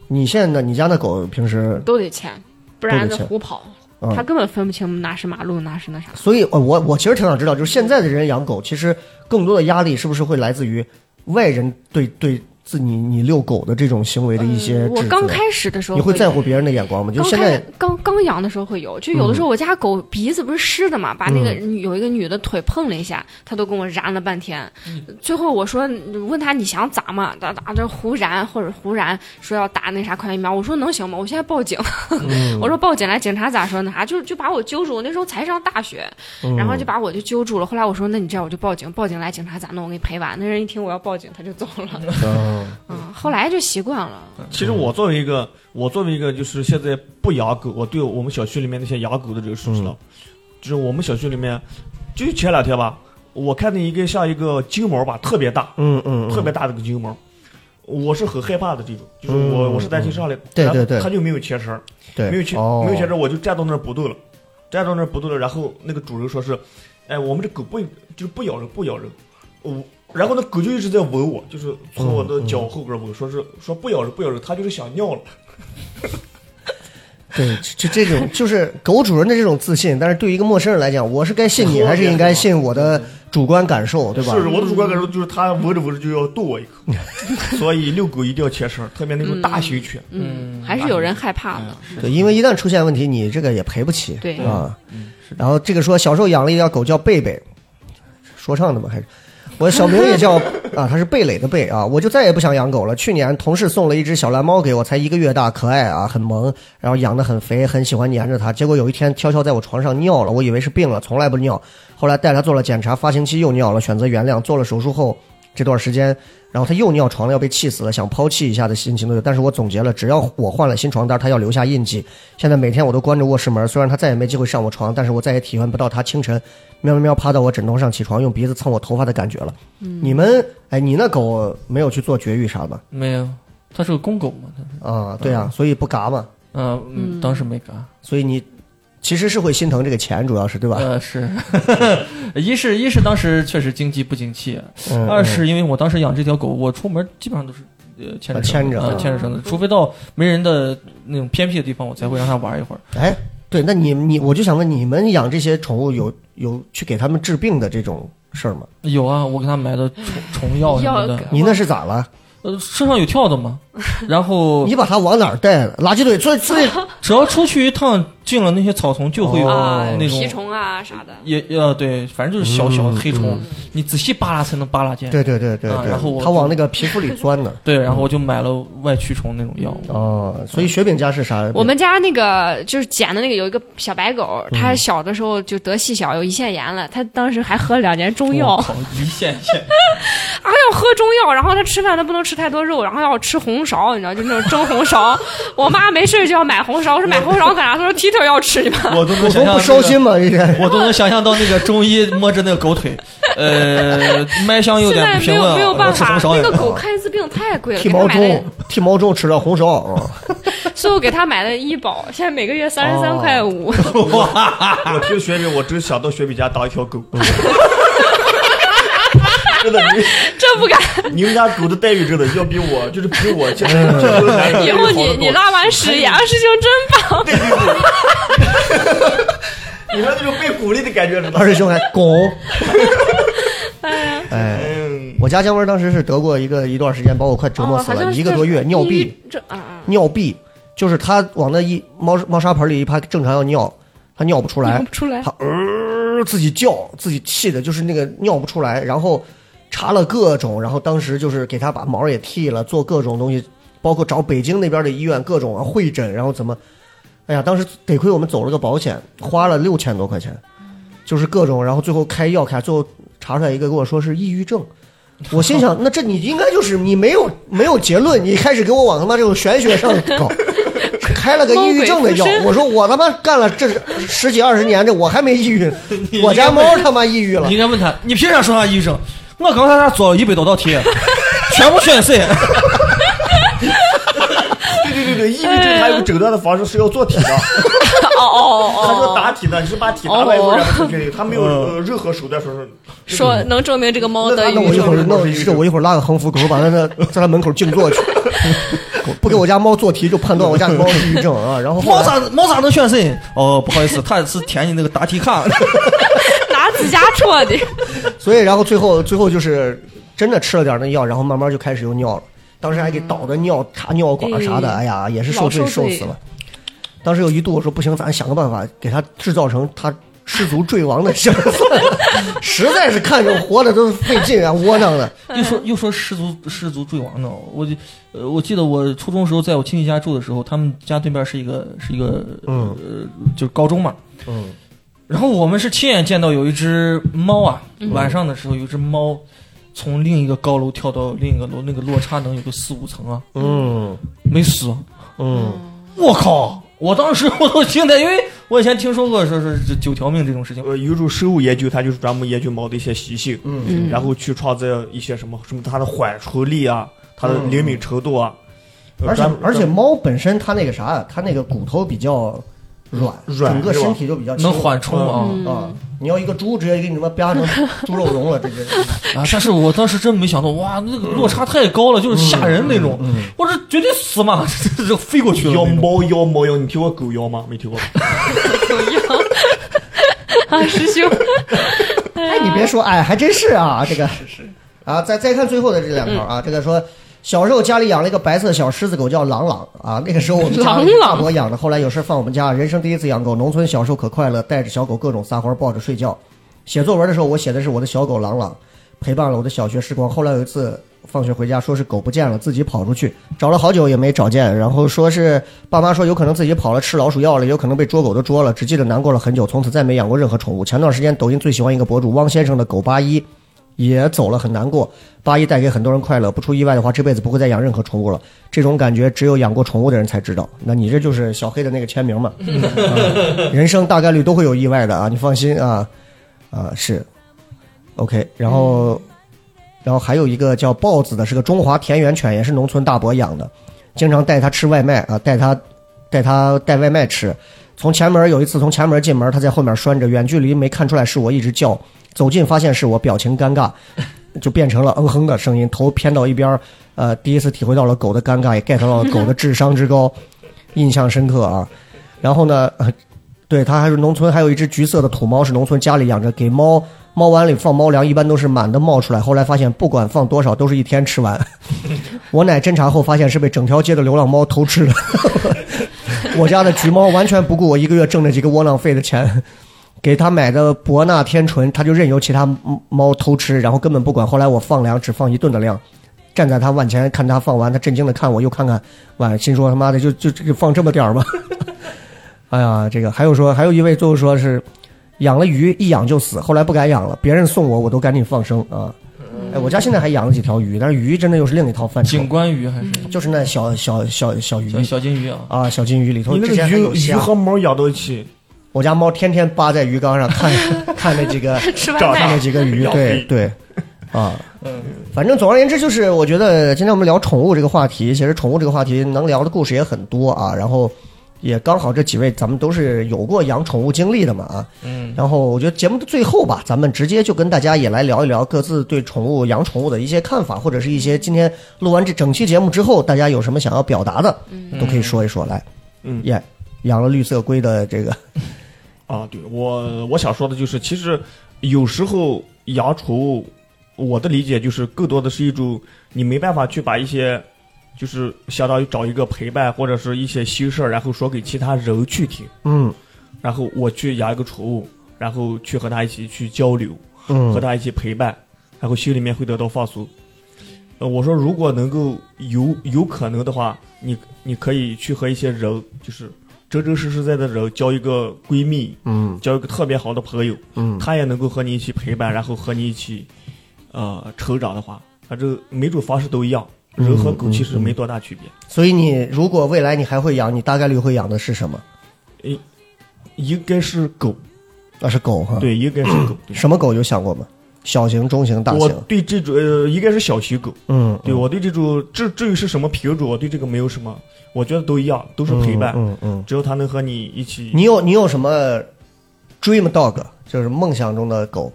Speaker 4: 你现在你家那狗平时
Speaker 6: 都得牵，不
Speaker 4: 都
Speaker 6: 然
Speaker 4: 得
Speaker 6: 就
Speaker 4: 牵
Speaker 6: 胡跑
Speaker 4: 嗯。
Speaker 6: 他根本分不清哪是马路，哪是那啥。
Speaker 4: 所以，呃我我其实挺想知道，就是现在的人养狗，其实更多的压力是不是会来自于外人对对自你你遛狗的这种行为的一些
Speaker 6: 嗯我
Speaker 4: 指责？
Speaker 6: 刚开始的时候，
Speaker 4: 你会在乎别人的眼光吗？就
Speaker 6: 刚
Speaker 4: 现
Speaker 6: 开
Speaker 4: 在嗯
Speaker 6: 始，刚刚养的时候会有，就有的时候我家狗鼻子不是湿的嘛，把那个女有一个女的腿碰了一下，她都跟我燃了半天。
Speaker 4: 嗯
Speaker 6: 最后我说问她你想咋嘛？打打这胡燃或者胡燃说要打那啥狂犬疫苗，我说能行吗？我现在报警，
Speaker 4: 嗯
Speaker 6: 我说报警来，警察咋说呢？啥就就把我揪住，我那时候才上大学，
Speaker 4: 嗯
Speaker 6: 然后就把我就揪住了。后来我说那你这样我就报警，报警来警察咋弄？我给你赔完。那人一听我要报警，他就走了。
Speaker 4: 嗯，
Speaker 6: 嗯，后来就习惯了。
Speaker 7: 其实我作为一个，我作为一个就是现在不养狗，我对我们小区里面那些养狗的这个事情了，
Speaker 4: 嗯
Speaker 7: 就是我们小区里面，就前两天吧，我看见一个像一个金毛吧，特别大，
Speaker 4: 嗯嗯，嗯
Speaker 7: 特别大的个金毛，我是很害怕的这种，就是
Speaker 4: 嗯
Speaker 7: 我我是担心上来，
Speaker 4: 对
Speaker 7: 然后
Speaker 4: 对对
Speaker 7: 它就没有牵绳儿，
Speaker 4: 对，
Speaker 7: 没有牵
Speaker 4: 哦
Speaker 7: 没有牵绳儿，我就站到那儿不动了，站到那儿不动了，然后那个主人说是，哎，我们这狗不就是不咬人不咬人，我。然后那狗就一直在闻我，就是从我
Speaker 4: 嗯
Speaker 7: 的脚后跟闻，说是说不咬人不咬人，它就是想尿了。
Speaker 4: 对，就这种就是狗主人的这种自信，但是对于一个陌生人来讲，我是该信你，还是应嗯该信我的主观感受，对吧？
Speaker 7: 是我的主观感受就是它闻着闻着就要剁我 一口，所以遛狗一定要牵绳儿，特别那种大型犬。
Speaker 6: 嗯，还是有人害怕的。
Speaker 4: 对，因为一旦出现问题，你这个也赔不起。
Speaker 6: 对
Speaker 4: 啊，然后这个说小时候养了一条狗叫贝贝，说唱的嘛还是。我小名也叫啊，它是贝蕾的贝啊，我就再也不想养狗了。去年同事送了一只小蓝猫给我，才一个月大，可爱啊，很萌，然后养得很肥，很喜欢粘着它。结果有一天悄悄在我床上尿了，我以为是病了，从来不尿。后来带它做了检查，发情期又尿了，选择原谅。做了手术后这段时间，然后它又尿床了，要被气死了，想抛弃一下的心情都有。但是我总结了，只要我换了新床单，它要留下印记。现在每天我都关着卧室门，虽然它再也没机会上我床，但是我再也体验不到它清晨喵喵喵趴到我枕头上起床，用鼻子蹭我头发的感觉了。你们，哎，你那狗没有去做绝育啥的
Speaker 5: 没有，它是个公狗嘛，它
Speaker 4: 啊？对
Speaker 5: 嗯
Speaker 4: 啊，所以不嘎嘛，
Speaker 5: 啊嗯，当时没嘎，
Speaker 4: 所以你其实是会心疼这个钱，主要是对吧？
Speaker 5: 呃是， 一是一是当时确实经济不景气，啊
Speaker 4: 嗯
Speaker 5: 二是因为我当时养这条狗，我出门基本上都是呃牵着
Speaker 4: 啊牵着
Speaker 5: 绳子呃牵着绳子，除非到没人的那种偏僻的地方，我才会让它玩一会儿。
Speaker 4: 哎，对，那你你我就想问，你们养这些宠物有有去给它们治病的这种事儿吗？
Speaker 5: 有啊，我给它买的虫虫药什么
Speaker 6: 药
Speaker 5: 的，
Speaker 4: 你那是咋了？
Speaker 5: 呃，身上有跳蚤嘛，然后
Speaker 4: 你把它往哪儿带了？垃圾堆，最最
Speaker 5: 只要出去一趟，进了那些草丛，就会有
Speaker 4: 哦
Speaker 6: 啊，
Speaker 5: 那种
Speaker 6: 蜱虫啊啥的。
Speaker 5: 也呃对，反正就是小小的黑虫，你仔细扒拉才能扒拉见。
Speaker 4: 嗯对对对对
Speaker 5: 啊
Speaker 4: 对，
Speaker 5: 然后我
Speaker 4: 他往那个皮肤里钻呢。
Speaker 5: 对，然后我就买了外驱虫那种药物。
Speaker 4: 哦，
Speaker 5: 嗯
Speaker 4: 所以雪饼家是啥？
Speaker 6: 我们家那个就是捡的那个有一个小白狗，它小的时候就得细小，有胰腺炎了。它当时还喝了两年中药
Speaker 5: 我，靠，一线线，
Speaker 6: 啊，要喝中药，然后他吃饭他不能吃太多肉，然后要吃红苕，你知道，就那种蒸红苕。 我妈没事就要买红苕，我说买红苕干啥？她说踢腿要吃，你们
Speaker 5: 我都能
Speaker 4: 我
Speaker 5: 想
Speaker 4: 都
Speaker 5: 象
Speaker 4: 不烧心吗？这
Speaker 5: 那个， 我都能想象到那个中医摸着那个狗腿， 呃，脉象有
Speaker 6: 现
Speaker 5: 点不
Speaker 6: 在没
Speaker 5: 平
Speaker 6: 有
Speaker 5: 稳，
Speaker 6: 没有办
Speaker 5: 我吃
Speaker 6: 法
Speaker 5: 红，苕
Speaker 6: 那个
Speaker 5: 也。
Speaker 6: 狗看一次病太贵了，
Speaker 4: 剃
Speaker 6: 给她
Speaker 4: 毛
Speaker 6: 买的
Speaker 4: 中，，剃毛中吃了红烧啊。
Speaker 6: 所以我给她买的医保，现在每个月三十三
Speaker 4: 哦
Speaker 6: 块五。
Speaker 7: 我听雪饼，我只想到雪饼家当一 条狗。真的，
Speaker 6: 这不敢，
Speaker 7: 你你们家狗的待遇真的要比我，就是比我现在这个男人
Speaker 6: 以后你你拉完屎，杨师兄真棒。
Speaker 7: 对对对，你说那种被鼓励的感觉，知道
Speaker 4: 二
Speaker 7: 吗？
Speaker 4: 师兄还 拱。哎，
Speaker 7: 嗯，
Speaker 4: 我家姜文当时是得过一个一段时间，把我快折磨
Speaker 6: 哦，
Speaker 4: 死
Speaker 6: 好像
Speaker 4: 了，
Speaker 6: 是
Speaker 4: 一个多月尿闭。
Speaker 6: 这啊啊，
Speaker 4: 尿闭，就是他往那一猫猫砂盆里一趴，正常要尿，他尿不出来
Speaker 6: 尿，不出来
Speaker 4: 他呃自己叫，自己气的，就是那个尿不出来，然后查了各种，然后当时就是给他把毛也剃了，做各种东西，包括找北京那边的医院各种啊会诊，然后怎么，哎呀，当时得亏我们走了个保险，花了六千多块钱，就是各种，然后最后开药开，最后查出来一个跟我说是抑郁症。我心想，那这你应该就是你没有没有结论，你开始给我往他妈这种玄学上 搞，开了个抑郁症的药
Speaker 6: 猫鬼附。身
Speaker 4: 我说我他妈干了这十几二十年，这我还没抑 郁呢，我家猫他妈抑郁了
Speaker 5: 你应。该问他，你凭啥说他抑郁症？我刚才他做了一百多道 题，全部选 C。
Speaker 7: 对对对对，抑郁症还有个诊断的方式是要做题的，
Speaker 6: 哦哦
Speaker 7: 他
Speaker 6: 哦
Speaker 7: 说
Speaker 6: 哦，
Speaker 7: 答题的，你是把题答完以后然后确定，他没有呃任何手段说是
Speaker 6: 说能证明这个猫得抑
Speaker 4: 那我
Speaker 6: 郁
Speaker 4: 一会
Speaker 6: 症
Speaker 4: 儿，弄是我一会儿拉个横幅，狗把它那在他门口静 坐去，不给我家猫做题就判断我家猫是抑郁症啊。然后后
Speaker 5: 猫
Speaker 4: 来
Speaker 5: 咋猫咋能选 C？哦，不好意思，他是填你那个答题卡。
Speaker 6: 拿自家戳的。
Speaker 4: 所以然后最后最后就是真的吃了点那药，然后慢慢就开始又尿了。当时还给倒的尿查尿管啥的，
Speaker 6: 哎
Speaker 4: 哎呀，也是受罪
Speaker 6: 嗯老
Speaker 4: 受
Speaker 6: 受罪
Speaker 4: 死了。当时有一度我说不行，咱想个办法给他制造成他失足坠亡的事儿算了， 实在是看着活的都费劲啊，窝囊的。
Speaker 5: 又说又说失足失足坠亡呢，我就呃我记得我初中时候在我亲戚家住的时候，他们家对面是一个是一个
Speaker 4: 嗯
Speaker 5: 呃就是高中嘛，
Speaker 4: 嗯，
Speaker 5: 然后我们是亲眼见到有一只猫啊，晚上的时候有一只猫从另一个高楼跳到另一个楼，那个落差能有个四五层啊，
Speaker 4: 嗯
Speaker 5: 没死。
Speaker 4: 嗯，
Speaker 5: 我靠！我当时 我都惊呆，因为我以前听说过说是这九条命这种事情。
Speaker 7: 呃有一种生物研究，它就是专门研究猫的一些习性，
Speaker 6: 嗯
Speaker 7: 然后去创造一些什么什么它的缓冲力啊，它的灵敏程度啊，呃
Speaker 4: 而且
Speaker 7: 专门
Speaker 4: 而且猫本身它那个啥，它那个骨头比较软，
Speaker 7: 软
Speaker 4: 整个
Speaker 7: 是吧
Speaker 4: 身体就比较轻
Speaker 5: 能缓冲啊、
Speaker 4: 啊。你要一个猪直接给你他妈啪成猪肉蓉了，这接。
Speaker 5: 啊！但是我当时真没想到，哇，那个落差太高了，就是吓人那种。我这绝对死嘛， 这这飞过去了
Speaker 7: 妖
Speaker 5: 那种。
Speaker 7: 猫妖猫妖，你听过狗妖吗？没听过。
Speaker 6: 啊，师 兄，
Speaker 4: 哎，你别说，哎，还真是啊，这个是是啊，再再看最后的这两条啊，这个说小时候家里养了一个白色小狮子狗叫朗朗啊，那个时候我们家
Speaker 6: 朗
Speaker 4: 里
Speaker 6: 朗
Speaker 4: 大伯养的，后来有事放我们家，人生第一次养狗，农村小时候可快乐，带着小狗各种撒欢，抱着睡觉。写作文的时候，我写的是我的小狗朗朗，陪伴了我的小学时光。后来有一次放学回家，说是狗不见了，自己跑出去找了好久也没找见，然后说是爸妈说有可能自己跑了吃老鼠药了，有可能被捉狗的捉了，只记得难过了很久，从此再没养过任何宠物。前段时间抖音最喜欢一个博主汪先生的狗八一。也走了，很难过。八一带给很多人快乐，不出意外的话，这辈子不会再养任何宠物了。这种感觉只有养过宠物的人才知道。那你这就是小黑的那个签名嘛？啊人生大概率都会有意外的啊，你放心啊啊是，OK。然后，然后还有一个叫豹子的，是个中华田园犬，也是农村大伯养的，经常带它吃外卖啊，带它带它带外卖吃。从前门有一次从前门进门，它在后面拴着，远距离没看出来是我，一直叫。走近发现是我，表情尴尬，就变成了嗯哼的声音，头偏到一边儿。呃，第一次体会到了狗的尴尬，也 get 到了狗的智商之高，印象深刻啊。然后呢，呃、对，它还是农村还有一只橘色的土猫，是农村家里养着，给猫猫碗里放猫粮，一般都是满的冒出来。后来发现不管放多少，都是一天吃完。我奶侦查后发现是被整条街的流浪猫偷吃的。 我家的橘猫完全不顾我一个月挣的几个窝囊废的钱， 给它买的博纳天纯，它就任由其他猫猫偷吃，然后根本不管。后来我放粮只放一顿的量，站在它碗前看它放完，它震惊的看我，又看看碗，心说他妈的就就就放这么点儿吧。 哎呀，这个还有说，还有一位最后说是养了鱼一养就死，后来不敢养了，别人送我我都赶紧放生啊。哎，我家现在还养了几条鱼，但是鱼真的又是另一套范畴，
Speaker 5: 景观鱼还是
Speaker 4: 就是那小小小小鱼
Speaker 5: 小小金鱼啊？
Speaker 4: 啊，小金鱼里头
Speaker 7: 你那
Speaker 4: 之
Speaker 7: 个
Speaker 4: 前还有
Speaker 7: 鱼鱼
Speaker 4: 虾。
Speaker 7: 和猫养到一起，
Speaker 4: 我家猫天天扒在鱼缸上看 看那几个
Speaker 6: 吃外
Speaker 7: 找
Speaker 4: 看
Speaker 6: 卖
Speaker 4: 那几个鱼，
Speaker 7: 养
Speaker 4: 对
Speaker 7: 鱼
Speaker 4: 对，啊，
Speaker 5: 嗯，
Speaker 4: 反正总而言之，就是我觉得今天我们聊宠物这个话题，其实宠物这个话题能聊的故事也很多啊，然后也刚好这几位咱们都是有过养宠物经历的嘛啊，
Speaker 5: 嗯，
Speaker 4: 然后我觉得节目的最后吧，咱们直接就跟大家也来聊一聊各自对宠物、养宠物的一些看法，或者是一些今天录完这整期节目之后，大家有什么想要表达的，都可以说一说来。
Speaker 7: 嗯
Speaker 4: 耶、养了绿色龟的这个，
Speaker 7: 啊，对我我想说的就是，其实有时候养宠物，我的理解就是更多的是一种你没办法去把一些，就是相当于找一个陪伴或者是一些心事儿，然后说给其他人去听，
Speaker 4: 嗯
Speaker 7: 然后我去养一个宠物，然后去和它一起去交流，和
Speaker 4: 嗯
Speaker 7: 它一起陪伴，然后心里面会得到放松。呃，我说如果能够有有可能的话，你你可以去和一些人，就是真真实实在的人交一个闺蜜，
Speaker 4: 嗯
Speaker 7: 交一个特别好的朋友，
Speaker 4: 嗯，
Speaker 7: 他也能够和你一起陪伴，然后和你一起，呃，成长的话，反正每种方式都一样，
Speaker 4: 嗯
Speaker 7: 人和狗其实没多大区别。
Speaker 4: 所以你如果未来你还会养，你大概率会养的是什么？嗯
Speaker 7: 应该是狗，
Speaker 4: 那啊是狗哈。，
Speaker 7: 对，应该是狗。对
Speaker 4: 什么狗有想过吗？小型、中型、大
Speaker 7: 我
Speaker 4: 型？
Speaker 7: 对这种呃，应该是小型狗。
Speaker 4: 嗯，
Speaker 7: 对我对这种至至于是什么品种，我对这个没有什么，我觉得都一样，都是
Speaker 4: 嗯
Speaker 7: 陪伴。
Speaker 4: 嗯嗯，
Speaker 7: 只要它能和你一起，
Speaker 4: 你有你有什么 dream dog，就是梦想中的狗？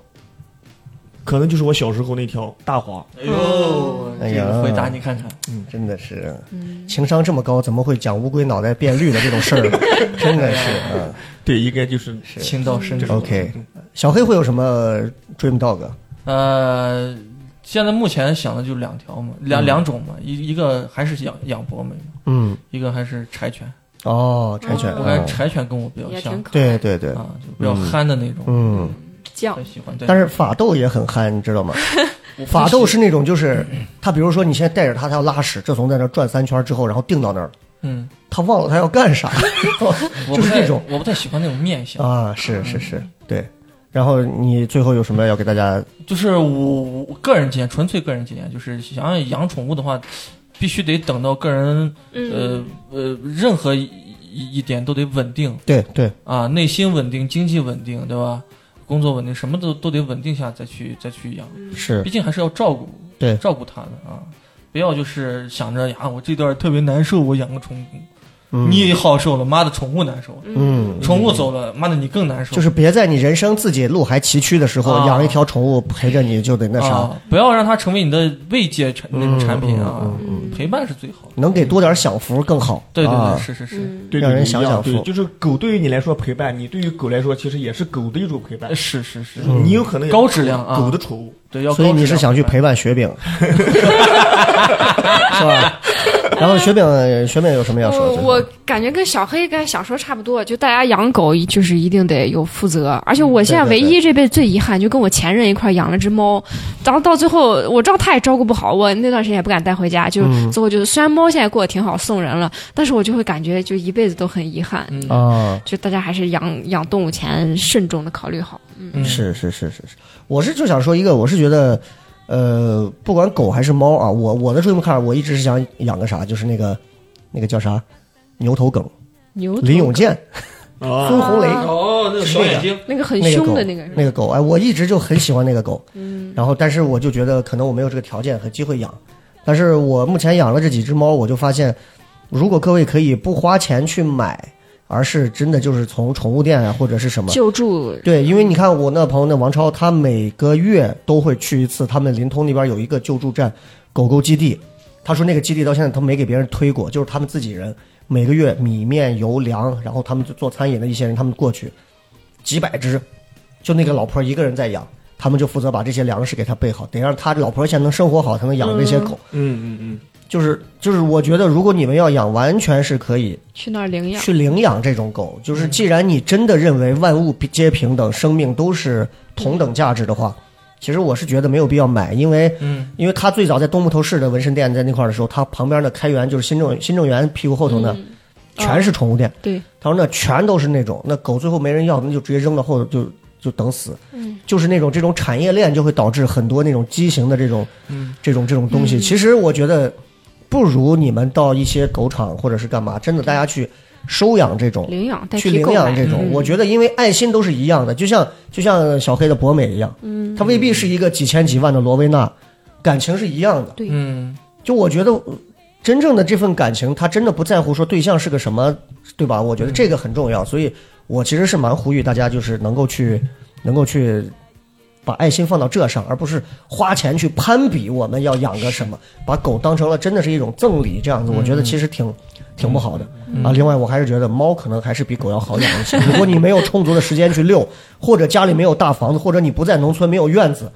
Speaker 7: 可能就是我小时候那条大黄。
Speaker 5: 哎呦，
Speaker 4: 哎
Speaker 5: 这
Speaker 4: 呀
Speaker 5: 个回答你看看，
Speaker 4: 真的是，情商这么高，怎么会讲乌龟脑袋变绿的这种事儿呢？真的是，嗯
Speaker 7: 对，应该就是嗯
Speaker 5: 情到深处。
Speaker 4: ，OK。小黑会有什么 dream dog？
Speaker 5: 呃，现在目前想的就两条嘛，两两种嘛，一一个还是养养博美嘛，
Speaker 4: 嗯，
Speaker 5: 一个还是柴犬。
Speaker 4: 哦，柴犬，
Speaker 5: 我感觉
Speaker 4: 嗯
Speaker 5: 柴犬跟我比较
Speaker 6: 也挺
Speaker 5: 像
Speaker 6: 可爱
Speaker 4: 对对对，
Speaker 5: 啊，就比较憨的那种，
Speaker 4: 嗯，
Speaker 6: 犟
Speaker 5: 很，喜欢。对
Speaker 4: 但是法斗也很憨，你知道吗？法斗是那种就是，
Speaker 5: 嗯
Speaker 4: 他比如说你现在带着他，他要拉屎，这从在那儿转三圈之后，然后定到那儿了，
Speaker 5: 嗯，
Speaker 4: 他忘了他要干 啥，
Speaker 5: 我
Speaker 4: 就
Speaker 5: 不
Speaker 4: 是
Speaker 5: 太
Speaker 4: 这种
Speaker 5: 我不太喜欢那种面相，
Speaker 4: 啊，是是是，对。然后你最后有什么要给大家？
Speaker 5: 就是我我个人经验，纯粹个人经验，就是想要养宠物的话，必须得等到个人呃
Speaker 6: 嗯，
Speaker 5: 呃任何一一一点都得稳定
Speaker 4: 对对，
Speaker 5: 啊，内心稳定，经济稳定，对吧？工作稳定，什么都都得稳定下再去再去养，
Speaker 4: 是
Speaker 5: 毕竟还是要照顾
Speaker 4: 对
Speaker 5: 照顾它的啊。不要就是想着呀，我这段特别难受，我养个宠物，
Speaker 4: 嗯
Speaker 5: 你也好受了，妈的，宠物难受了，
Speaker 4: 嗯，
Speaker 5: 宠物走了，妈的，你更难受。
Speaker 4: 就是别在你人生自己路还崎岖的时候，
Speaker 5: 啊
Speaker 4: 养一条宠物陪着你就得那啥，
Speaker 5: 啊，不要让它成为你的慰藉产那种产品啊
Speaker 4: 嗯，
Speaker 5: 陪伴是最好的。
Speaker 4: 能给多点享福更好。
Speaker 5: 对对
Speaker 4: 啊
Speaker 5: 对，是是是，
Speaker 6: 嗯，
Speaker 7: 对
Speaker 4: 让
Speaker 7: 对
Speaker 4: 人
Speaker 7: 对，
Speaker 4: 想
Speaker 7: 一样
Speaker 4: 想
Speaker 7: 对，
Speaker 4: 富
Speaker 7: 就是狗对于你来说陪伴，你对于狗来说其实也是狗的一种陪伴。
Speaker 5: 是是是，
Speaker 7: 你有可能也
Speaker 5: 高质量啊
Speaker 7: 狗的宠物。
Speaker 5: 对，要高
Speaker 4: 所以你
Speaker 5: 质
Speaker 4: 是
Speaker 5: 量
Speaker 4: 想去
Speaker 5: 陪
Speaker 4: 陪伴雪 饼，是吧？然后雪饼，雪饼有什么要说
Speaker 6: 我
Speaker 4: 的？
Speaker 6: 呃我感觉跟小黑刚才想说差不多，就大家养狗就是一定得有负责，而且我现在
Speaker 4: 嗯对对
Speaker 6: 唯
Speaker 4: 对
Speaker 6: 一这辈子最遗憾，就跟我前任一块养了只猫，然后到最后我知道他也照顾不好，我那段时间也不敢带回家，就
Speaker 4: 嗯
Speaker 6: 最后就是虽然猫现在过得挺好，送人了，但是我就会感觉就一辈子都很遗憾，
Speaker 5: 嗯
Speaker 4: 啊，
Speaker 6: 就大家还是养养动物前慎重的考虑好，
Speaker 5: 嗯
Speaker 4: 是是是是是，我是就想说一个，我是觉得，呃，不管狗还是猫啊，我我的 dream car 我一直是想养个啥，就是那个那个叫啥牛头梗，
Speaker 6: 牛
Speaker 4: 林永健，
Speaker 7: 啊
Speaker 4: 孙红雷。
Speaker 5: 哦，那个小眼睛，
Speaker 6: 那个很
Speaker 4: 那个
Speaker 6: 凶
Speaker 4: 狗
Speaker 6: 的那个人，
Speaker 4: 那个狗，哎，我一直就很喜欢那个狗，嗯，然后但是我就觉得可能我没有这个条件和机会养，但是我目前养了这几只猫，我就发现，如果各位可以不花钱去买，而是真的就是从宠物店啊或者是什么。
Speaker 6: 救助
Speaker 4: 对，因为你看我那朋友那王超，他每个月都会去一次，他们临通那边有一个救助站，狗狗基地。他说那个基地到现在他没给别人推过，就是他们自己人，每个月米面油粮，然后他们就做餐饮的一些人，他们过去几百只，就那个老婆一个人在养，他们就负责把这些粮食给他备好，得让他老婆先能生活好，才能养这些狗。
Speaker 7: 嗯嗯嗯，
Speaker 4: 就是就是，我觉得如果你们要养，完全是可以
Speaker 6: 去那儿领养。
Speaker 4: 去领养这种狗。就是既然你真的认为万物皆平等，生命都是同等价值的话，其实我是觉得没有必要买，因为
Speaker 5: 嗯，
Speaker 4: 因为他最早在东木头市的纹身店在那块儿的时候，他旁边的开元就是新政新政园屁股后头呢，
Speaker 6: 嗯哦
Speaker 4: 全是宠物店。
Speaker 6: 对，
Speaker 4: 他说那全都是那种，那狗最后没人要，那就直接扔到后头就就等死。
Speaker 6: 嗯
Speaker 4: 就是那种这种产业链就会导致很多那种畸形的这种，
Speaker 5: 嗯
Speaker 4: 这种这种东西。其实我觉得，不如你们到一些狗场或者是干嘛，真的大家去收养这种，
Speaker 6: 领养代
Speaker 4: 去
Speaker 6: 替
Speaker 4: 领
Speaker 6: 购
Speaker 4: 养
Speaker 6: 买
Speaker 4: 这种。
Speaker 6: 嗯
Speaker 4: 我觉得，因为爱心都是一样的，就像就像小黑的博美一样，嗯，它未必是一个几千几万的罗威纳，感情是一样的。
Speaker 5: 嗯，
Speaker 4: 就我觉得，呃真正的这份感情，他真的不在乎说对象是个什么，对吧？我觉得这个很重要，所以我其实是蛮呼吁大家，就是能够去，能够去把爱心放到这上，而不是花钱去攀比我们要养个什么，把狗当成了真的是一种赠礼这样
Speaker 7: 嗯
Speaker 4: 子，我觉得其实挺。挺不好的啊！另外，我还是觉得猫可能还是比狗要好养一些。 如果你没有充足的时间去遛，或者家里没有大房子，或者你不在农村没有院子，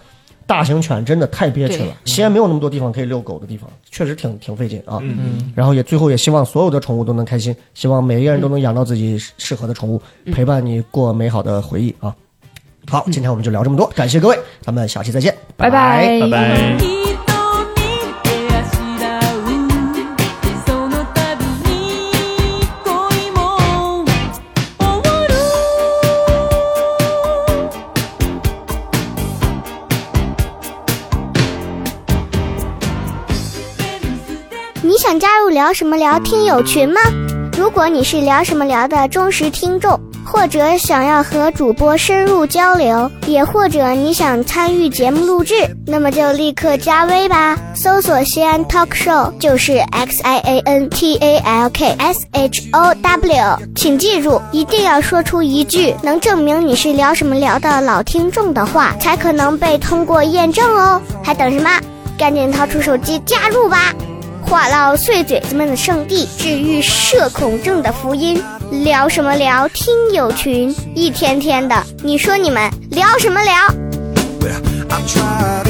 Speaker 4: 大型犬真的太憋屈
Speaker 6: 对
Speaker 4: 了。西安没有那么多地方可以遛狗的地方，确实挺挺费劲啊。
Speaker 7: 嗯
Speaker 4: 然后也最后也希望所有的宠物都能开心，希望每一个人都能养到自己适适合的宠物，
Speaker 7: 嗯
Speaker 4: 陪伴你过美好的回忆啊。好，今天我们就聊这么多，感谢各位，咱们下期再见，
Speaker 6: 拜拜
Speaker 7: 拜拜
Speaker 3: 「ひとみであしらう」「そのたびに恋も終わる」
Speaker 1: 你想加入聊什么聊听友群吗？如果你是聊什么聊的忠实听众，或者想要和主播深入交流，也或者你想参与节目录制，那么就立刻加微吧，搜索西安 Talk Show 就是 X I A N T A L K S H O W，请记住，一定要说出一句能证明你是聊什么聊的老听众的话，才可能被通过验证哦。还等什么？赶紧掏出手机加入吧！话唠碎嘴子们的圣地，治愈社恐症的福音。聊什么聊？听友群，一天天的，你说你们聊什么聊？
Speaker 2: I tried.